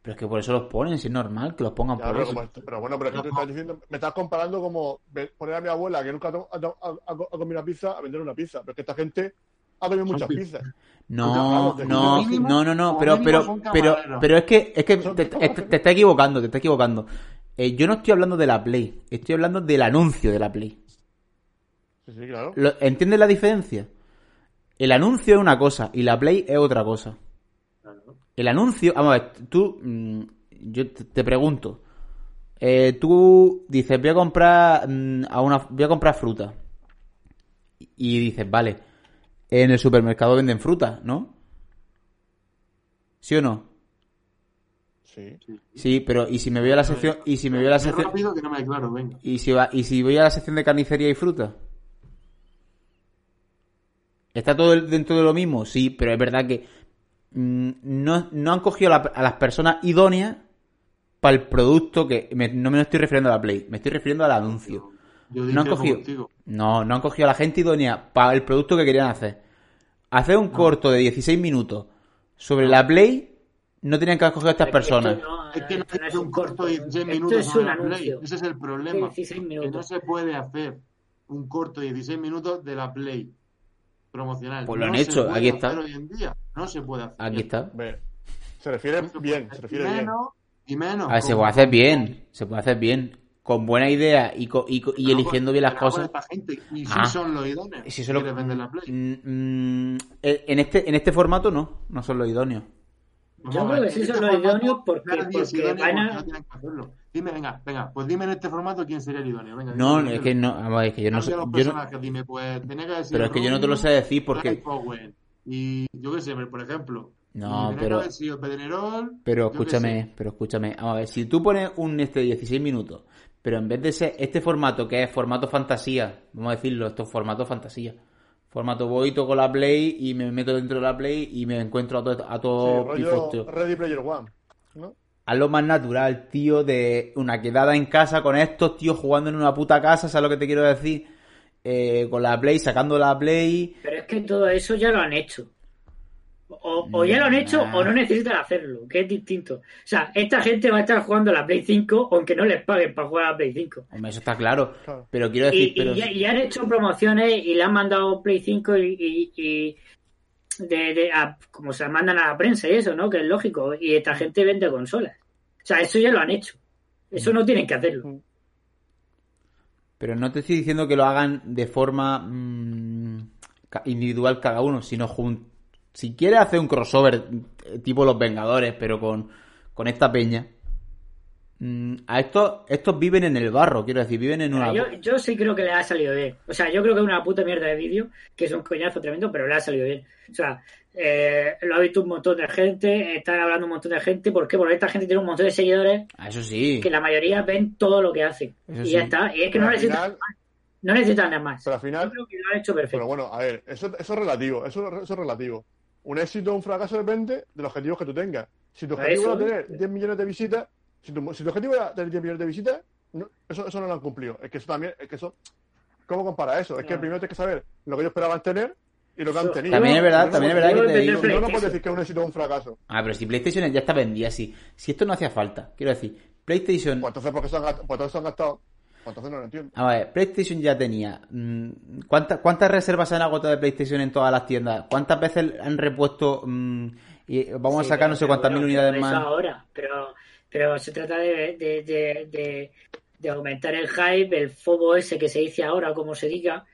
S7: pero es que por eso los ponen. Si es normal que los pongan
S5: Ya,
S7: por
S5: pero,
S7: eso.
S5: como- pero bueno, pero es que tú estás diciendo, me estás comparando como ve- poner a mi abuela que nunca ha, to- ha to- ha- ha co- ha comido una pizza a vender una pizza. Pero es que esta gente ha comido muchas pizzas.
S7: No,
S5: Porque, claro,
S7: no,
S5: como mínimo-
S7: no, no, no,
S5: como
S7: pero,
S5: mínimo
S7: pero,
S5: son
S7: pero,
S5: camareros.
S7: pero es que, es que te, te, te está equivocando, te está equivocando. Eh, yo no estoy hablando de la Play, estoy hablando del anuncio de la Play.
S5: Sí, sí, claro.
S7: Lo- ¿Entiendes la diferencia? El anuncio es una cosa y la Play es otra cosa. El anuncio, vamos a ver, tú, mm, yo te, te pregunto, eh, tú dices, voy a comprar mm, a una, voy a comprar fruta. Y dices, vale, en el supermercado venden fruta, ¿no? ¿Sí o no?
S5: Sí.
S7: Sí, pero y si me voy a la sección, y si me voy a la
S10: Qué
S7: sección,
S10: Eh, rápido que no me aclaro, venga.
S7: y si va, y si voy a la sección de carnicería y fruta. Está todo el- dentro de lo mismo, sí, pero es verdad que mm, no, no han cogido a, la- a las personas idóneas para el producto que me- no me estoy refiriendo a la Play, me estoy refiriendo al anuncio.
S10: Yo
S7: No han
S10: difiero
S7: cogido,
S10: contigo.
S7: no, no han cogido a la gente idónea para el producto que querían hacer. Hacer
S10: Ah.
S7: un corto de 16 minutos sobre la Play no tenían que haber cogido a estas personas.
S10: Es que no es un corto de 16
S8: Esto
S10: minutos.
S8: es un
S10: sobre la Play.
S8: anuncio.
S10: Ese es el problema.
S8: 16
S10: Que no se puede hacer un corto de 16 minutos de la Play promocional.
S7: Pues lo han
S10: No se
S7: hecho,
S10: puede
S7: aquí está.
S10: hacer hoy en día. No se puede hacer.
S7: Aquí está.
S5: Se refiere bien, se refiere bien.
S10: menos, y menos.
S7: A ver, Ah, se
S10: Ah, con-
S7: puede hacer bien, se puede hacer bien, con buena idea y, co- y, co- y
S10: con-
S7: eligiendo bien las
S10: con
S7: cosas.
S10: esta gente. Y si
S7: Ah.
S10: son los idóneos.
S7: Si solo-
S10: que venden la Play.
S7: Mm, mm, eh, en este en este formato no, no son los idóneos.
S8: Yo creo que sí
S10: este
S8: son los idóneos porque,
S10: Nadie es
S8: porque
S10: idóneo
S8: van
S10: porque
S8: a.
S10: no tienen que hacerlo. Dime, venga, venga, pues dime en este formato quién sería el idóneo. Venga,
S7: No,
S10: dime,
S7: es
S10: dímelo.
S7: que no, vamos, es que yo no sé,
S10: Cambia los
S7: yo no-
S10: personajes, dime, pues, tenía que decir
S7: Pero es que yo no te lo sé decir porque-
S10: Clive Owen, y yo qué sé, pero, por ejemplo.
S7: No,
S10: tenía que
S7: pero-
S10: haber sido Pedrerol,
S7: pero
S10: yo qué sé.
S7: escúchame, pero escúchame, vamos a ver, si tú pones un este de 16 minutos, pero en vez de ser este formato que es formato fantasía, vamos a decirlo, esto es formato fantasía. Formato voy, toco la play y me meto dentro de la play y me encuentro a todo a
S5: Sí,
S7: todo
S5: rollo
S7: pifostio.
S5: Ready Player One. ¿no?
S7: a lo más natural, tío, de una quedada en casa con estos tíos jugando en una puta casa, ¿sabes lo que te quiero decir? Eh, con la Play, sacando la Play.
S8: Pero es que todo eso ya lo han hecho. O, o ya lo han hecho o no necesitan hacerlo, que es distinto. O sea, esta gente va a estar jugando a la Play 5 aunque no les paguen para jugar a la Play 5.
S7: Hombre, eso está claro. Pero quiero
S8: Y,
S7: decir,
S8: y
S7: pero
S8: ya, y han hecho promociones y le han mandado Play 5 y, y- y de, de- a- como se mandan a la prensa y eso, ¿no? Que es lógico. Y esta gente vende consolas. O sea, eso ya lo han hecho. Eso no tienen que hacerlo.
S7: Pero no te estoy diciendo que lo hagan de forma mm, ca- individual cada uno, sino jun- Si quieres hacer un crossover eh, tipo Los Vengadores, pero con, con esta peña. mm, a estos, estos viven en el barro, quiero decir, viven en una.
S8: Yo, yo sí creo que le ha salido bien. O sea, yo creo que es una puta mierda de vídeo, que es un coñazo tremendo, pero le ha salido bien. O sea, eh, lo ha visto un montón de gente, están hablando un montón de gente. ¿Por qué? Porque esta gente tiene un montón de seguidores
S7: Ah, Eso sí.
S8: que la mayoría ven todo lo que hacen.
S7: Eso
S8: y ya
S7: sí.
S8: está. Y es que
S5: Pero
S8: no
S5: al
S8: necesitan,
S5: final-
S8: más. no necesitan nada más.
S5: Pero al final.
S8: lo han hecho perfecto.
S5: Pero bueno, a ver, eso, eso es relativo, eso, eso es relativo. Un éxito o un fracaso depende de los objetivos que tú tengas. Si tu
S8: Por
S5: objetivo
S8: eso.
S5: era tener 10 millones de visitas, si tu, si tu objetivo era tener 10 millones de visitas, no, eso, eso no lo han cumplido. Es que eso también, es que eso, ¿Cómo compara eso? Es que primero tienes que saber lo que ellos esperaban tener y lo que han tenido.
S7: También es verdad,
S5: No, no,
S7: también es
S5: no,
S7: verdad que
S5: no,
S7: te
S5: no,
S7: digo-
S5: No, no puedes decir que un éxito es un fracaso.
S7: Ah, pero si PlayStation ya está vendida, sí. Si esto no hacía falta, quiero decir, PlayStation.
S5: Pues entonces, ¿por qué se han gastado? Pues entonces, se han gastado? Pues entonces no lo entiendo.
S7: A ver, PlayStation ya tenía. mm, ¿cuánta- ¿Cuántas reservas se han agotado de PlayStation en todas las tiendas? ¿Cuántas veces han repuesto. mm, y vamos a
S8: Sí,
S7: sacar
S8: pero-
S7: no sé
S8: pero
S7: cuántas
S8: bueno,
S7: mil unidades
S8: pero
S7: más?
S8: eso ahora, pero, pero se trata de, de, de- de- de aumentar el hype, el fobo ese que se dice ahora, como se diga,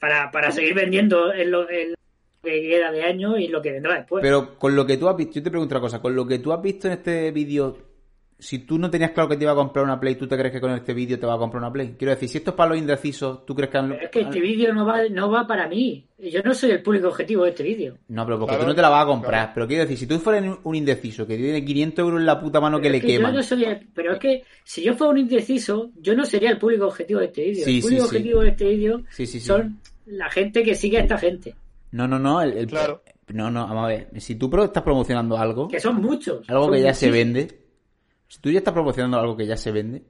S8: para, para seguir vendiendo en lo, en lo que queda de año y lo que vendrá después.
S7: Pero con lo que tú has visto, yo te pregunto una cosa, con lo que tú has visto en este vídeo, si tú no tenías claro que te iba a comprar una Play, ¿tú te crees que con este vídeo te va a comprar una Play? Quiero decir, si esto es para los indecisos, ¿tú crees que han...
S8: Es que este vídeo no va, no va para mí. Yo no soy el público objetivo de este vídeo.
S7: No, pero porque
S8: Claro,
S7: tú no te la vas a comprar. Pero quiero decir, si tú fueras un- un indeciso que tiene 500 euros en la puta mano que
S8: Pero
S7: le
S8: es que yo
S7: queman...
S8: no soy el- pero es que si yo fuera un indeciso, yo no sería el público objetivo de este vídeo.
S7: Sí,
S8: el público
S7: sí, sí.
S8: objetivo de este vídeo
S7: Sí, sí, sí.
S8: son la gente que sigue a esta gente,
S7: No, no, no. El, el- No, no, vamos a ver. Si tú pro- estás promocionando algo...
S8: que son muchos.
S7: Algo
S8: son
S7: que ya se
S8: muchísimos.
S7: vende. Si tú ya estás promocionando algo que ya se vende,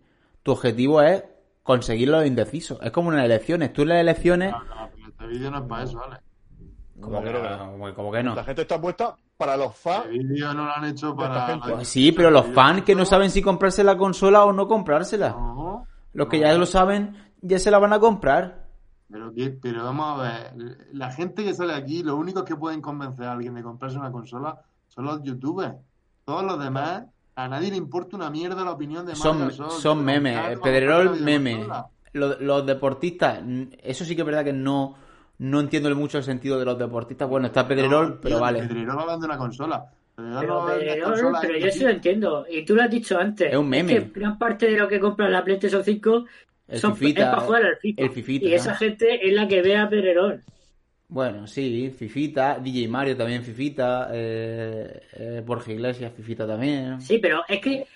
S7: tu objetivo es conseguir los indecisos. Es como en las elecciones. Tú en las elecciones...
S10: Este vídeo no es para eso, ¿vale?
S7: Ah, Como que, no? como que no.
S5: La gente está puesta para los fans.
S10: El Este vídeo no lo han hecho para.
S7: Pues sí, pero los fans que no saben si comprarse la consola o no comprársela. los que ya lo saben, ya se la van a comprar.
S10: Pero, que- pero vamos a ver, la gente que sale aquí, los únicos que pueden convencer a alguien de comprarse una consola son los youtubers. Todos los demás, a nadie le importa una mierda la opinión de
S7: Son,
S10: Microsoft,
S7: son
S10: de
S7: memes.
S10: Ricardo,
S7: El Pedrerol,
S10: de
S7: meme.
S10: Motorola.
S7: Los, los deportistas, mm, eso sí que es verdad que no, no entiendo mucho el sentido de los deportistas. Bueno, está Pedrerol,
S10: Tío,
S7: pero vale.
S10: Pedrerol hablando de una consola. Pedrerol
S8: Pero,
S10: habla de una
S8: pero,
S10: consola
S8: pero
S10: y-
S8: yo sí lo entiendo. Y tú lo has dicho antes.
S7: Es un meme.
S8: que gran parte de lo que compran la PlayStation 5
S7: El
S8: son,
S7: Fifita,
S8: es para jugar al FIFA.
S7: el Fifita,
S8: y
S7: ¿no?
S8: esa gente es la que ve a Pererón.
S7: Bueno, sí, Fifita, DJ Mario también Fifita, eh, eh, Borja Iglesias Fifita también.
S8: Sí, pero es que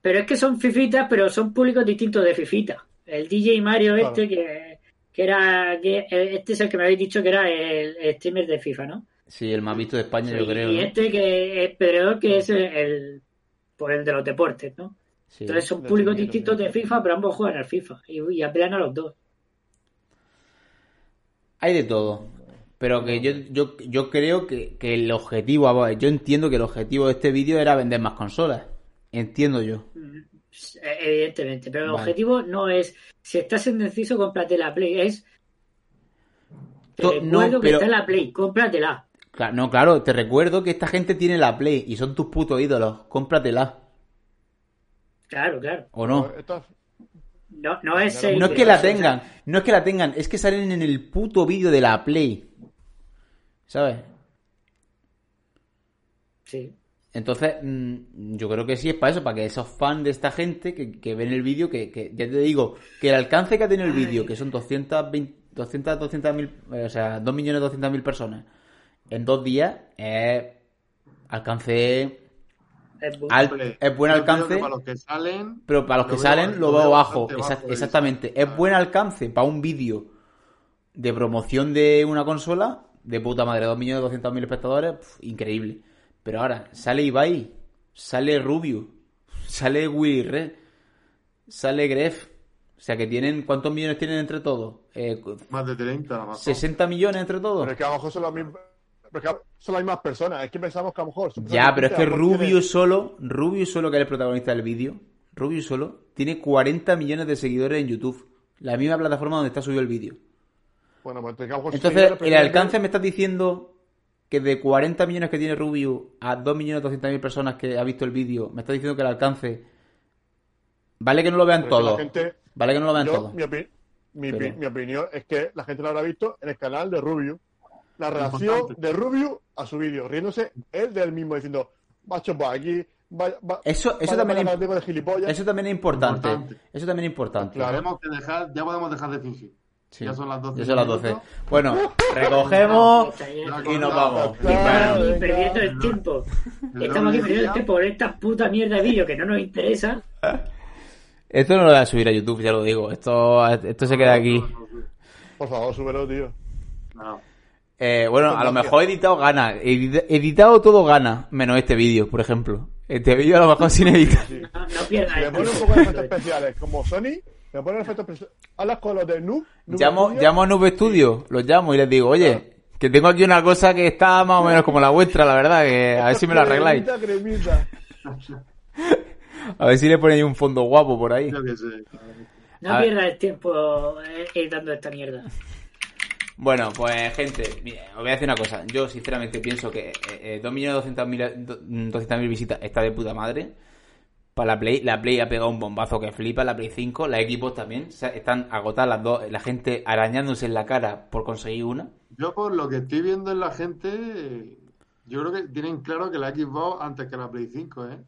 S8: pero es que son fifitas, pero son públicos distintos de fifita. El DJ Mario
S7: Claro.
S8: este que, que era que eh, este es el que me habéis dicho que era el, el streamer de FIFA, ¿no?
S7: Sí, el más visto de España, yo creo.
S8: y
S7: ¿no?
S8: este que es Pedredor que es el, el- por el de los deportes, ¿no?
S7: Sí.
S8: Entonces son públicos distintos de FIFA, pero ambos juegan al FIFA y, y apelan a los dos.
S7: Hay de todo. Pero que yo, yo, yo creo que, que el objetivo, a ver, yo entiendo que el objetivo de este vídeo era vender más consolas. Entiendo yo.
S8: Eh, Evidentemente, pero el
S7: Vale.
S8: objetivo no es si estás indeciso, cómprate la Play. Es te
S7: To- no,
S8: recuerdo que
S7: pero-
S8: está la Play, cómpratela.
S7: Cla- No, claro, te recuerdo que esta gente tiene la Play y son tus putos ídolos. Cómpratela,
S8: Claro, claro.
S7: ¿o no?
S8: No, no es el-
S7: No es que la tengan, no es que la tengan, es que salen en el puto vídeo de la Play. ¿Sabes?
S8: Sí.
S7: Entonces, mm, yo creo que sí es para eso, para que esos fans de esta gente que, que ven el vídeo, que, que ya te digo, que el alcance que ha tenido el vídeo, que son 220, 200, 200 mil, eh, o sea, 2.200.000 personas en dos días, es alcance
S8: Es bu-
S7: al-
S10: Hombre,
S7: es buen
S10: yo creo
S7: alcance,
S10: que para los que salen,
S7: pero para los que
S10: lo veo-
S7: salen lo veo bajo,
S10: bastante
S7: Exact-
S10: bajo Ah. de
S7: exactamente. Es buen alcance para un vídeo de promoción de una consola, de puta madre, 2.200.000 espectadores, pf, increíble. Pero ahora, sale Ibai, sale Rubio, <laughs> sale Willy Red, sale Gref. O sea que tienen, ¿cuántos millones tienen entre todos? Eh,
S10: Más de 30, a lo mejor.
S7: 60 millones entre todos.
S5: Pero es que a lo mejor son las mismas, pero es que son las mismas personas. Es que pensamos que a lo mejor. son
S7: Ya, pero es que
S5: personas distintas,
S7: Rubio solo, Rubio solo, que es el protagonista del vídeo, Rubio solo, tiene 40 millones de seguidores en YouTube. La misma plataforma donde está subido el vídeo.
S5: porque- Bueno, pues, que a lo mejor
S7: Entonces,
S5: sí,
S7: el alcance me estás diciendo que de 40 millones que tiene Rubio a 2.200.000 personas que ha visto el vídeo, me estás diciendo que el alcance... Vale que no lo vean
S5: Pero es Pues que la
S7: todos.
S5: gente-
S7: Vale que no lo vean
S5: yo-
S7: todos.
S5: Mi, opi- mi
S7: Pero-
S5: pi- mi opinión es que la gente lo habrá visto en el canal de Rubio. La
S10: Importante.
S5: reacción de Rubio a su vídeo, riéndose él del mismo, diciendo, macho, va aquí. Va, va-
S7: Eso, eso,
S5: vaya
S7: también
S5: para
S7: es,
S5: la de gilipollas".
S7: eso también es importante. Eso también es importante.
S5: Pues
S10: Tenemos que dejar, ya podemos dejar de fingir.
S7: Sí.
S10: Ya son las 12.
S7: Ya son las 12.
S5: Pues
S10: minutos.
S7: Bueno,
S5: <laughs>
S7: recogemos y nos vamos.
S8: Estamos
S7: Bueno.
S8: aquí perdiendo el tiempo.
S10: El
S8: eh, Estamos aquí ¿eh?
S10: doble
S8: perdiendo el
S10: día.
S8: tiempo por esta puta mierda de vídeo que no nos interesa.
S7: Esto no lo voy a subir a YouTube, ya lo digo. Esto, esto se queda aquí.
S5: Por favor, súbelo, tío.
S7: Eh, bueno, a lo mejor editado gana. Edita- editado todo gana, menos este vídeo, por ejemplo. Este vídeo a lo mejor sin editar.
S5: <laughs>
S8: No pierdas
S5: Le
S8: el
S5: pone un
S8: tiempo.
S5: poco de efectos especiales, como Sony, Me ponen efectos especiales. Hablas con los de Noob. Noob
S7: Llamo,
S5: Studio.
S7: llamo a Noob Studio, los llamo y les digo, oye, que tengo aquí una cosa que está más o menos como la vuestra, la verdad, que a ver si me la
S5: <laughs>
S7: arregláis.
S5: Cremita, cremita.
S7: A ver si le ponéis un fondo guapo por ahí.
S8: No
S7: A ver.
S8: pierdas el tiempo eh, editando esta mierda.
S7: Bueno, pues gente, mira, os voy a decir una cosa. Yo sinceramente pienso que eh, eh, 2.200.000 do- 200.000 visitas está de puta madre. Para la Play, la Play ha pegado un bombazo que flipa, la Play 5, la Xbox también. o sea, están agotadas las dos, la gente arañándose en la cara por conseguir una.
S10: Yo por lo que estoy viendo en la gente, eh, yo creo que tienen claro que la Xbox antes que la Play 5, ¿eh?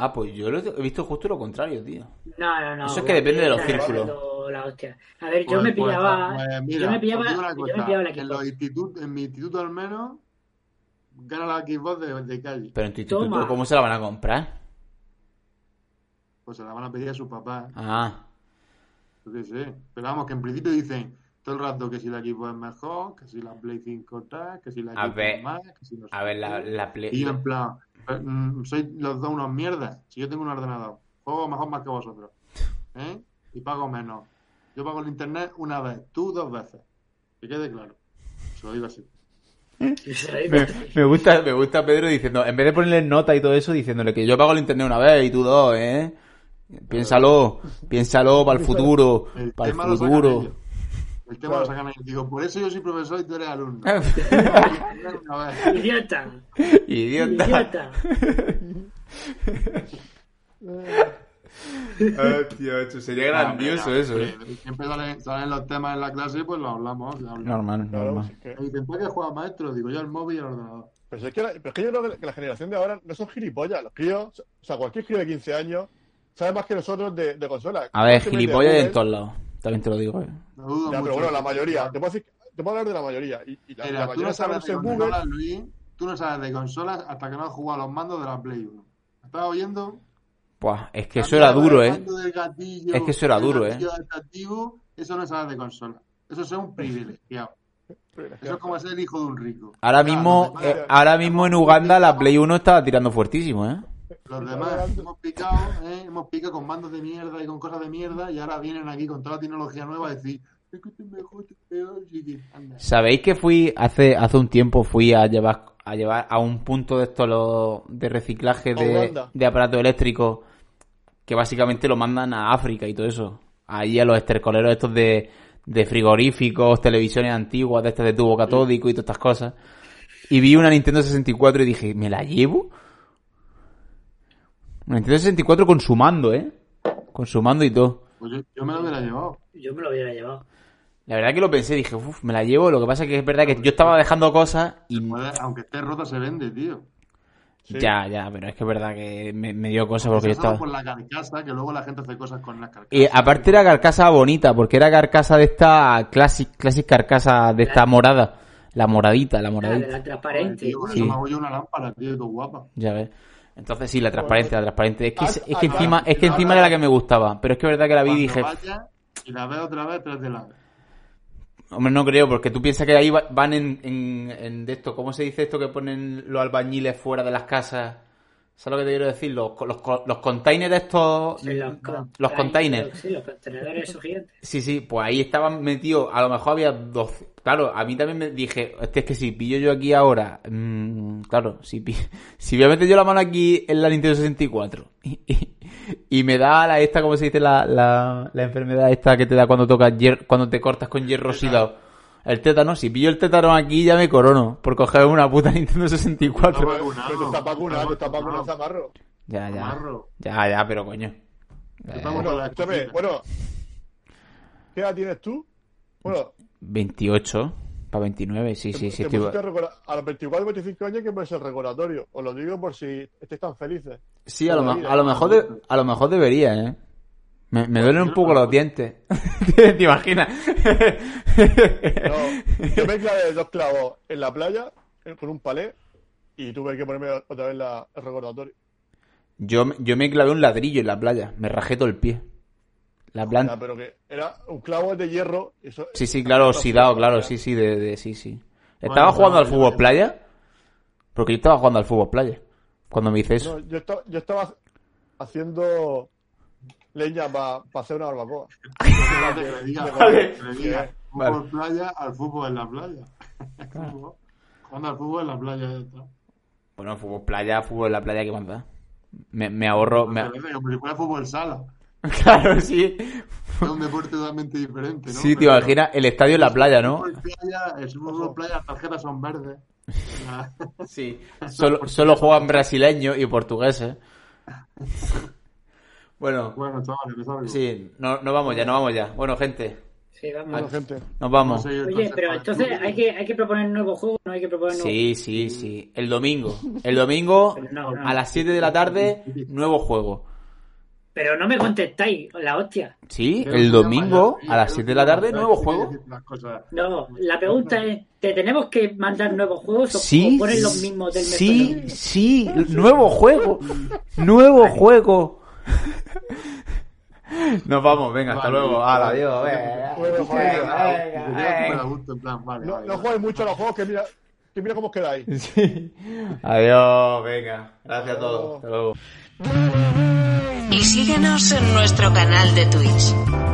S7: Ah, pues yo lo he visto justo lo contrario, tío.
S8: No, no, no.
S7: Eso es que depende de los
S8: Está
S7: círculos.
S8: grabando la hostia. A ver, yo
S10: Pues-
S8: me
S10: pues,
S8: pillaba.
S10: pues, mira,
S8: yo me
S10: os
S8: pillaba.
S10: digo una
S8: Yo
S10: cosa,
S8: me pillaba la
S10: en,
S8: Xbox.
S10: los institutos- en mi instituto al menos, gana la Xbox de, de calle.
S7: Pero en tu instituto,
S10: Toma.
S7: ¿cómo se la van a comprar?
S10: Pues se la van a pedir a su papá,
S7: Ah,
S10: yo qué sé. Pero vamos, que en principio dicen todo el rato que si la Xbox es mejor, que si la Play 5 tal, que si la
S7: A
S10: Xbox
S7: ver,
S10: es más, que si no sé
S7: a ver, la,
S10: qué.
S7: la Play.
S10: Y yo en plan, eh, mm, sois los dos unos mierdas. Si yo tengo un ordenador, juego mejor más que vosotros. ¿eh? Y pago menos. Yo pago el internet una vez, tú dos veces. Que quede claro. Se lo digo así.
S7: Me, me gusta, me gusta Pedro diciendo, en vez de ponerle nota y todo eso, diciéndole que yo pago el internet una vez y tú dos, ¿eh? Piénsalo, piénsalo para el futuro,
S10: El
S7: para el
S10: tema lo sacan ellos.
S7: futuro.
S10: El tema lo sacan ahí. Digo, por eso yo soy profesor y tú
S7: <laughs>
S10: eres alumno. Una vez.
S8: Idiota.
S7: Idiota.
S8: Idiota.
S7: Hostia, hecho, sería grandioso
S10: Hombre,
S7: eso, ¿eh?
S10: hombre, Siempre salen, salen los temas en la clase, pues lo hablamos. Lo hablamos.
S7: Normal, normal.
S10: Me dicen, ¿para qué juega maestro? Digo, yo al móvil y al ordenador.
S5: Pero es, que la, pero es que yo creo que la- que la generación de ahora no son gilipollas. Los críos, o sea, cualquier crío de 15 años sabe más que nosotros de, de consolas.
S7: A ver,
S5: Simplemente
S7: gilipollas hay en
S10: ¿eh?
S5: Google-
S7: todos lados. También te lo digo, ¿eh?
S5: Ya, pero bueno, la mayoría. Te puedo, decir- te puedo hablar de la mayoría. Y, y la,
S10: Mira,
S5: la
S10: tú no
S5: mayoría sabe
S10: sabes de
S5: usar Google.
S10: consolas, Luis. Tú no sabes de consolas hasta que no has jugado a los mandos de la Play 1. ¿Estás oyendo?
S7: Buah, es que eso era duro,
S10: El
S7: ¿eh?
S10: mando del gatillo,
S7: Es que eso era
S10: el
S7: duro, ¿eh?
S10: gatillo adaptativo, eso no sabes de consola. Eso es un privilegiado. Eso es como ser el hijo de un rico.
S7: Ahora mismo,
S10: Claro,
S7: eh, ahora mismo en Uganda la Play 1 estaba tirando fuertísimo, ¿eh?
S10: Los demás hemos picado, ¿eh? hemos picado con mandos de mierda y con cosas de mierda y ahora vienen aquí con toda la tecnología nueva a decir, es que esto es mejor, esto es peor, y que anda.
S7: ¿Sabéis que fui hace hace un tiempo fui a llevar a llevar a un punto de esto lo- de reciclaje de,
S10: Uganda.
S7: de aparatos eléctricos que básicamente lo mandan a África y todo eso? Ahí a los estercoleros estos de, de frigoríficos, televisiones antiguas, de estas de tubo catódico y todas estas cosas. Y vi una Nintendo 64 y dije, ¿me la llevo? Una Nintendo 64 con su mando, ¿eh? Con su mando y todo.
S10: Pues yo, yo me lo hubiera llevado.
S8: Yo me lo hubiera llevado.
S7: La verdad que lo pensé, dije, uff, me la llevo. Lo que pasa es que es verdad que yo estaba dejando cosas y
S10: Joder, aunque esté rota se vende, tío.
S7: Ya, ya, pero es que es verdad que me, me dio cosa porque
S10: Porque
S7: yo
S10: se sale
S7: estaba...
S10: por la carcasa, que luego la gente hace cosas con las carcasas.
S7: Y aparte era carcasa bonita, porque era carcasa de esta classic, classic carcasa de esta morada. La moradita, la moradita.
S8: transparente.
S10: Tío, con eso
S7: Sí.
S10: me hago yo una lámpara, tío, qué guapa.
S7: Ya ves. Entonces sí, la transparente, la transparente. Es que, es, es que
S10: ah,
S7: encima,
S10: ah,
S7: es que
S10: ah,
S7: encima
S10: ah,
S7: era la que me gustaba. Pero es que es verdad que la vi y dije, Eh,
S10: Cuando vaya y la veo otra vez, tres de la
S7: hombre, no creo, porque tú piensas que ahí va- van en, en, en de esto. ¿Cómo se dice esto que ponen los albañiles fuera de las casas? ¿Sabes lo que te quiero decir? Los, los, los containers estos...
S8: los, con-
S7: los containers.
S8: Sí, los contenedores esos gigantes.
S7: Sí, sí, pues ahí estaban metidos, a lo mejor había 12. Claro, a mí también me dije, este es que si pillo yo aquí ahora, mm, claro, si, pi- <laughs> si voy a meter yo la mano aquí en la Nintendo 64 <laughs> y, y- y me da la esta, ¿cómo se dice? La, la, la enfermedad esta que te da cuando tocas hier- cuando te cortas con hierro oxidado. El tétano, si pillo el tétano aquí ya me corono por coger una puta <laughs> Nintendo 64.
S5: Pero te estás vacunado, te estás vacunado, Zamarro.
S7: Ya, ya.
S5: Amarro.
S7: Ya, ya, pero coño.
S5: Bueno, escúchame, bueno. ¿Qué edad tienes tú? Bueno,
S7: 28 para 29, sí, sí, sí.
S5: te
S7: estoy-
S5: pusiste a, recordar- a los 24, 25 años que es el recordatorio. Os lo digo por si estáis tan felices.
S7: Sí, a lo,
S5: Toda
S7: me-
S5: la
S7: a lo
S5: vida.
S7: mejor de- a lo mejor debería, ¿eh? Me, me duelen un poco los dientes. <laughs> ¿Te
S5: <laughs>
S7: imaginas?
S5: No,
S7: <laughs>
S5: yo me clavé dos clavos en la playa eh, con un palé y tuve que ponerme otra vez la, el recordatorio.
S7: Yo, me- yo me clavé un ladrillo en la playa. Me rajé todo el pie. La planta.
S5: Ya, pero que era un clavo de hierro. Eso,
S7: Sí, sí, claro, oxidado, claro, sí, sí, de, de- sí, sí. Estaba
S5: Bueno,
S7: jugando
S5: no,
S7: al
S5: yo-
S7: fútbol playa. Porque yo estaba jugando al fútbol playa. Cuando me hice eso.
S5: No, yo, estaba, yo estaba haciendo leña para hacer una barbacoa.
S10: Que le diga,
S5: Vale.
S10: que le diga,
S5: Vale.
S10: fútbol playa al fútbol en la playa. <laughs> Jugando al fútbol en la playa ya está.
S7: Bueno, fútbol playa, fútbol en la playa, ¿qué más da? Me, me ahorro. me-
S10: Pero es Como si fuera fútbol sala.
S7: <laughs> Claro, sí.
S10: Es un deporte totalmente diferente, ¿no?
S7: Sí, te
S10: Pero-
S7: imaginas el estadio en la playa, ¿no?
S10: El fútbol playa, el fútbol playa, las tarjetas
S7: <laughs>
S10: son verdes.
S7: Sí. Solo, solo juegan brasileños y portugueses. Bueno.
S10: Bueno, chavales, me salgo.
S7: Sí, no, no vamos ya, no vamos ya. Bueno, gente.
S8: Sí,
S7: Ah.
S8: vamos.
S7: Nos vamos.
S8: Oye, pero entonces hay que, hay que proponer nuevos juegos, no hay que proponer nuevos
S7: Sí, sí, sí. El domingo. El domingo
S8: No, no.
S7: a las 7 de la tarde, nuevo juego.
S8: Pero no me contestáis, la hostia.
S7: Sí, el domingo a las 7 de la tarde, nuevo juego.
S8: No, la pregunta es, ¿te tenemos que mandar nuevos juegos o-
S7: Sí,
S8: o ponen los mismos del mes
S7: sí, sí, nuevo juego. Nuevo juego. <laughs> Nos vamos, venga, hasta
S10: Vale.
S7: luego. Hala, adiós. a ver.
S5: Bueno, joder,
S10: Te quedas
S8: eh.
S10: como el adulto, en plan, vale,
S5: No,
S10: vale.
S5: no juegues mucho a los juegos que mira, que mira cómo os quedáis.
S7: <laughs> Adiós, venga. Gracias a todos. Hasta luego.
S14: Y síguenos en nuestro canal de Twitch.